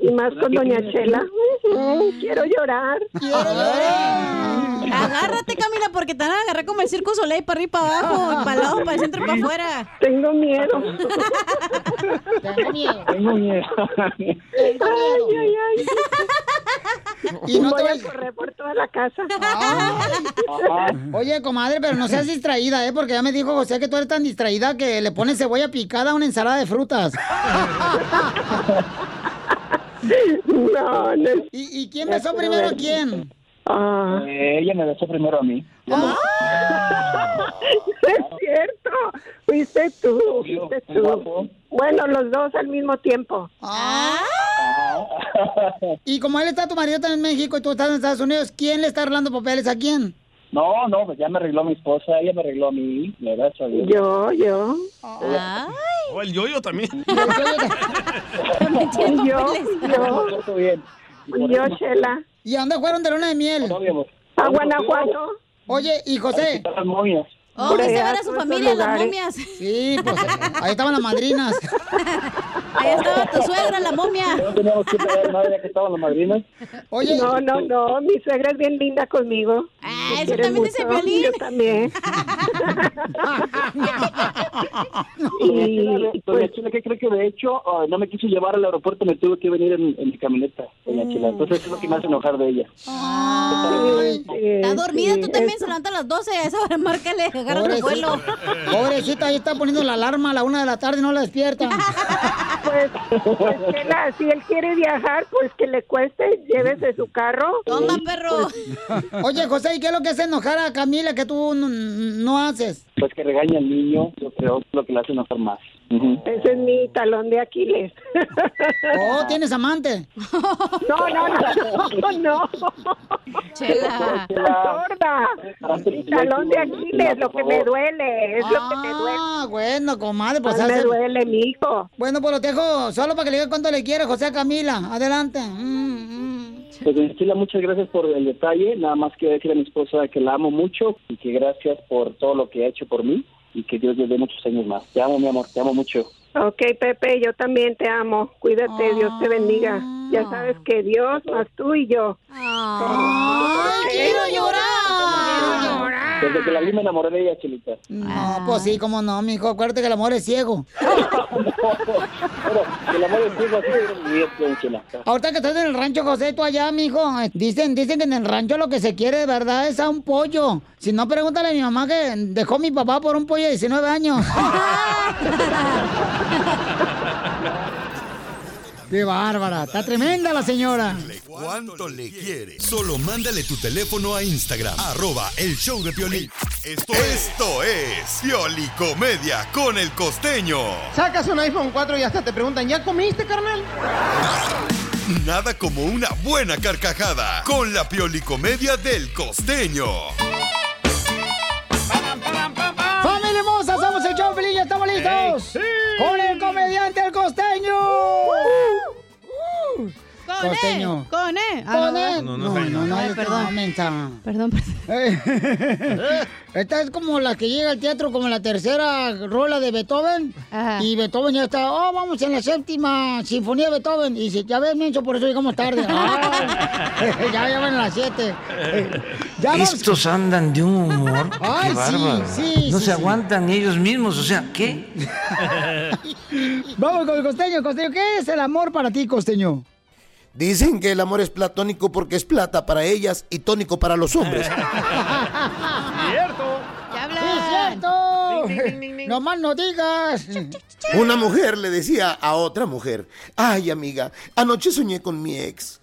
Speaker 17: Y más con Doña Chela. Ay, Quiero llorar.
Speaker 2: Quiero llorar.
Speaker 3: Agárrate, Camila, porque te van a agarrar como el circo Soleil para arriba, para abajo, para el lado, para el centro, y para afuera.
Speaker 17: Tengo miedo.
Speaker 2: Tengo miedo.
Speaker 28: Tengo miedo.
Speaker 17: Ay, ay, ay.
Speaker 2: Y no te
Speaker 17: voy a
Speaker 2: vayas-
Speaker 17: correr por toda la casa.
Speaker 2: Oye, comadre, pero no seas distraída, ¿eh? Porque ya me dijo José que tú eres tan distraída que le pones cebolla picada a una ensalada de frutas.
Speaker 17: No, no.
Speaker 2: ¿Y, y quién besó primero a quién?
Speaker 17: Ah.
Speaker 28: Eh, ella me besó primero a mí.
Speaker 17: Es cierto. Fuiste tú. Fuiste tú. Bueno, los dos al mismo tiempo.
Speaker 2: Ah. Y como él está, tu marido está en México y tú estás en Estados Unidos, ¿quién le está arreglando papeles a quién?
Speaker 28: No, no, pues ya me arregló mi esposa, ella me arregló a mí, me gracias a Dios.
Speaker 17: Yo, yo.
Speaker 2: Ah.
Speaker 17: Ah.
Speaker 1: O el yoyo también.
Speaker 17: Fui yo, fui yo. Fui yo, Chela.
Speaker 2: ¿Y a dónde fueron de luna de miel?
Speaker 17: A Guanajuato.
Speaker 2: Oye, y José.
Speaker 17: Oh, Por que se allá, van a su por esos familia, las lugares. momias.
Speaker 2: Sí, pues ahí estaban las madrinas.
Speaker 3: Ahí estaba tu suegra, la momia.
Speaker 28: No teníamos que pegar nada ya que estaban las madrinas.
Speaker 2: Oye.
Speaker 17: No, no, no. Mi suegra es bien linda conmigo. Me
Speaker 3: Ah, eso
Speaker 17: quiere
Speaker 3: también dice
Speaker 17: mucho,
Speaker 3: Piolín.
Speaker 17: Yo también.
Speaker 28: Pues,
Speaker 17: Y, pues-
Speaker 28: Doña Chela, ¿qué cree que de hecho ah, no me quiso llevar al aeropuerto? Me tuve que venir en, en mi camioneta, doña Chela. Entonces eso es lo que me hace enojar de ella.
Speaker 3: Está dormida, tú también se levanta a las 12. A esa hora márcale, agarra el
Speaker 2: Pobrecita.
Speaker 3: vuelo.
Speaker 2: Pobrecita, ahí está poniendo la alarma a la una de la tarde y no la despierta.
Speaker 17: Pues, pues, Chela, si él quiere viajar, pues que le cueste, llévese su carro.
Speaker 3: Toma, perro.
Speaker 2: Oye, José, ¿y qué es lo que hace enojar a Camila que tú no, no haces?
Speaker 28: Pues que regaña al niño, yo creo que es lo que le hace enojar más. Ujú.
Speaker 17: Ese es mi talón de Aquiles.
Speaker 2: Oh, ¿tienes amante?
Speaker 17: No, no, no, no.
Speaker 3: Chela.
Speaker 17: Sorda. Mi talón de Aquiles, lo que me duele, es lo que me duele.
Speaker 2: Ah, bueno, comadre, pues
Speaker 17: Ah, me
Speaker 2: duele
Speaker 17: mi hijo.
Speaker 2: Bueno, pues lo dejo solo para que le diga cuánto le quiere José a Camila. Adelante. Mm,
Speaker 28: Pues doña Chela, muchas gracias por el detalle. Nada más quiero decir a mi esposa que la amo mucho y que gracias por todo lo que ha hecho por mí y que Dios le dé muchos años más. Te amo, mi amor, te amo mucho.
Speaker 17: Ok, Pepe, yo también te amo. Cuídate, Dios te bendiga.
Speaker 3: Ah.
Speaker 17: Ya sabes que Dios más tú y yo.
Speaker 3: ¡Ay, quiero llorar!
Speaker 28: Desde que la vi me enamoré de ella, Chilita.
Speaker 2: No, pues sí, cómo no, mijo. Acuérdate que el amor es ciego.
Speaker 28: Pero el amor es ciego, así es mi vida, pues, Chela.
Speaker 2: Ahorita que estás en el rancho, José, tú allá, mijo. eh, Dicen, dicen que en el rancho lo que se quiere de verdad es a un pollo. Si no, pregúntale a mi mamá que dejó a mi papá por un pollo de 19 años. ¡Qué bárbara! Está tremenda la señora.
Speaker 7: ¿Cuánto le quieres? Solo mándale tu teléfono a Instagram, arroba el show de Piolín. Esto, esto es Pioli Comedia con el costeño.
Speaker 29: Sacas un iPhone 4 y hasta te preguntan, ¿ya comiste, carnal?
Speaker 7: Nada como una buena carcajada con la Pioli Comedia del costeño.
Speaker 2: ¡Familia hermosa! ¡Somos el show feliz! ¡Ya estamos listos! ¡Con el comediante El Costeño!
Speaker 3: Con
Speaker 2: Costeño.
Speaker 3: él, con él. Ah,
Speaker 2: Con
Speaker 3: no,
Speaker 2: él. No, no, no,
Speaker 3: Ay,
Speaker 2: perdón.
Speaker 3: perdón.
Speaker 2: Perdón, Esta es como la que llega al teatro, como la tercera rola de Beethoven. Y Beethoven ya está, oh, vamos en la séptima sinfonía de Beethoven. Y dice, ya ves, Mencho, por eso llegamos tarde. Ay, ya, ya van a las siete. Ya vamos-
Speaker 5: Estos andan de un humor.
Speaker 2: Ay,
Speaker 5: qué
Speaker 2: sí,
Speaker 5: bárbaro.
Speaker 2: sí,
Speaker 5: no
Speaker 2: sí, sí.
Speaker 5: se aguantan ellos mismos. O sea, ¿qué?
Speaker 2: Vamos con el costeño, costeño. ¿Qué es el amor para ti, costeño?
Speaker 1: Dicen que el amor es platónico porque es plata para ellas y tónico para los hombres.
Speaker 2: ¡Cierto! ¡Sí, cierto! ¡No más no digas!
Speaker 1: Una mujer le decía a otra mujer, ay amiga, anoche soñé con mi ex.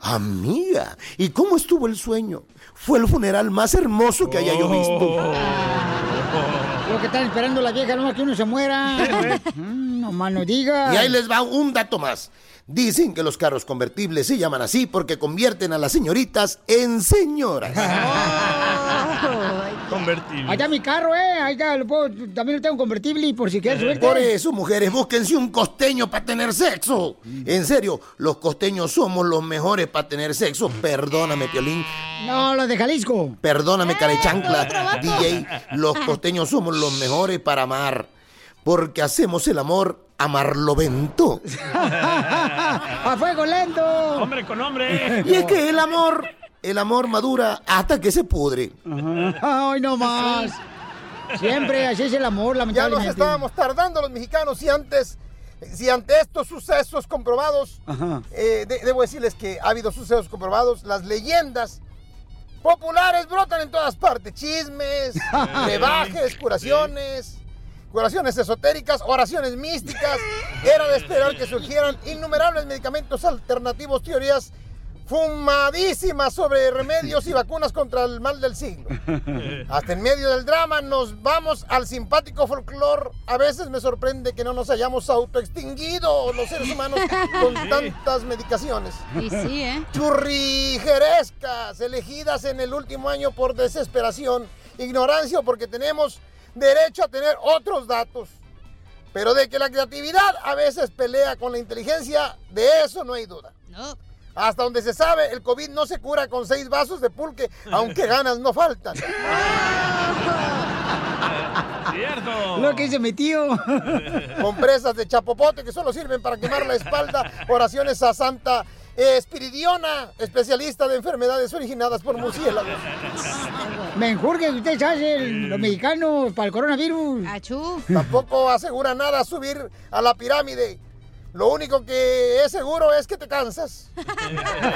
Speaker 1: Amiga, ¿y cómo estuvo el sueño? Fue el funeral más hermoso que haya yo visto.
Speaker 2: Oh. Lo que están esperando la vieja, no que uno se muera. Mm, no más no digas.
Speaker 1: Y ahí les va un dato más. Dicen que los carros convertibles se llaman así porque convierten a las señoritas en señoras.
Speaker 2: Ahí está mi carro, eh. Ahí está, lo puedo- también lo tengo convertible y por si quieres subirte.
Speaker 1: Eh, Por eso, mujeres, búsquense un costeño para tener sexo.
Speaker 2: Mm.
Speaker 1: En serio, los costeños somos los mejores para tener sexo. Perdóname, Piolín.
Speaker 2: No, los de Jalisco.
Speaker 1: Perdóname,
Speaker 2: Eh, otro
Speaker 1: carechancla,
Speaker 2: vato.
Speaker 1: DJ. Los costeños somos los mejores para amar. Porque hacemos el amor amarlovento.
Speaker 2: ¡A fuego lento!
Speaker 1: ¡Hombre
Speaker 30: con hombre!
Speaker 1: Y es que el amor, el amor madura hasta que se pudre.
Speaker 2: Ay, no más. Siempre, así es el amor,
Speaker 14: Ya nos
Speaker 2: lamentablemente.
Speaker 14: estábamos tardando los mexicanos y antes, si ante estos sucesos comprobados,
Speaker 2: Ajá.
Speaker 14: eh, de- debo decirles que ha habido sucesos comprobados, las leyendas populares brotan en todas partes, chismes, rebajes, curaciones, curaciones esotéricas, oraciones místicas, era de esperar que surgieran innumerables medicamentos alternativos, teorías fumadísimas sobre remedios y vacunas contra el mal del siglo.
Speaker 1: Eh,
Speaker 14: Hasta en medio del drama nos vamos al simpático folclore. A veces me sorprende que no nos hayamos autoextinguido los seres humanos con
Speaker 31: Sí.
Speaker 14: tantas medicaciones.
Speaker 31: Y sí, ¿eh?
Speaker 14: Churrijerescas, elegidas en el último año por desesperación, ignorancia, o porque tenemos derecho a tener otros datos. Pero de que la creatividad a veces pelea con la inteligencia, de eso no hay duda. Hasta donde se sabe, el COVID no se cura con seis vasos de pulque, aunque ganas no faltan.
Speaker 30: Cierto.
Speaker 2: Lo que dice mi tío.
Speaker 14: Con presas de chapopote que solo sirven para quemar la espalda. Oraciones a Santa Espiridiona, especialista de enfermedades originadas por murciélagos.
Speaker 2: Me enjurguen que ustedes hacen los mexicanos para el coronavirus.
Speaker 3: Achú.
Speaker 14: Tampoco asegura nada subir a la pirámide. Lo único que es seguro es que te cansas.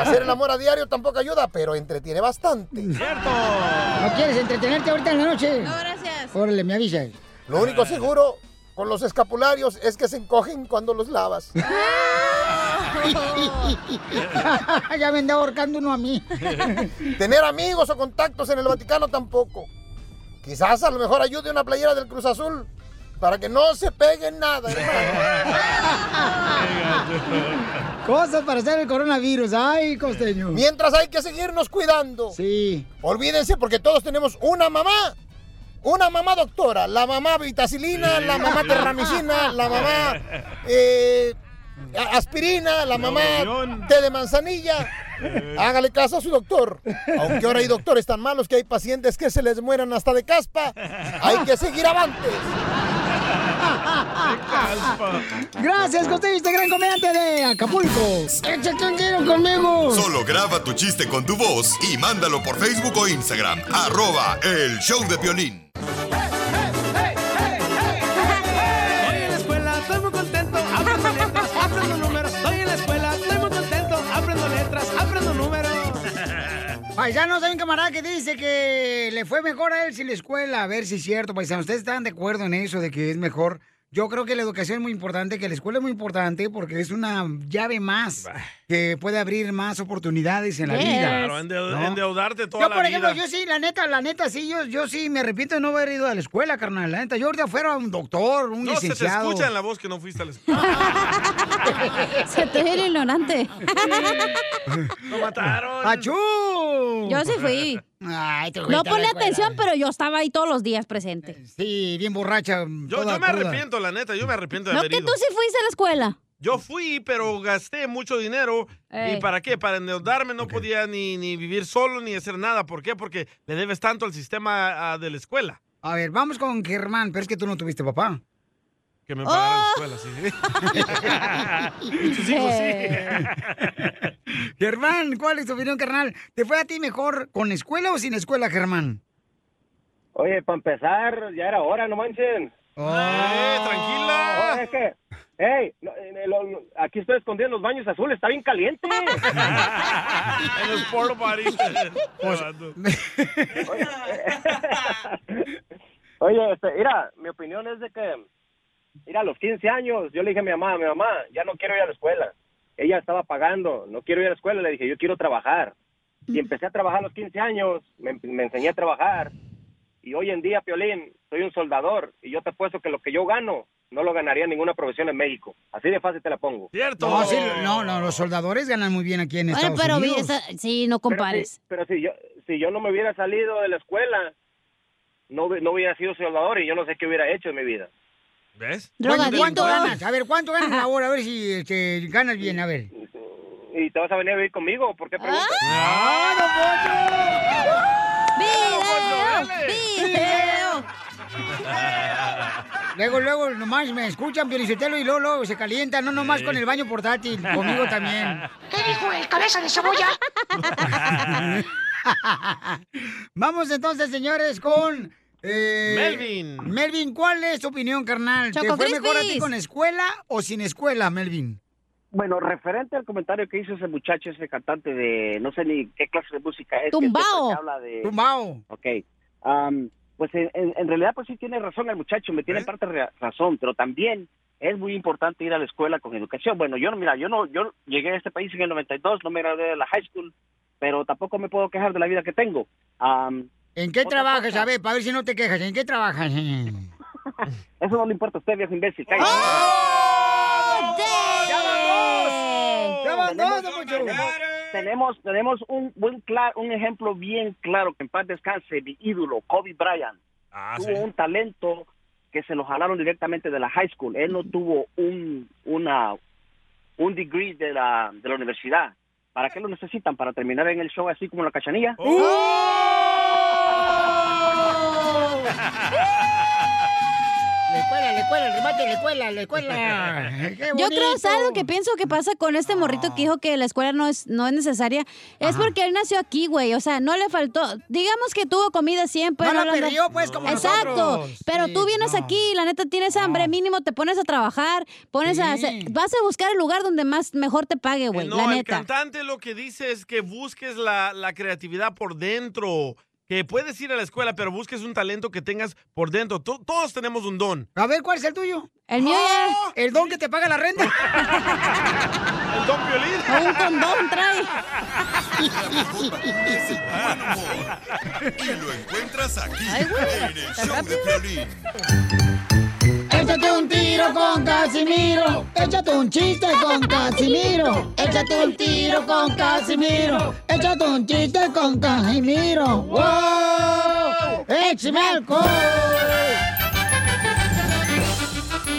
Speaker 14: Hacer el amor a diario tampoco ayuda, pero entretiene bastante. ¡Cierto!
Speaker 2: ¿No quieres entretenerte ahorita en la noche? No,
Speaker 3: gracias.
Speaker 2: Órale, me avisas.
Speaker 14: Lo único seguro con los escapularios es que se encogen cuando los lavas.
Speaker 2: ya me andaba ahorcando uno a mí.
Speaker 14: Tener amigos o contactos en el Vaticano tampoco. Quizás a lo mejor ayude una playera del Cruz Azul para que no se pegue en nada, hermano.
Speaker 2: Cosas para hacer el coronavirus. Ay, costeño.
Speaker 14: Mientras hay que seguirnos cuidando.
Speaker 2: Sí.
Speaker 14: Olvídense porque todos tenemos una mamá. Una mamá doctora, la mamá vitacilina, la mamá terramicina, la mamá eh, a- aspirina, la mamá té de manzanilla. Hágale caso a su doctor. Aunque ahora hay doctores tan malos que hay pacientes que se les mueran hasta de caspa, hay que seguir avantes.
Speaker 2: Gracias, Costeño, este gran comediante de Acapulco. Échate un tiro conmigo.
Speaker 7: Solo graba tu chiste con tu voz y mándalo por Facebook o Instagram. Arroba el show de Piolín.
Speaker 32: Estoy en la escuela, estoy muy contento, aprendo letras, aprendo números. Estoy en la escuela, estoy muy contento, aprendo letras, aprendo números.
Speaker 2: Paisanos, hay un camarada que dice que le fue mejor a él sin la escuela. A ver si es cierto, paisanos. ¿Ustedes están de acuerdo en eso de que es mejor? Yo creo que la educación es muy importante, que la escuela es muy importante porque es una llave más que puede abrir más oportunidades en la
Speaker 4: Yes.
Speaker 2: vida.
Speaker 4: Claro, endeud- endeudarte toda
Speaker 2: Yo,
Speaker 4: la
Speaker 2: por ejemplo,
Speaker 4: vida.
Speaker 2: yo sí, la neta, la neta, sí, yo, yo sí me arrepiento de no haber ido a la escuela, carnal. La neta, yo ahorita fuera un doctor, un
Speaker 4: No, se te
Speaker 2: licenciado.
Speaker 4: escucha en la voz que no fuiste a la escuela.
Speaker 3: Se te ve el ignorante.
Speaker 4: Lo mataron.
Speaker 2: ¡Achú!
Speaker 3: Yo sí fui.
Speaker 2: Ay, te fuiste a
Speaker 3: No
Speaker 2: la
Speaker 3: ponle
Speaker 2: escuela.
Speaker 3: atención, pero yo estaba ahí todos los días presente.
Speaker 2: Sí, bien borracha.
Speaker 4: Yo, yo me arrepiento, la neta, yo me arrepiento de
Speaker 3: No,
Speaker 4: haber
Speaker 3: que
Speaker 4: ido.
Speaker 3: tú sí fuiste a la escuela.
Speaker 4: Yo fui, pero gasté mucho dinero.
Speaker 3: Ey.
Speaker 4: ¿Y para qué? Para endeudarme no podía ni, ni vivir solo ni hacer nada. ¿Por qué? Porque le debes tanto al sistema ah, de la escuela.
Speaker 2: A ver, vamos con Germán, pero es que tú no tuviste papá. Oh.
Speaker 4: Que me pagaron la escuela, sí. Y tus hijos, sí.
Speaker 2: Germán, ¿cuál es tu opinión, carnal? ¿Te fue a ti mejor con escuela o sin escuela, Germán?
Speaker 33: Oye, para empezar, ya era hora, no manchen. tranquila! es que, hey, no, eh, lo- lo- aquí estoy escondido en los baños azules, está bien caliente. en
Speaker 4: el poro París.
Speaker 33: Oye, este, mira, mi opinión es de que, mira, a los 15 años, yo le dije a mi mamá, mi mamá, ya no quiero ir a la escuela. Ella estaba pagando, no quiero ir a la escuela, le dije, yo quiero trabajar. Y empecé a trabajar a los 15 años, me, me enseñé a trabajar. Y hoy en día, Piolín, soy un soldador y yo te apuesto que lo que yo gano no lo ganaría ninguna profesión en México. Así de fácil te la pongo.
Speaker 4: ¡Cierto!
Speaker 2: No, sí, no, no, los soldadores ganan muy bien aquí en Estados Unidos.
Speaker 3: sí, no
Speaker 2: compares.
Speaker 33: Pero, si, yo, si yo no me hubiera salido de la escuela, no, hubi- no hubiera sido soldador y yo no sé qué hubiera hecho en mi vida.
Speaker 4: ¿Ves?
Speaker 2: Bueno, ¿Cuánto ganas? A ver, ¿cuánto ganas la hora? A ver si este, ganas bien, a ver.
Speaker 33: ¿Y te vas a venir a vivir conmigo? ¿Por qué preguntas?
Speaker 3: ¡Ah! ¡Video!
Speaker 2: ¡Video! Luego, luego, nomás me escuchan, Pionicetelo, y luego, luego se calientan, no nomás con el baño portátil, conmigo también.
Speaker 32: ¿Qué dijo el cabeza de cebolla?
Speaker 2: Vamos entonces, señores, con... eh,
Speaker 4: Melvin.
Speaker 2: Melvin, ¿cuál es tu opinión, carnal? ¿Te
Speaker 33: Choco
Speaker 2: fue mejor a ti
Speaker 33: Crispies.
Speaker 2: con escuela o sin escuela, Melvin?
Speaker 33: Bueno, referente al comentario que hizo ese muchacho, ese cantante de no sé ni qué clase de música es. que
Speaker 2: Tumbao.
Speaker 33: siempre que Habla de...
Speaker 2: Tumbao.
Speaker 33: Ok.
Speaker 34: um,
Speaker 33: Am, pues
Speaker 34: eh,
Speaker 33: en, en- en realidad, pues sí tiene razón el muchacho, me tiene
Speaker 28: ¿Eh?
Speaker 33: en parte rea- razón, pero también es muy importante ir a la escuela con educación. Bueno, yo no, mira, yo no, yo llegué a este país en el 92, no me gradué de la high school, pero tampoco me puedo quejar de la vida que tengo. Am,
Speaker 2: ¿En qué
Speaker 33: Otra
Speaker 2: trabajas?
Speaker 33: cosa.
Speaker 2: A ver, para ver si no te quejas. ¿En qué trabajas?
Speaker 33: eso no le importa a usted, viejo imbécil. cállese.
Speaker 2: ¡Oh! ¡Ya van
Speaker 33: dos, tenemos, tenemos, tenemos un, buen cla- un ejemplo bien claro, que en paz descanse, mi ídolo, Kobe Bryant.
Speaker 34: Ah,
Speaker 2: Ah,
Speaker 33: tuvo
Speaker 32: sí.
Speaker 33: un talento que se lo jalaron directamente de la high school. Él no tuvo un, una, un degree de la, de la universidad. ¿Para qué lo necesitan? ¿Para terminar en el show así como la cachanilla?
Speaker 1: Oh.
Speaker 3: ¡Oh!
Speaker 2: Le cuela, le cuela, el remate, le cuela, le cuela. Qué
Speaker 3: Yo creo,
Speaker 2: bonito.
Speaker 3: ¿sabes lo que pienso que pasa con este morrito que dijo que la escuela no es, no es necesaria? Es porque él nació aquí, güey. O sea, no le faltó. Digamos que tuvo comida siempre.
Speaker 2: No la
Speaker 3: le andó-
Speaker 2: perdió, pues, como
Speaker 3: Exacto.
Speaker 2: nosotros.
Speaker 3: Pero tú vienes aquí y la neta tienes hambre. Mínimo te pones a trabajar. pones a hacer- Vas a buscar el lugar donde más mejor te pague, güey.
Speaker 4: No,
Speaker 3: la
Speaker 4: el
Speaker 3: neta.
Speaker 4: cantante lo que dice es que busques la, la creatividad por dentro. Que puedes ir a la escuela, pero busques un talento que tengas por dentro. To- todos tenemos un don. ¡Ah!
Speaker 2: A ver, ¿cuál es el tuyo?
Speaker 3: El mío
Speaker 2: ya. El don que te paga la renta.
Speaker 4: El don violín.
Speaker 3: Un condón trae.
Speaker 7: Es el buen humor. Y lo encuentras aquí, en el show de Piolín.
Speaker 2: Échate un tiro con Casimiro. Échate un chiste con Casimiro. Échate un tiro con Casimiro. Échate un chiste con Casimiro. ¡Wow! ¡Échame alcohol!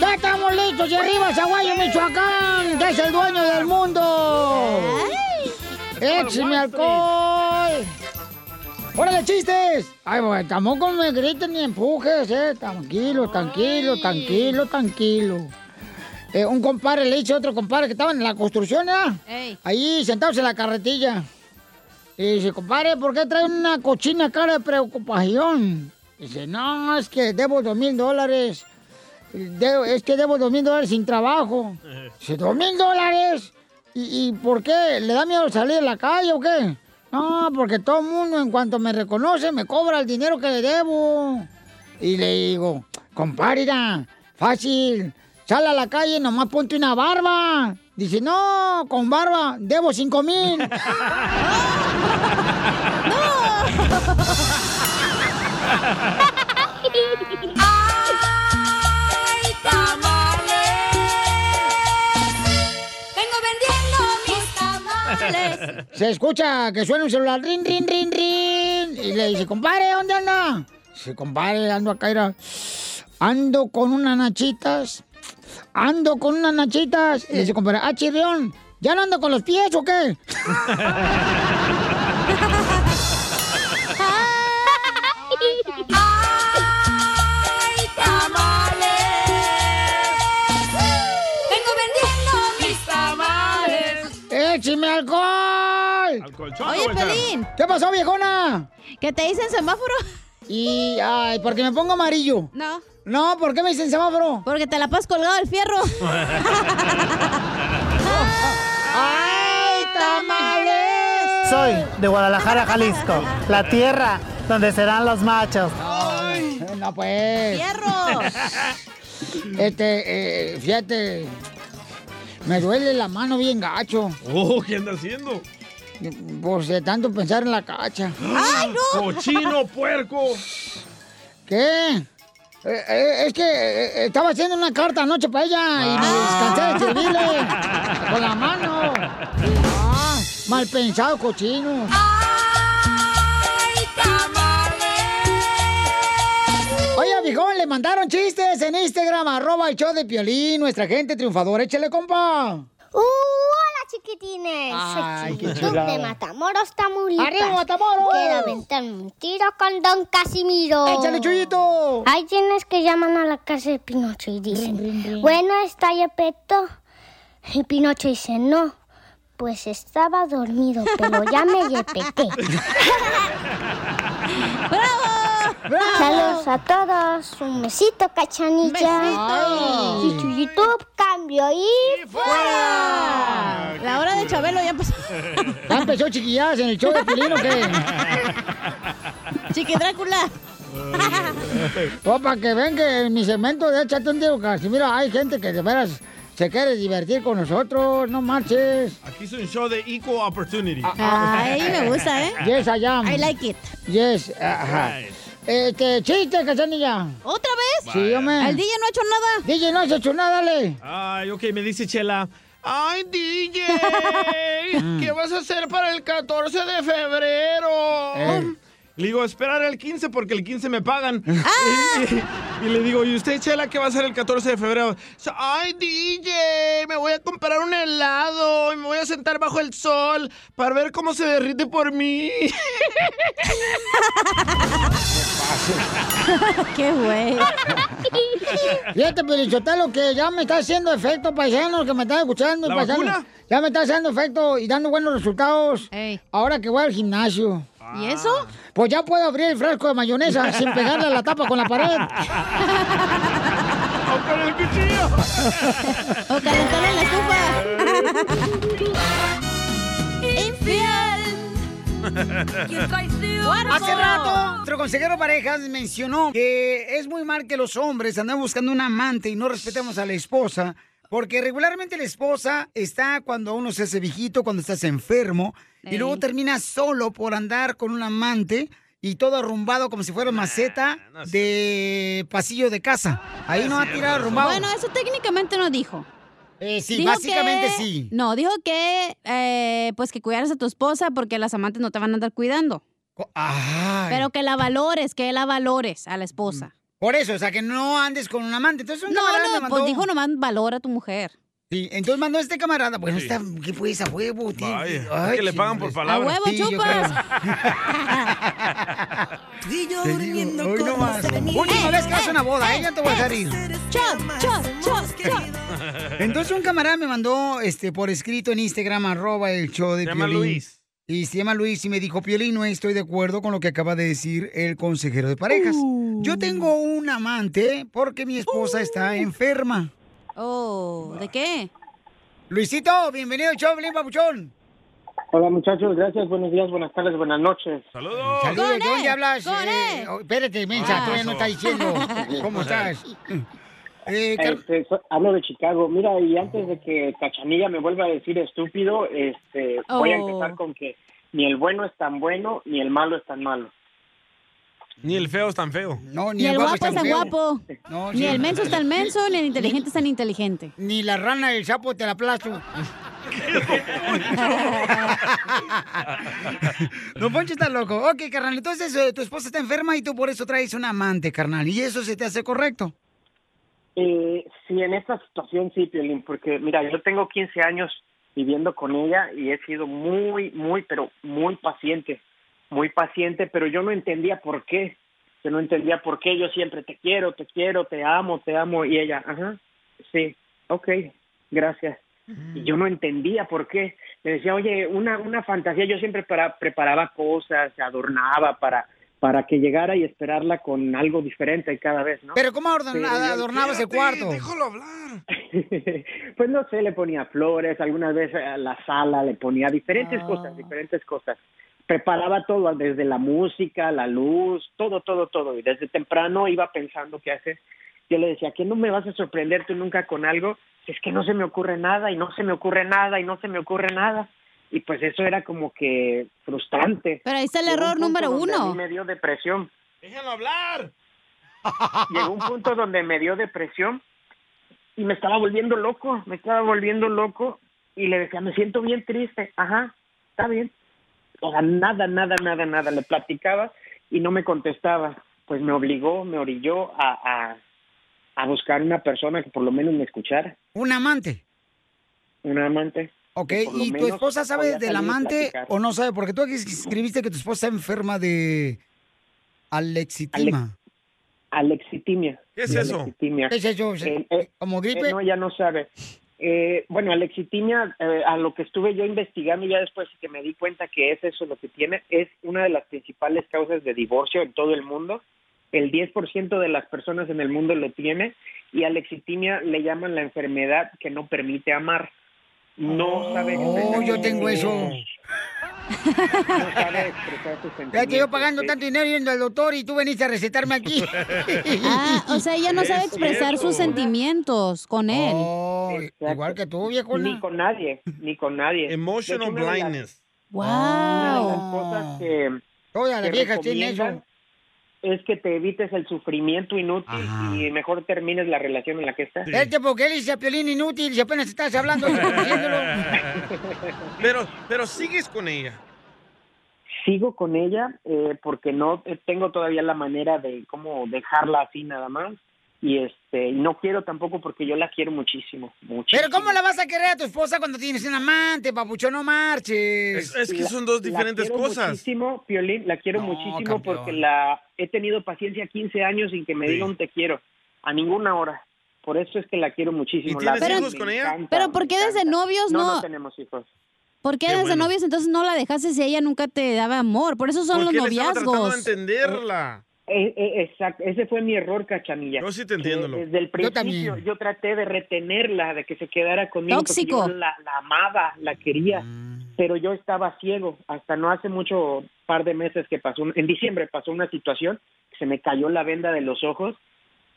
Speaker 2: Ya estamos listos y arriba, Zaguayo, Michoacán, que es el dueño del mundo. ¡Échame alcohol! ¡Órale, chistes! Ay, bueno, tampoco me griten ni empujes, eh. Tranquilo, tranquilo, tranquilo, tranquilo. Eh, un compadre le dice a otro compadre que estaban en la construcción, ¿eh? ¿ya?
Speaker 1: Eh.
Speaker 3: Ey.
Speaker 2: Ahí sentados en la carretilla. Y dice, compadre, ¿por qué trae una cochina cara de preocupación? Dice, no, es que debo dos mil dólares. De- es que debo dos mil dólares sin trabajo. Dice, ¿dos mil dólares? ¿Y, y por qué? ¿Le da miedo salir a la calle o qué? No, porque todo el mundo en cuanto me reconoce me cobra el dinero que le debo. Y le digo, compárida, fácil, sal a la calle, nomás ponte una barba. Dice, no, con barba debo cinco mil.
Speaker 1: Vengo vendiendo mis tamales.
Speaker 2: Se escucha que suena un celular, rin, rin, rin, rin. Y le dice, compadre, ¿dónde anda? Dice, compadre, ando acá, era. Ando con unas nachitas. Ando con unas nachitas. Y le dice, compadre, ah, chirrión, ¿ya no ando con los pies o qué?
Speaker 1: ¡Ay, tamales! Vengo vendiendo mis tamales.
Speaker 2: ¡Écheme alcohol!
Speaker 3: Oye, Pelín.
Speaker 2: ¿Qué pasó, viejona?
Speaker 3: ¿Qué te dicen semáforo?
Speaker 2: Y, ay, porque me pongo amarillo.
Speaker 3: No.
Speaker 2: No, ¿por qué me dicen semáforo?
Speaker 3: Porque te la pasas colgado del fierro.
Speaker 2: ¡Ay, tamales!
Speaker 8: Soy de Guadalajara, Jalisco, la tierra donde serán los machos.
Speaker 2: Ay, no, pues. Este, eh, fíjate, me duele la mano bien gacho.
Speaker 4: Oh, ¿qué anda haciendo?
Speaker 2: Por si tanto pensar en la cacha.
Speaker 4: ¡Ay, no! ¡Cochino
Speaker 2: puerco! ¿Qué? Eh, eh, es que eh, estaba haciendo una carta anoche para ella y
Speaker 4: Ah.
Speaker 2: me
Speaker 3: Ah.
Speaker 2: descansé de escribirle con la mano. Ah, mal pensado, cochino. Oye, viejón, le mandaron chistes en Instagram, arroba el show de Piolín, nuestra gente triunfadora. Échale, compa.
Speaker 23: ¡Uh! ¡Hola, chiquitines!
Speaker 2: Ay,
Speaker 23: Soy
Speaker 2: qué
Speaker 23: Chiquitub
Speaker 2: chulada.
Speaker 23: de Matamoros, Tamaulipas.
Speaker 2: ¡Arriba, Matamoros!
Speaker 23: Quiero aventarme un tiro con Don Casimiro.
Speaker 2: ¡Échale, Chuyito!
Speaker 23: Hay quienes que llaman a la casa de Pinocho y dicen, bueno, está ya Peto. Y Pinocho dice, no, pues estaba dormido, pero ya me yepeté. ¡Bravo! Saludos a todos. Un besito, cachanilla.
Speaker 3: Besito.
Speaker 23: Y YouTube, cambio y fuera.
Speaker 3: La hora de Chabelo ya empezó.
Speaker 2: Ya empezó chiquillas en el show de Piolín, ¿o qué?
Speaker 3: Chiqui Drácula.
Speaker 2: O para Oh, que ven que en mi segmento de Échate un tiro, Casimiro, hay gente que de veras se quiere divertir con nosotros, no marches.
Speaker 4: Aquí es un show de equal opportunity.
Speaker 3: Ah,
Speaker 2: Ay, me gusta, ¿eh? Yes, I am. I like it. Yes, ajá.
Speaker 4: Nice.
Speaker 2: Este, chiste, Cachanilla.
Speaker 3: ¿Otra vez?
Speaker 2: Sí, hombre.
Speaker 3: Oh. El DJ no ha hecho nada.
Speaker 2: DJ no has hecho nada, dale.
Speaker 4: Ay, ok, me dice Chela.
Speaker 1: ¡Ay, DJ!
Speaker 2: Mm.
Speaker 1: ¿Qué vas a hacer para el 14 de febrero?
Speaker 3: Eh.
Speaker 4: Um, Le digo, esperar el 15 porque el 15 me pagan.
Speaker 3: Ah.
Speaker 4: Y, y- y le digo, ¿y usted, Chela, qué va a hacer el 14 de febrero? So- ¡Ay, DJ! Me voy a comprar un helado y me voy a sentar bajo el sol para ver cómo se derrite por mí.
Speaker 3: Qué güey.
Speaker 2: Fíjate, Pelichotelo, que ya me está haciendo efecto, paisanos, que me están escuchando.
Speaker 1: ¿La
Speaker 2: paisanos.
Speaker 1: vacuna?
Speaker 2: Ya me está haciendo efecto y dando buenos resultados. Ahora que voy al gimnasio.
Speaker 3: ¿Y eso?
Speaker 2: Pues ya puedo abrir el frasco de mayonesa sin pegarle a la tapa con la pared.
Speaker 1: ¡O con el cuchillo!
Speaker 3: ¡O calentar en la estufa! ¡Infiel!
Speaker 1: ¡Cuerpo!
Speaker 2: Hace rato, nuestro consejero parejas mencionó que es muy mal que los hombres andan buscando un amante y no respetamos a la esposa, porque regularmente la esposa está cuando uno se hace viejito, cuando estás enfermo, y luego termina solo por andar con un amante y todo arrumbado como si fuera maceta de pasillo de casa. Ahí no ha tirado arrumbado.
Speaker 3: Bueno, eso técnicamente no dijo.
Speaker 2: Eh, sí,
Speaker 3: Dijo
Speaker 2: básicamente
Speaker 3: que-
Speaker 2: sí.
Speaker 3: No, dijo que eh, pues que cuidaras a tu esposa porque las amantes no te van a andar cuidando.
Speaker 2: Ay. Mm.
Speaker 3: Pero que la valores, que la valores a la esposa.
Speaker 2: Por eso, o sea, que no andes con un amante. Entonces, un
Speaker 3: No,
Speaker 2: camarada me
Speaker 3: no,
Speaker 2: mandó-
Speaker 3: pues dijo nomás valora a tu mujer.
Speaker 2: Sí, entonces mandó este camarada. Bueno, está, ¿qué pues a huevo, tío?
Speaker 4: Vaya, es que le pagan por palabra.
Speaker 2: palabras.
Speaker 4: ¡A huevo, chupas!
Speaker 2: Te digo, hoy no más. Última vez que vas a una boda, ¿eh? Ya te voy a dejar ir. Entonces un camarada me mandó este por escrito en Instagram, arroba el show de
Speaker 4: Se llama
Speaker 2: Piolín.
Speaker 4: Luis.
Speaker 2: Y se llama Luis y me dijo, Piolín, no estoy de acuerdo con lo que acaba de decir el consejero de parejas.
Speaker 4: Uh.
Speaker 2: Yo tengo un amante porque mi esposa está enferma.
Speaker 3: Oh, ¿de qué?
Speaker 2: Luisito, bienvenido al show, Piolín Papuchón.
Speaker 34: Hola muchachos, gracias, buenos días, buenas tardes, buenas noches.
Speaker 3: Oh.
Speaker 4: Saludos.
Speaker 2: Saludos, ¿de dónde hablas? Eh, oh, espérate, mensa,
Speaker 34: Ah,
Speaker 2: todavía no está diciendo. ¿Cómo estás? Car-
Speaker 34: Este, so- hablo de Chicago. Mira, y antes de que Cachanilla me vuelva a decir estúpido, este, voy a
Speaker 4: Oh.
Speaker 34: empezar con que ni el bueno es tan bueno, ni el malo es tan malo.
Speaker 4: Ni el feo es tan feo.
Speaker 2: No,
Speaker 3: Ni el guapo es tan guapo.
Speaker 2: No,
Speaker 3: Ni
Speaker 2: sí.
Speaker 3: el menso es tan menso, ni el inteligente es tan inteligente.
Speaker 2: Ni la rana del sapo te la aplasto. No, Poncho está loco. Ok, carnal, entonces eh, tu esposa está enferma y tú por eso traes un amante, carnal. ¿Y eso se te hace correcto?
Speaker 34: Eh, sí, en esta situación sí, Piolín, porque mira, yo tengo 15 años viviendo con ella y he sido muy, muy, pero muy paciente, muy paciente, pero yo no entendía por qué, yo no entendía por qué, yo siempre te quiero, te quiero, te amo, te amo, y ella, ajá, sí, ok, gracias. Y yo no entendía por qué. Me decía, oye, una, una fantasía, yo siempre para, preparaba cosas, adornaba para, para que llegara y esperarla con algo diferente cada vez, ¿no?
Speaker 2: Pero ¿cómo adorna-
Speaker 34: Pero yo-
Speaker 2: adornabas el cuarto?
Speaker 34: pues no sé, le ponía flores, algunas veces a la sala le ponía diferentes
Speaker 2: Ah.
Speaker 34: cosas, diferentes cosas. Preparaba todo, desde la música, la luz, todo, todo, todo. Y desde temprano iba pensando qué hacer. Yo le decía, ¿qué no me vas a sorprender tú nunca con algo? Es que no se me ocurre nada y no se me ocurre nada y no se me ocurre nada. Y pues eso era como que frustrante.
Speaker 3: Pero ahí está el
Speaker 34: Llegó un
Speaker 3: error
Speaker 34: punto
Speaker 3: número
Speaker 34: donde a mí
Speaker 3: uno.
Speaker 34: me dio depresión.
Speaker 4: ¡Déjenlo hablar!
Speaker 34: Llegó un punto donde me dio depresión y me estaba volviendo loco, me estaba volviendo loco y le decía, me siento bien triste, ajá, está bien. O sea, nada, nada, nada, nada, le platicaba y no me contestaba. Pues me obligó, me orilló a,
Speaker 5: Ah,
Speaker 34: a, a buscar una persona que por lo menos me escuchara,
Speaker 2: Un amante.
Speaker 34: un amante.
Speaker 2: Ok,
Speaker 34: que por lo
Speaker 2: ¿y tu
Speaker 34: menos
Speaker 2: esposa sabe
Speaker 34: podía
Speaker 2: del
Speaker 34: salir y
Speaker 2: amante
Speaker 34: platicar.
Speaker 2: o no sabe? Porque tú aquí escribiste que tu esposa está enferma de alexitima.
Speaker 34: Alexitimia.
Speaker 2: ¿Qué es
Speaker 34: Sí,
Speaker 2: eso?
Speaker 34: alexitimia. Eh,
Speaker 2: ¿Qué es eso? ¿Como gripe?
Speaker 34: no, ya no sabe. Eh, bueno, alexitimia, eh, a lo que estuve yo investigando ya después que me di cuenta que es eso lo que tiene, es una de las principales causas de divorcio en todo el mundo. El 10% de las personas en el mundo lo tiene y alexitimia le llaman la enfermedad que no permite amar. No sabe
Speaker 2: Oh,
Speaker 34: expresar
Speaker 2: yo tengo
Speaker 34: sus
Speaker 2: eso.
Speaker 34: sentimientos. No sabe expresar sus
Speaker 2: Ya te
Speaker 34: sentimientos.
Speaker 2: yo pagando
Speaker 34: sí.
Speaker 2: tanto dinero yendo al doctor y tú veniste a recetarme aquí.
Speaker 3: Ah, o sea, ella no sabe expresar sus sentimientos con él.
Speaker 34: igual
Speaker 2: que tú, viejo.
Speaker 34: Ni con nadie, ni con nadie.
Speaker 4: Emotional
Speaker 34: De hecho, una de las-
Speaker 4: blindness.
Speaker 34: Una de las cosas que,
Speaker 2: Todas
Speaker 34: que
Speaker 2: las viejas tienen eso.
Speaker 34: recomiendan es que te evites el sufrimiento inútil y mejor termines la relación en la que estás.
Speaker 2: Este porque él dice a Piolín inútil si apenas estás hablando.
Speaker 4: pero, pero sigues con ella.
Speaker 34: Sigo con ella eh, porque no eh, tengo todavía la manera de cómo dejarla así nada más y este y no quiero tampoco porque yo la quiero muchísimo, muchísimo.
Speaker 2: Pero ¿cómo la vas a querer a tu esposa cuando tienes un amante, papucho? No marches.
Speaker 4: Es- es que son
Speaker 34: La- la quiero Muchísimo, Piolín, la quiero muchísimo
Speaker 2: campeón.
Speaker 34: porque la he tenido paciencia 15 años sin que me diga un te quiero a ninguna hora. Por eso es que la quiero muchísimo.
Speaker 3: tienes
Speaker 34: la-
Speaker 3: hijos
Speaker 34: me
Speaker 3: con ella?
Speaker 34: encanta,
Speaker 3: Pero, ¿por
Speaker 34: me
Speaker 3: qué desde
Speaker 34: encanta.
Speaker 3: novios
Speaker 34: No,
Speaker 3: no?
Speaker 34: tenemos hijos.
Speaker 3: ¿Por qué
Speaker 34: Qué
Speaker 3: desde
Speaker 34: bueno.
Speaker 3: novios entonces no la dejaste si ella nunca te daba amor? Por eso son los
Speaker 34: Porque él estaba tratando de
Speaker 3: noviazgos.
Speaker 34: entenderla. Eh, eh, exacto, ese fue mi error, Cachanilla. Yo sí te entiendo. Desde el principio yo, traté de retenerla, de que se quedara conmigo. porque
Speaker 3: Tóxico.
Speaker 34: yo la, la amaba, la quería, pero yo estaba ciego. Hasta no hace mucho par de meses que pasó, un- en diciembre pasó una situación, que se me cayó la venda de los ojos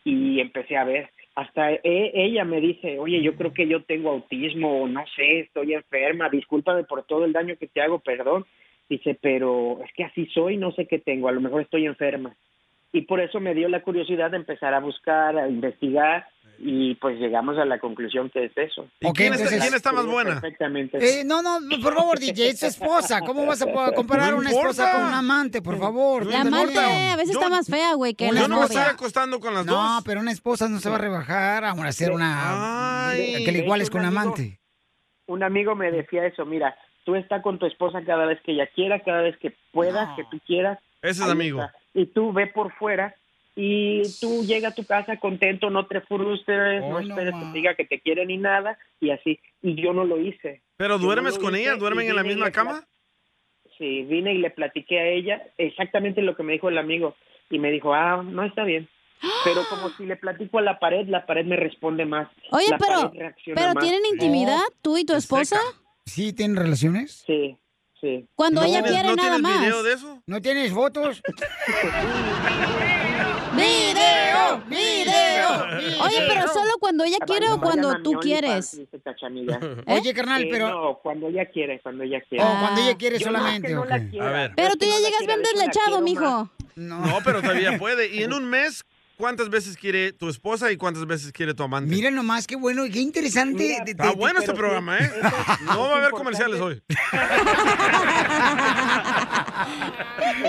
Speaker 34: y empecé a ver. Hasta e- ella me dice, oye, yo creo que yo tengo autismo, o no sé, estoy enferma, discúlpame por todo el daño que te hago, perdón. Dice, pero es que así soy, no sé qué tengo, a lo mejor estoy enferma. Y por eso me dio la curiosidad de empezar a buscar, a investigar, y pues llegamos a la conclusión que es eso.
Speaker 2: ¿Y Ok, quién está- entonces- quién está más buena?
Speaker 34: Perfectamente.
Speaker 2: Eh, no, no, no, por favor, DJ, es su esposa. ¿Cómo vas a po- comparar
Speaker 4: No
Speaker 2: una
Speaker 4: importa.
Speaker 2: esposa con un amante, por favor?
Speaker 3: La amante a veces está más fea, güey, que
Speaker 4: Yo
Speaker 3: la
Speaker 4: no me
Speaker 3: novia.
Speaker 4: estoy acostando con las
Speaker 2: No,
Speaker 4: dos.
Speaker 2: pero una esposa no se va a rebajar a una- a ser una...
Speaker 34: Ay.
Speaker 2: que le iguales con un
Speaker 34: Amigo.
Speaker 2: amante.
Speaker 34: Un amigo me decía eso, mira, tú estás con tu esposa cada vez que ella quiera, cada vez que puedas, que tú quieras.
Speaker 4: Ese es
Speaker 34: ahí
Speaker 4: amigo.
Speaker 34: está. Y tú ve por fuera y tú llega a tu casa contento, no te frustres,
Speaker 3: Oh,
Speaker 34: no esperes que te diga que te quiere ni nada y así. Y yo no lo hice.
Speaker 4: ¿Pero
Speaker 34: Yo no
Speaker 4: duermes
Speaker 34: lo
Speaker 4: con ella?
Speaker 34: hice,
Speaker 4: ¿Duermen
Speaker 34: y
Speaker 4: en la
Speaker 34: vine y
Speaker 4: misma
Speaker 34: le
Speaker 4: cama?
Speaker 34: plat- Sí, vine y le platiqué a ella exactamente lo que me dijo el amigo y me dijo, ah, no está bien.
Speaker 3: ¡Ah!
Speaker 34: Pero como si le platico a la pared, la pared me responde más.
Speaker 3: Oye,
Speaker 34: La
Speaker 3: pero,
Speaker 34: pared reacciona
Speaker 3: pero
Speaker 34: más.
Speaker 3: ¿tienen intimidad tú y tu esposa?
Speaker 2: ¿Sí tienen relaciones?
Speaker 34: Sí, sí.
Speaker 3: Cuando ella quiere nada más.
Speaker 4: eso?
Speaker 2: ¿No tienes fotos?
Speaker 3: ¡Video! ¡Video! Oye, pero solo cuando
Speaker 34: Ah,
Speaker 3: ella quiere o
Speaker 34: Vayan a
Speaker 3: cuando
Speaker 34: mi
Speaker 3: tú
Speaker 34: OnlyFans,
Speaker 3: quieres.
Speaker 34: dice Cachanilla.
Speaker 2: Oye, carnal,
Speaker 34: Eh,
Speaker 2: pero-
Speaker 34: No, cuando ella quiere, cuando ella quiere.
Speaker 2: O cuando
Speaker 3: Ah.
Speaker 2: ella quiere
Speaker 34: Yo no,
Speaker 2: solamente.
Speaker 34: que no la
Speaker 2: ok.
Speaker 34: quiera.
Speaker 3: Pero tú ya llegas bien deslechado, mijo.
Speaker 4: No, pero todavía puede. Y en un mes, ¿cuántas veces quiere tu esposa y cuántas veces quiere tu amante?
Speaker 2: Mira nomás, qué bueno, y qué interesante.
Speaker 4: Mira,
Speaker 2: de-
Speaker 4: está
Speaker 2: de-
Speaker 4: bueno este
Speaker 2: pero-
Speaker 4: programa, ¿eh? No va a haber comerciales hoy.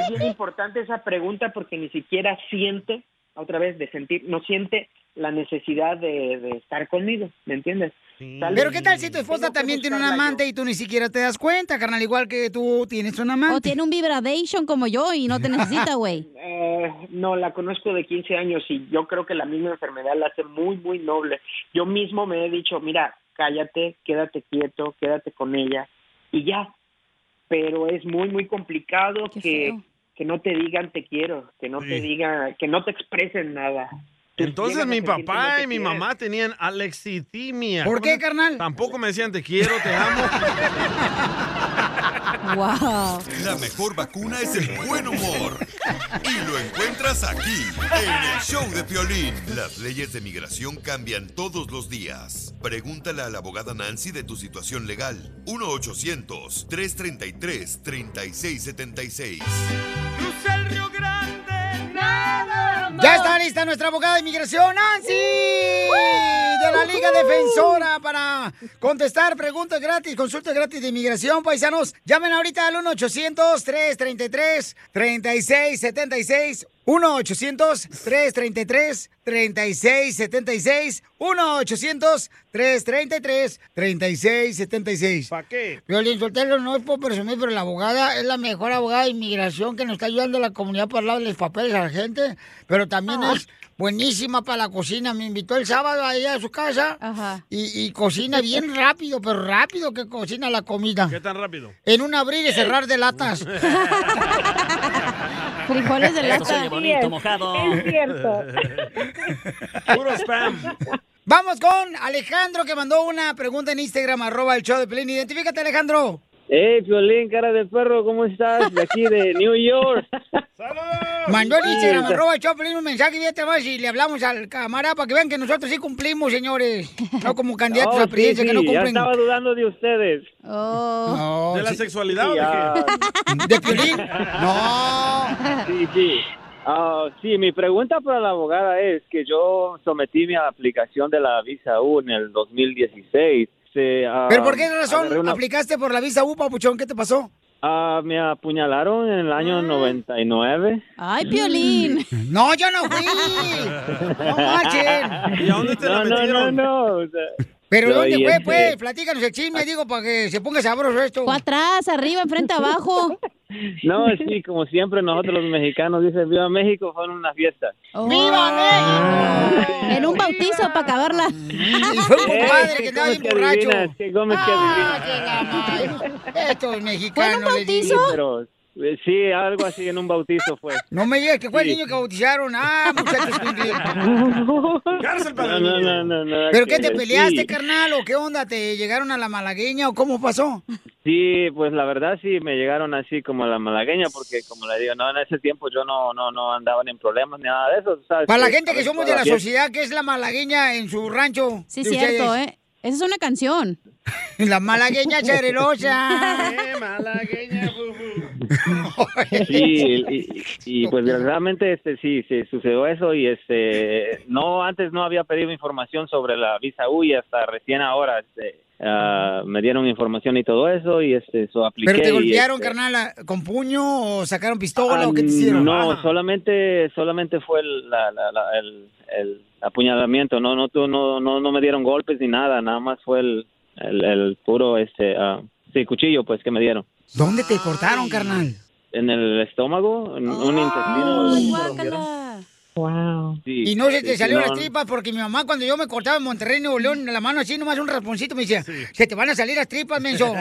Speaker 34: Es bien importante esa pregunta porque ni siquiera siente, otra vez, de sentir, no siente la necesidad de, de estar conmigo, ¿me entiendes? Tal vez-
Speaker 2: Pero qué tal si tu esposa también tiene un amante y tú ni siquiera te das cuenta, carnal, igual que tú tienes un amante.
Speaker 3: O tiene un vibradation como yo y no te necesita, güey.
Speaker 34: Eh, no, la conozco de 15 años y yo creo que la misma enfermedad la hace muy, muy noble. Yo mismo me he dicho, mira, cállate, quédate quieto, quédate con ella y ya. Pero es muy, muy complicado que,
Speaker 4: feo.
Speaker 34: que no te digan te quiero, que no te digan, que no te expresen nada.
Speaker 4: Entonces
Speaker 34: Llegan a
Speaker 4: mi
Speaker 34: sentir que no
Speaker 4: papá
Speaker 34: te
Speaker 4: y mi
Speaker 34: quieren.
Speaker 4: mamá tenían alexitimia.
Speaker 34: ¿Por
Speaker 4: ¿Cómo
Speaker 34: qué,
Speaker 4: se-
Speaker 2: carnal?
Speaker 4: Tampoco me decían te quiero, te amo.
Speaker 3: Wow.
Speaker 7: La mejor vacuna es el buen humor. Y lo encuentras aquí, en el show de Piolín. Las leyes de migración cambian todos los días. Pregúntale a la abogada Nancy de tu situación legal. 1-800-333-3676.
Speaker 2: Ya está lista nuestra abogada de inmigración, Nancy, de la Liga Defensora, para contestar preguntas gratis, consultas gratis de inmigración, paisanos. Llamen ahorita al 1-800-333-3676, 1-800-333-3676, 1-800-333-3676.
Speaker 4: ¿Para qué?
Speaker 2: Violín Sotelo, no es por presumir, pero la abogada es la mejor abogada de inmigración que nos está ayudando a la comunidad para darle papeles a la gente, pero también es buenísima para la cocina. Me invitó el sábado ahí a su casa y, y cocina bien rápido, pero rápido que cocina la comida.
Speaker 4: ¿Qué tan rápido?
Speaker 2: En un abrir y cerrar de latas.
Speaker 3: Frijoles de
Speaker 2: lata.
Speaker 3: Eso se oye bonito, Sí es, mojado. es cierto.
Speaker 4: Puro spam.
Speaker 2: Vamos con Alejandro que mandó una pregunta en Instagram, arroba el show de Pelín. Identifícate, Alejandro.
Speaker 25: Hey, Piolín, cara de perro, ¿cómo estás? De aquí de New York.
Speaker 2: Mandó en Instagram,
Speaker 25: Sí,
Speaker 2: arroba el show de Pelín, un mensaje y vete más y le hablamos al camarada para que vean que nosotros sí cumplimos, señores. No como candidatos
Speaker 25: Oh,
Speaker 2: a presidencia
Speaker 25: sí,
Speaker 2: que no
Speaker 25: sí, ya
Speaker 2: cumplen.
Speaker 25: estaba dudando de ustedes.
Speaker 2: Oh.
Speaker 4: ¿De la sexualidad o de
Speaker 2: ¿De Piolín?
Speaker 25: No. Sí, sí. Ah, sí, mi pregunta para la abogada es que yo sometí mi aplicación de la visa U en el 2016. Se, ah,
Speaker 2: ¿Pero por qué razón
Speaker 25: agarré una-
Speaker 2: aplicaste por la visa U, papuchón? ¿Qué te pasó?
Speaker 25: ah, me apuñalaron en el
Speaker 2: Ah.
Speaker 25: año 99.
Speaker 3: Ay, Piolín.
Speaker 2: Mm. No, yo no fui.
Speaker 25: No
Speaker 2: marchen. ¿Y a dónde te la
Speaker 25: no, no,
Speaker 2: metieron?
Speaker 25: no, o sea,
Speaker 2: ¿Pero
Speaker 25: yo
Speaker 2: dónde
Speaker 25: ahí,
Speaker 2: fue,
Speaker 25: este,
Speaker 2: pues? Platícanos el chisme, digo, para que se ponga sabroso esto.
Speaker 3: atrás, arriba, enfrente, abajo.
Speaker 25: No, sí, como siempre nosotros los mexicanos dicen Viva México, fueron una fiesta.
Speaker 3: ¡Viva México! Oh. En un bautizo para acabarla.
Speaker 2: Y fue un compadre que estaba bien borracho.
Speaker 25: Ah,
Speaker 2: Estos mexicanos. les digo.
Speaker 25: Pero, eh, sí, algo así en un bautizo fue.
Speaker 2: No me digas que fue
Speaker 25: Sí.
Speaker 2: el niño que bautizaron. Ah, muchachos.
Speaker 25: No, no, no, no, no,
Speaker 2: ¿Pero qué te
Speaker 25: que-
Speaker 2: peleaste,
Speaker 25: sí.
Speaker 2: carnal? ¿O qué onda? ¿Te llegaron a la malagueña o cómo pasó?
Speaker 25: Sí, pues la verdad sí me llegaron así como a la malagueña porque como le digo, no en ese tiempo yo no no no andaba en problemas ni nada de eso, ¿sabes?
Speaker 2: Para la
Speaker 25: Sí,
Speaker 2: gente que
Speaker 25: sabes,
Speaker 2: somos de
Speaker 25: toda
Speaker 2: la
Speaker 25: fiesta.
Speaker 2: sociedad, que es la malagueña en su rancho?
Speaker 3: Sí,
Speaker 2: de
Speaker 3: cierto,
Speaker 2: ustedes.
Speaker 3: ¿eh? Esa es una canción.
Speaker 2: La malagueña charerosa.
Speaker 3: Eh,
Speaker 4: malagueña.
Speaker 25: Sí, y, y, y, pues desgraciadamente este sí se sucedió eso y este no antes no había pedido información sobre la visa U y hasta recién ahora este, ah, me dieron información y todo eso y este eso apliqué.
Speaker 2: ¿Pero te
Speaker 25: y,
Speaker 2: golpearon,
Speaker 25: este,
Speaker 2: carnal, a- con puño o sacaron pistola
Speaker 25: Ah,
Speaker 2: o qué te hicieron?
Speaker 25: No,
Speaker 2: Ah.
Speaker 25: solamente solamente fue el, la- la- la- el- el apuñalamiento, no no tu- no no no me dieron golpes ni nada, nada más fue el el, el puro este ah, sí, cuchillo pues que me dieron
Speaker 2: ¿Dónde te cortaron, carnal?
Speaker 25: en el estómago, en un intestino.
Speaker 2: Wow.
Speaker 25: Sí,
Speaker 2: y no se
Speaker 25: sí,
Speaker 2: te
Speaker 25: sí,
Speaker 2: salieron
Speaker 25: no,
Speaker 2: las tripas porque mi mamá cuando yo me cortaba en Monterrey, Nuevo León, la mano así nomás un rasponcito me decía, se te van a salir las tripas, menso.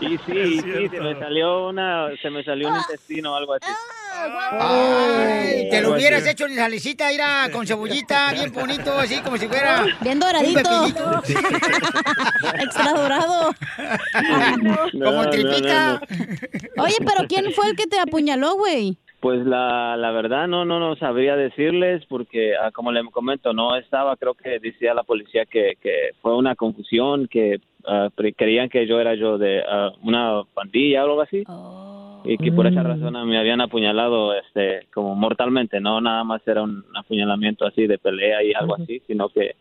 Speaker 25: Y sí, y sí, se me salió una, se me salió un intestino o algo así.
Speaker 2: Ay, te lo
Speaker 25: Algo
Speaker 2: hubieras
Speaker 25: así.
Speaker 2: hecho en salecita, era con cebollita, bien bonito, así como si fuera
Speaker 3: Bien
Speaker 2: un
Speaker 3: doradito.
Speaker 2: pepinito.
Speaker 3: Extra dorado.
Speaker 25: No, no,
Speaker 3: Como tripita.
Speaker 25: no,
Speaker 3: Oye, pero ¿quién fue el que te apuñaló, güey?
Speaker 25: Pues la, la verdad no, no, no sabría decirles porque ah, como le comento no estaba, creo que decía la policía que, que fue una confusión, que ah, pre- creían que yo era yo de ah, una pandilla o algo así y que por esa razón me habían apuñalado, este, como mortalmente, no nada más era un apuñalamiento así de pelea y algo así, sino que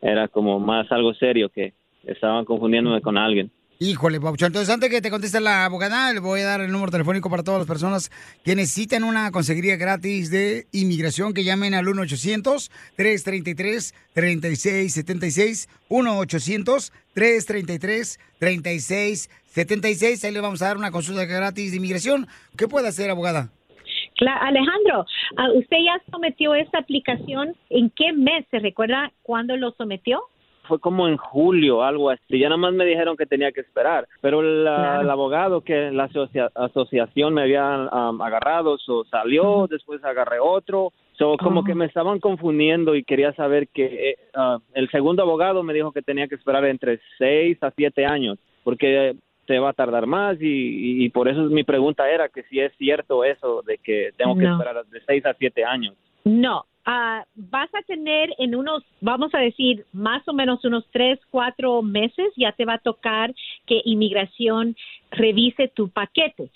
Speaker 25: era como más algo serio que estaban confundiéndome con alguien.
Speaker 2: Híjole, Papuchón. Entonces, antes que te conteste la abogada, le voy a dar el número telefónico para todas las personas que necesitan una consejería gratis de inmigración, que llamen al 1-800-333-3676, 1-800-333-3676. Ahí le vamos a dar una consulta gratis de inmigración. ¿Qué puede hacer, abogada?
Speaker 27: Cla- Alejandro, ah, ¿usted ya sometió esta aplicación? ¿En qué mes? ¿Se recuerda cuándo lo sometió?
Speaker 25: fue como en julio, algo así. Ya nada más me dijeron que tenía que esperar. Pero la-
Speaker 27: Claro.
Speaker 25: el abogado que la asocia- asociación me había um, agarrado, so, salió, después agarré otro. So, como
Speaker 27: Oh.
Speaker 25: que me estaban confundiendo y quería saber que eh, ah, el segundo abogado me dijo que tenía que esperar entre seis a siete años, porque se va a tardar más y, y- y por eso mi pregunta era que si es cierto eso de que tengo que
Speaker 27: No.
Speaker 25: esperar de seis a siete años.
Speaker 27: No. Ah, vas a tener en unos, vamos a decir, más o menos unos tres, cuatro meses, ya te va a tocar que inmigración revise tu paquete.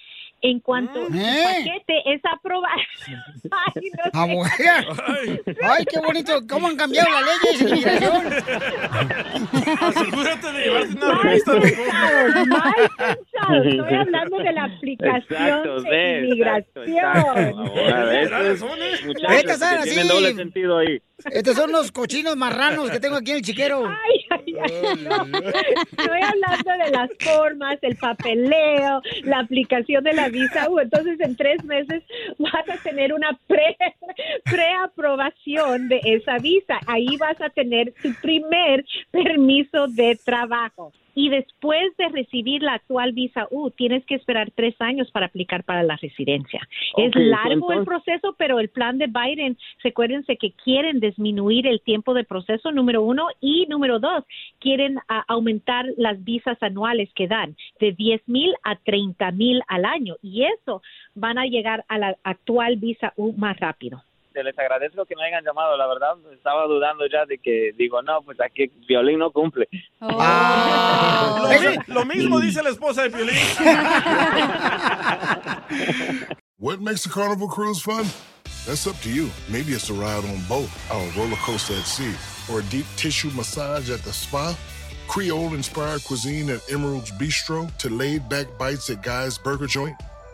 Speaker 27: En cuanto tu paquete es aprobado. Ay, no sé.
Speaker 1: Ah,
Speaker 2: Abogada. Ay, qué bonito. ¿Cómo han cambiado las leyes de inmigración?
Speaker 4: Asegúrate de llevarte una revista loco.
Speaker 27: Mal pensado. Estoy hablando de la aplicación
Speaker 25: Exacto,
Speaker 27: de
Speaker 25: ves,
Speaker 27: inmigración.
Speaker 25: exacto, abogada, estos muchachos
Speaker 2: Estas son
Speaker 25: que
Speaker 2: así.
Speaker 25: tienen doble sentido ahí.
Speaker 2: Estos son los cochinos marranos que tengo aquí en el chiquero.
Speaker 27: Estoy hablando de las formas, el papeleo, la aplicación de la visa U. Entonces, en tres meses vas a tener una pre- preaprobación de esa visa. Ahí vas a tener tu primer permiso de trabajo. Y después de recibir la actual visa U, tienes que esperar tres años para aplicar para la residencia.
Speaker 25: Ok,
Speaker 27: es largo el
Speaker 25: entonces-
Speaker 27: proceso, pero el plan de Biden, recuérdense que quieren disminuir el tiempo de proceso, número uno, y número dos, quieren ah, aumentar las visas anuales que dan de 10 mil a 30 mil al año, y eso van a llegar a la actual visa U más rápido.
Speaker 25: Te les agradezco que me hayan llamado, la verdad estaba dudando ya de que digo, no, pues aquí violín no cumple.
Speaker 4: Lo, mi- lo mismo dice la esposa de Piolín.
Speaker 35: What makes a carnival cruise fun? That's up to you. Maybe it's a ride on boat, a roller coaster at sea, or a deep tissue massage at the spa. Creole inspired cuisine at Emerald's Bistro to laid back bites at Guy's Burger Joint.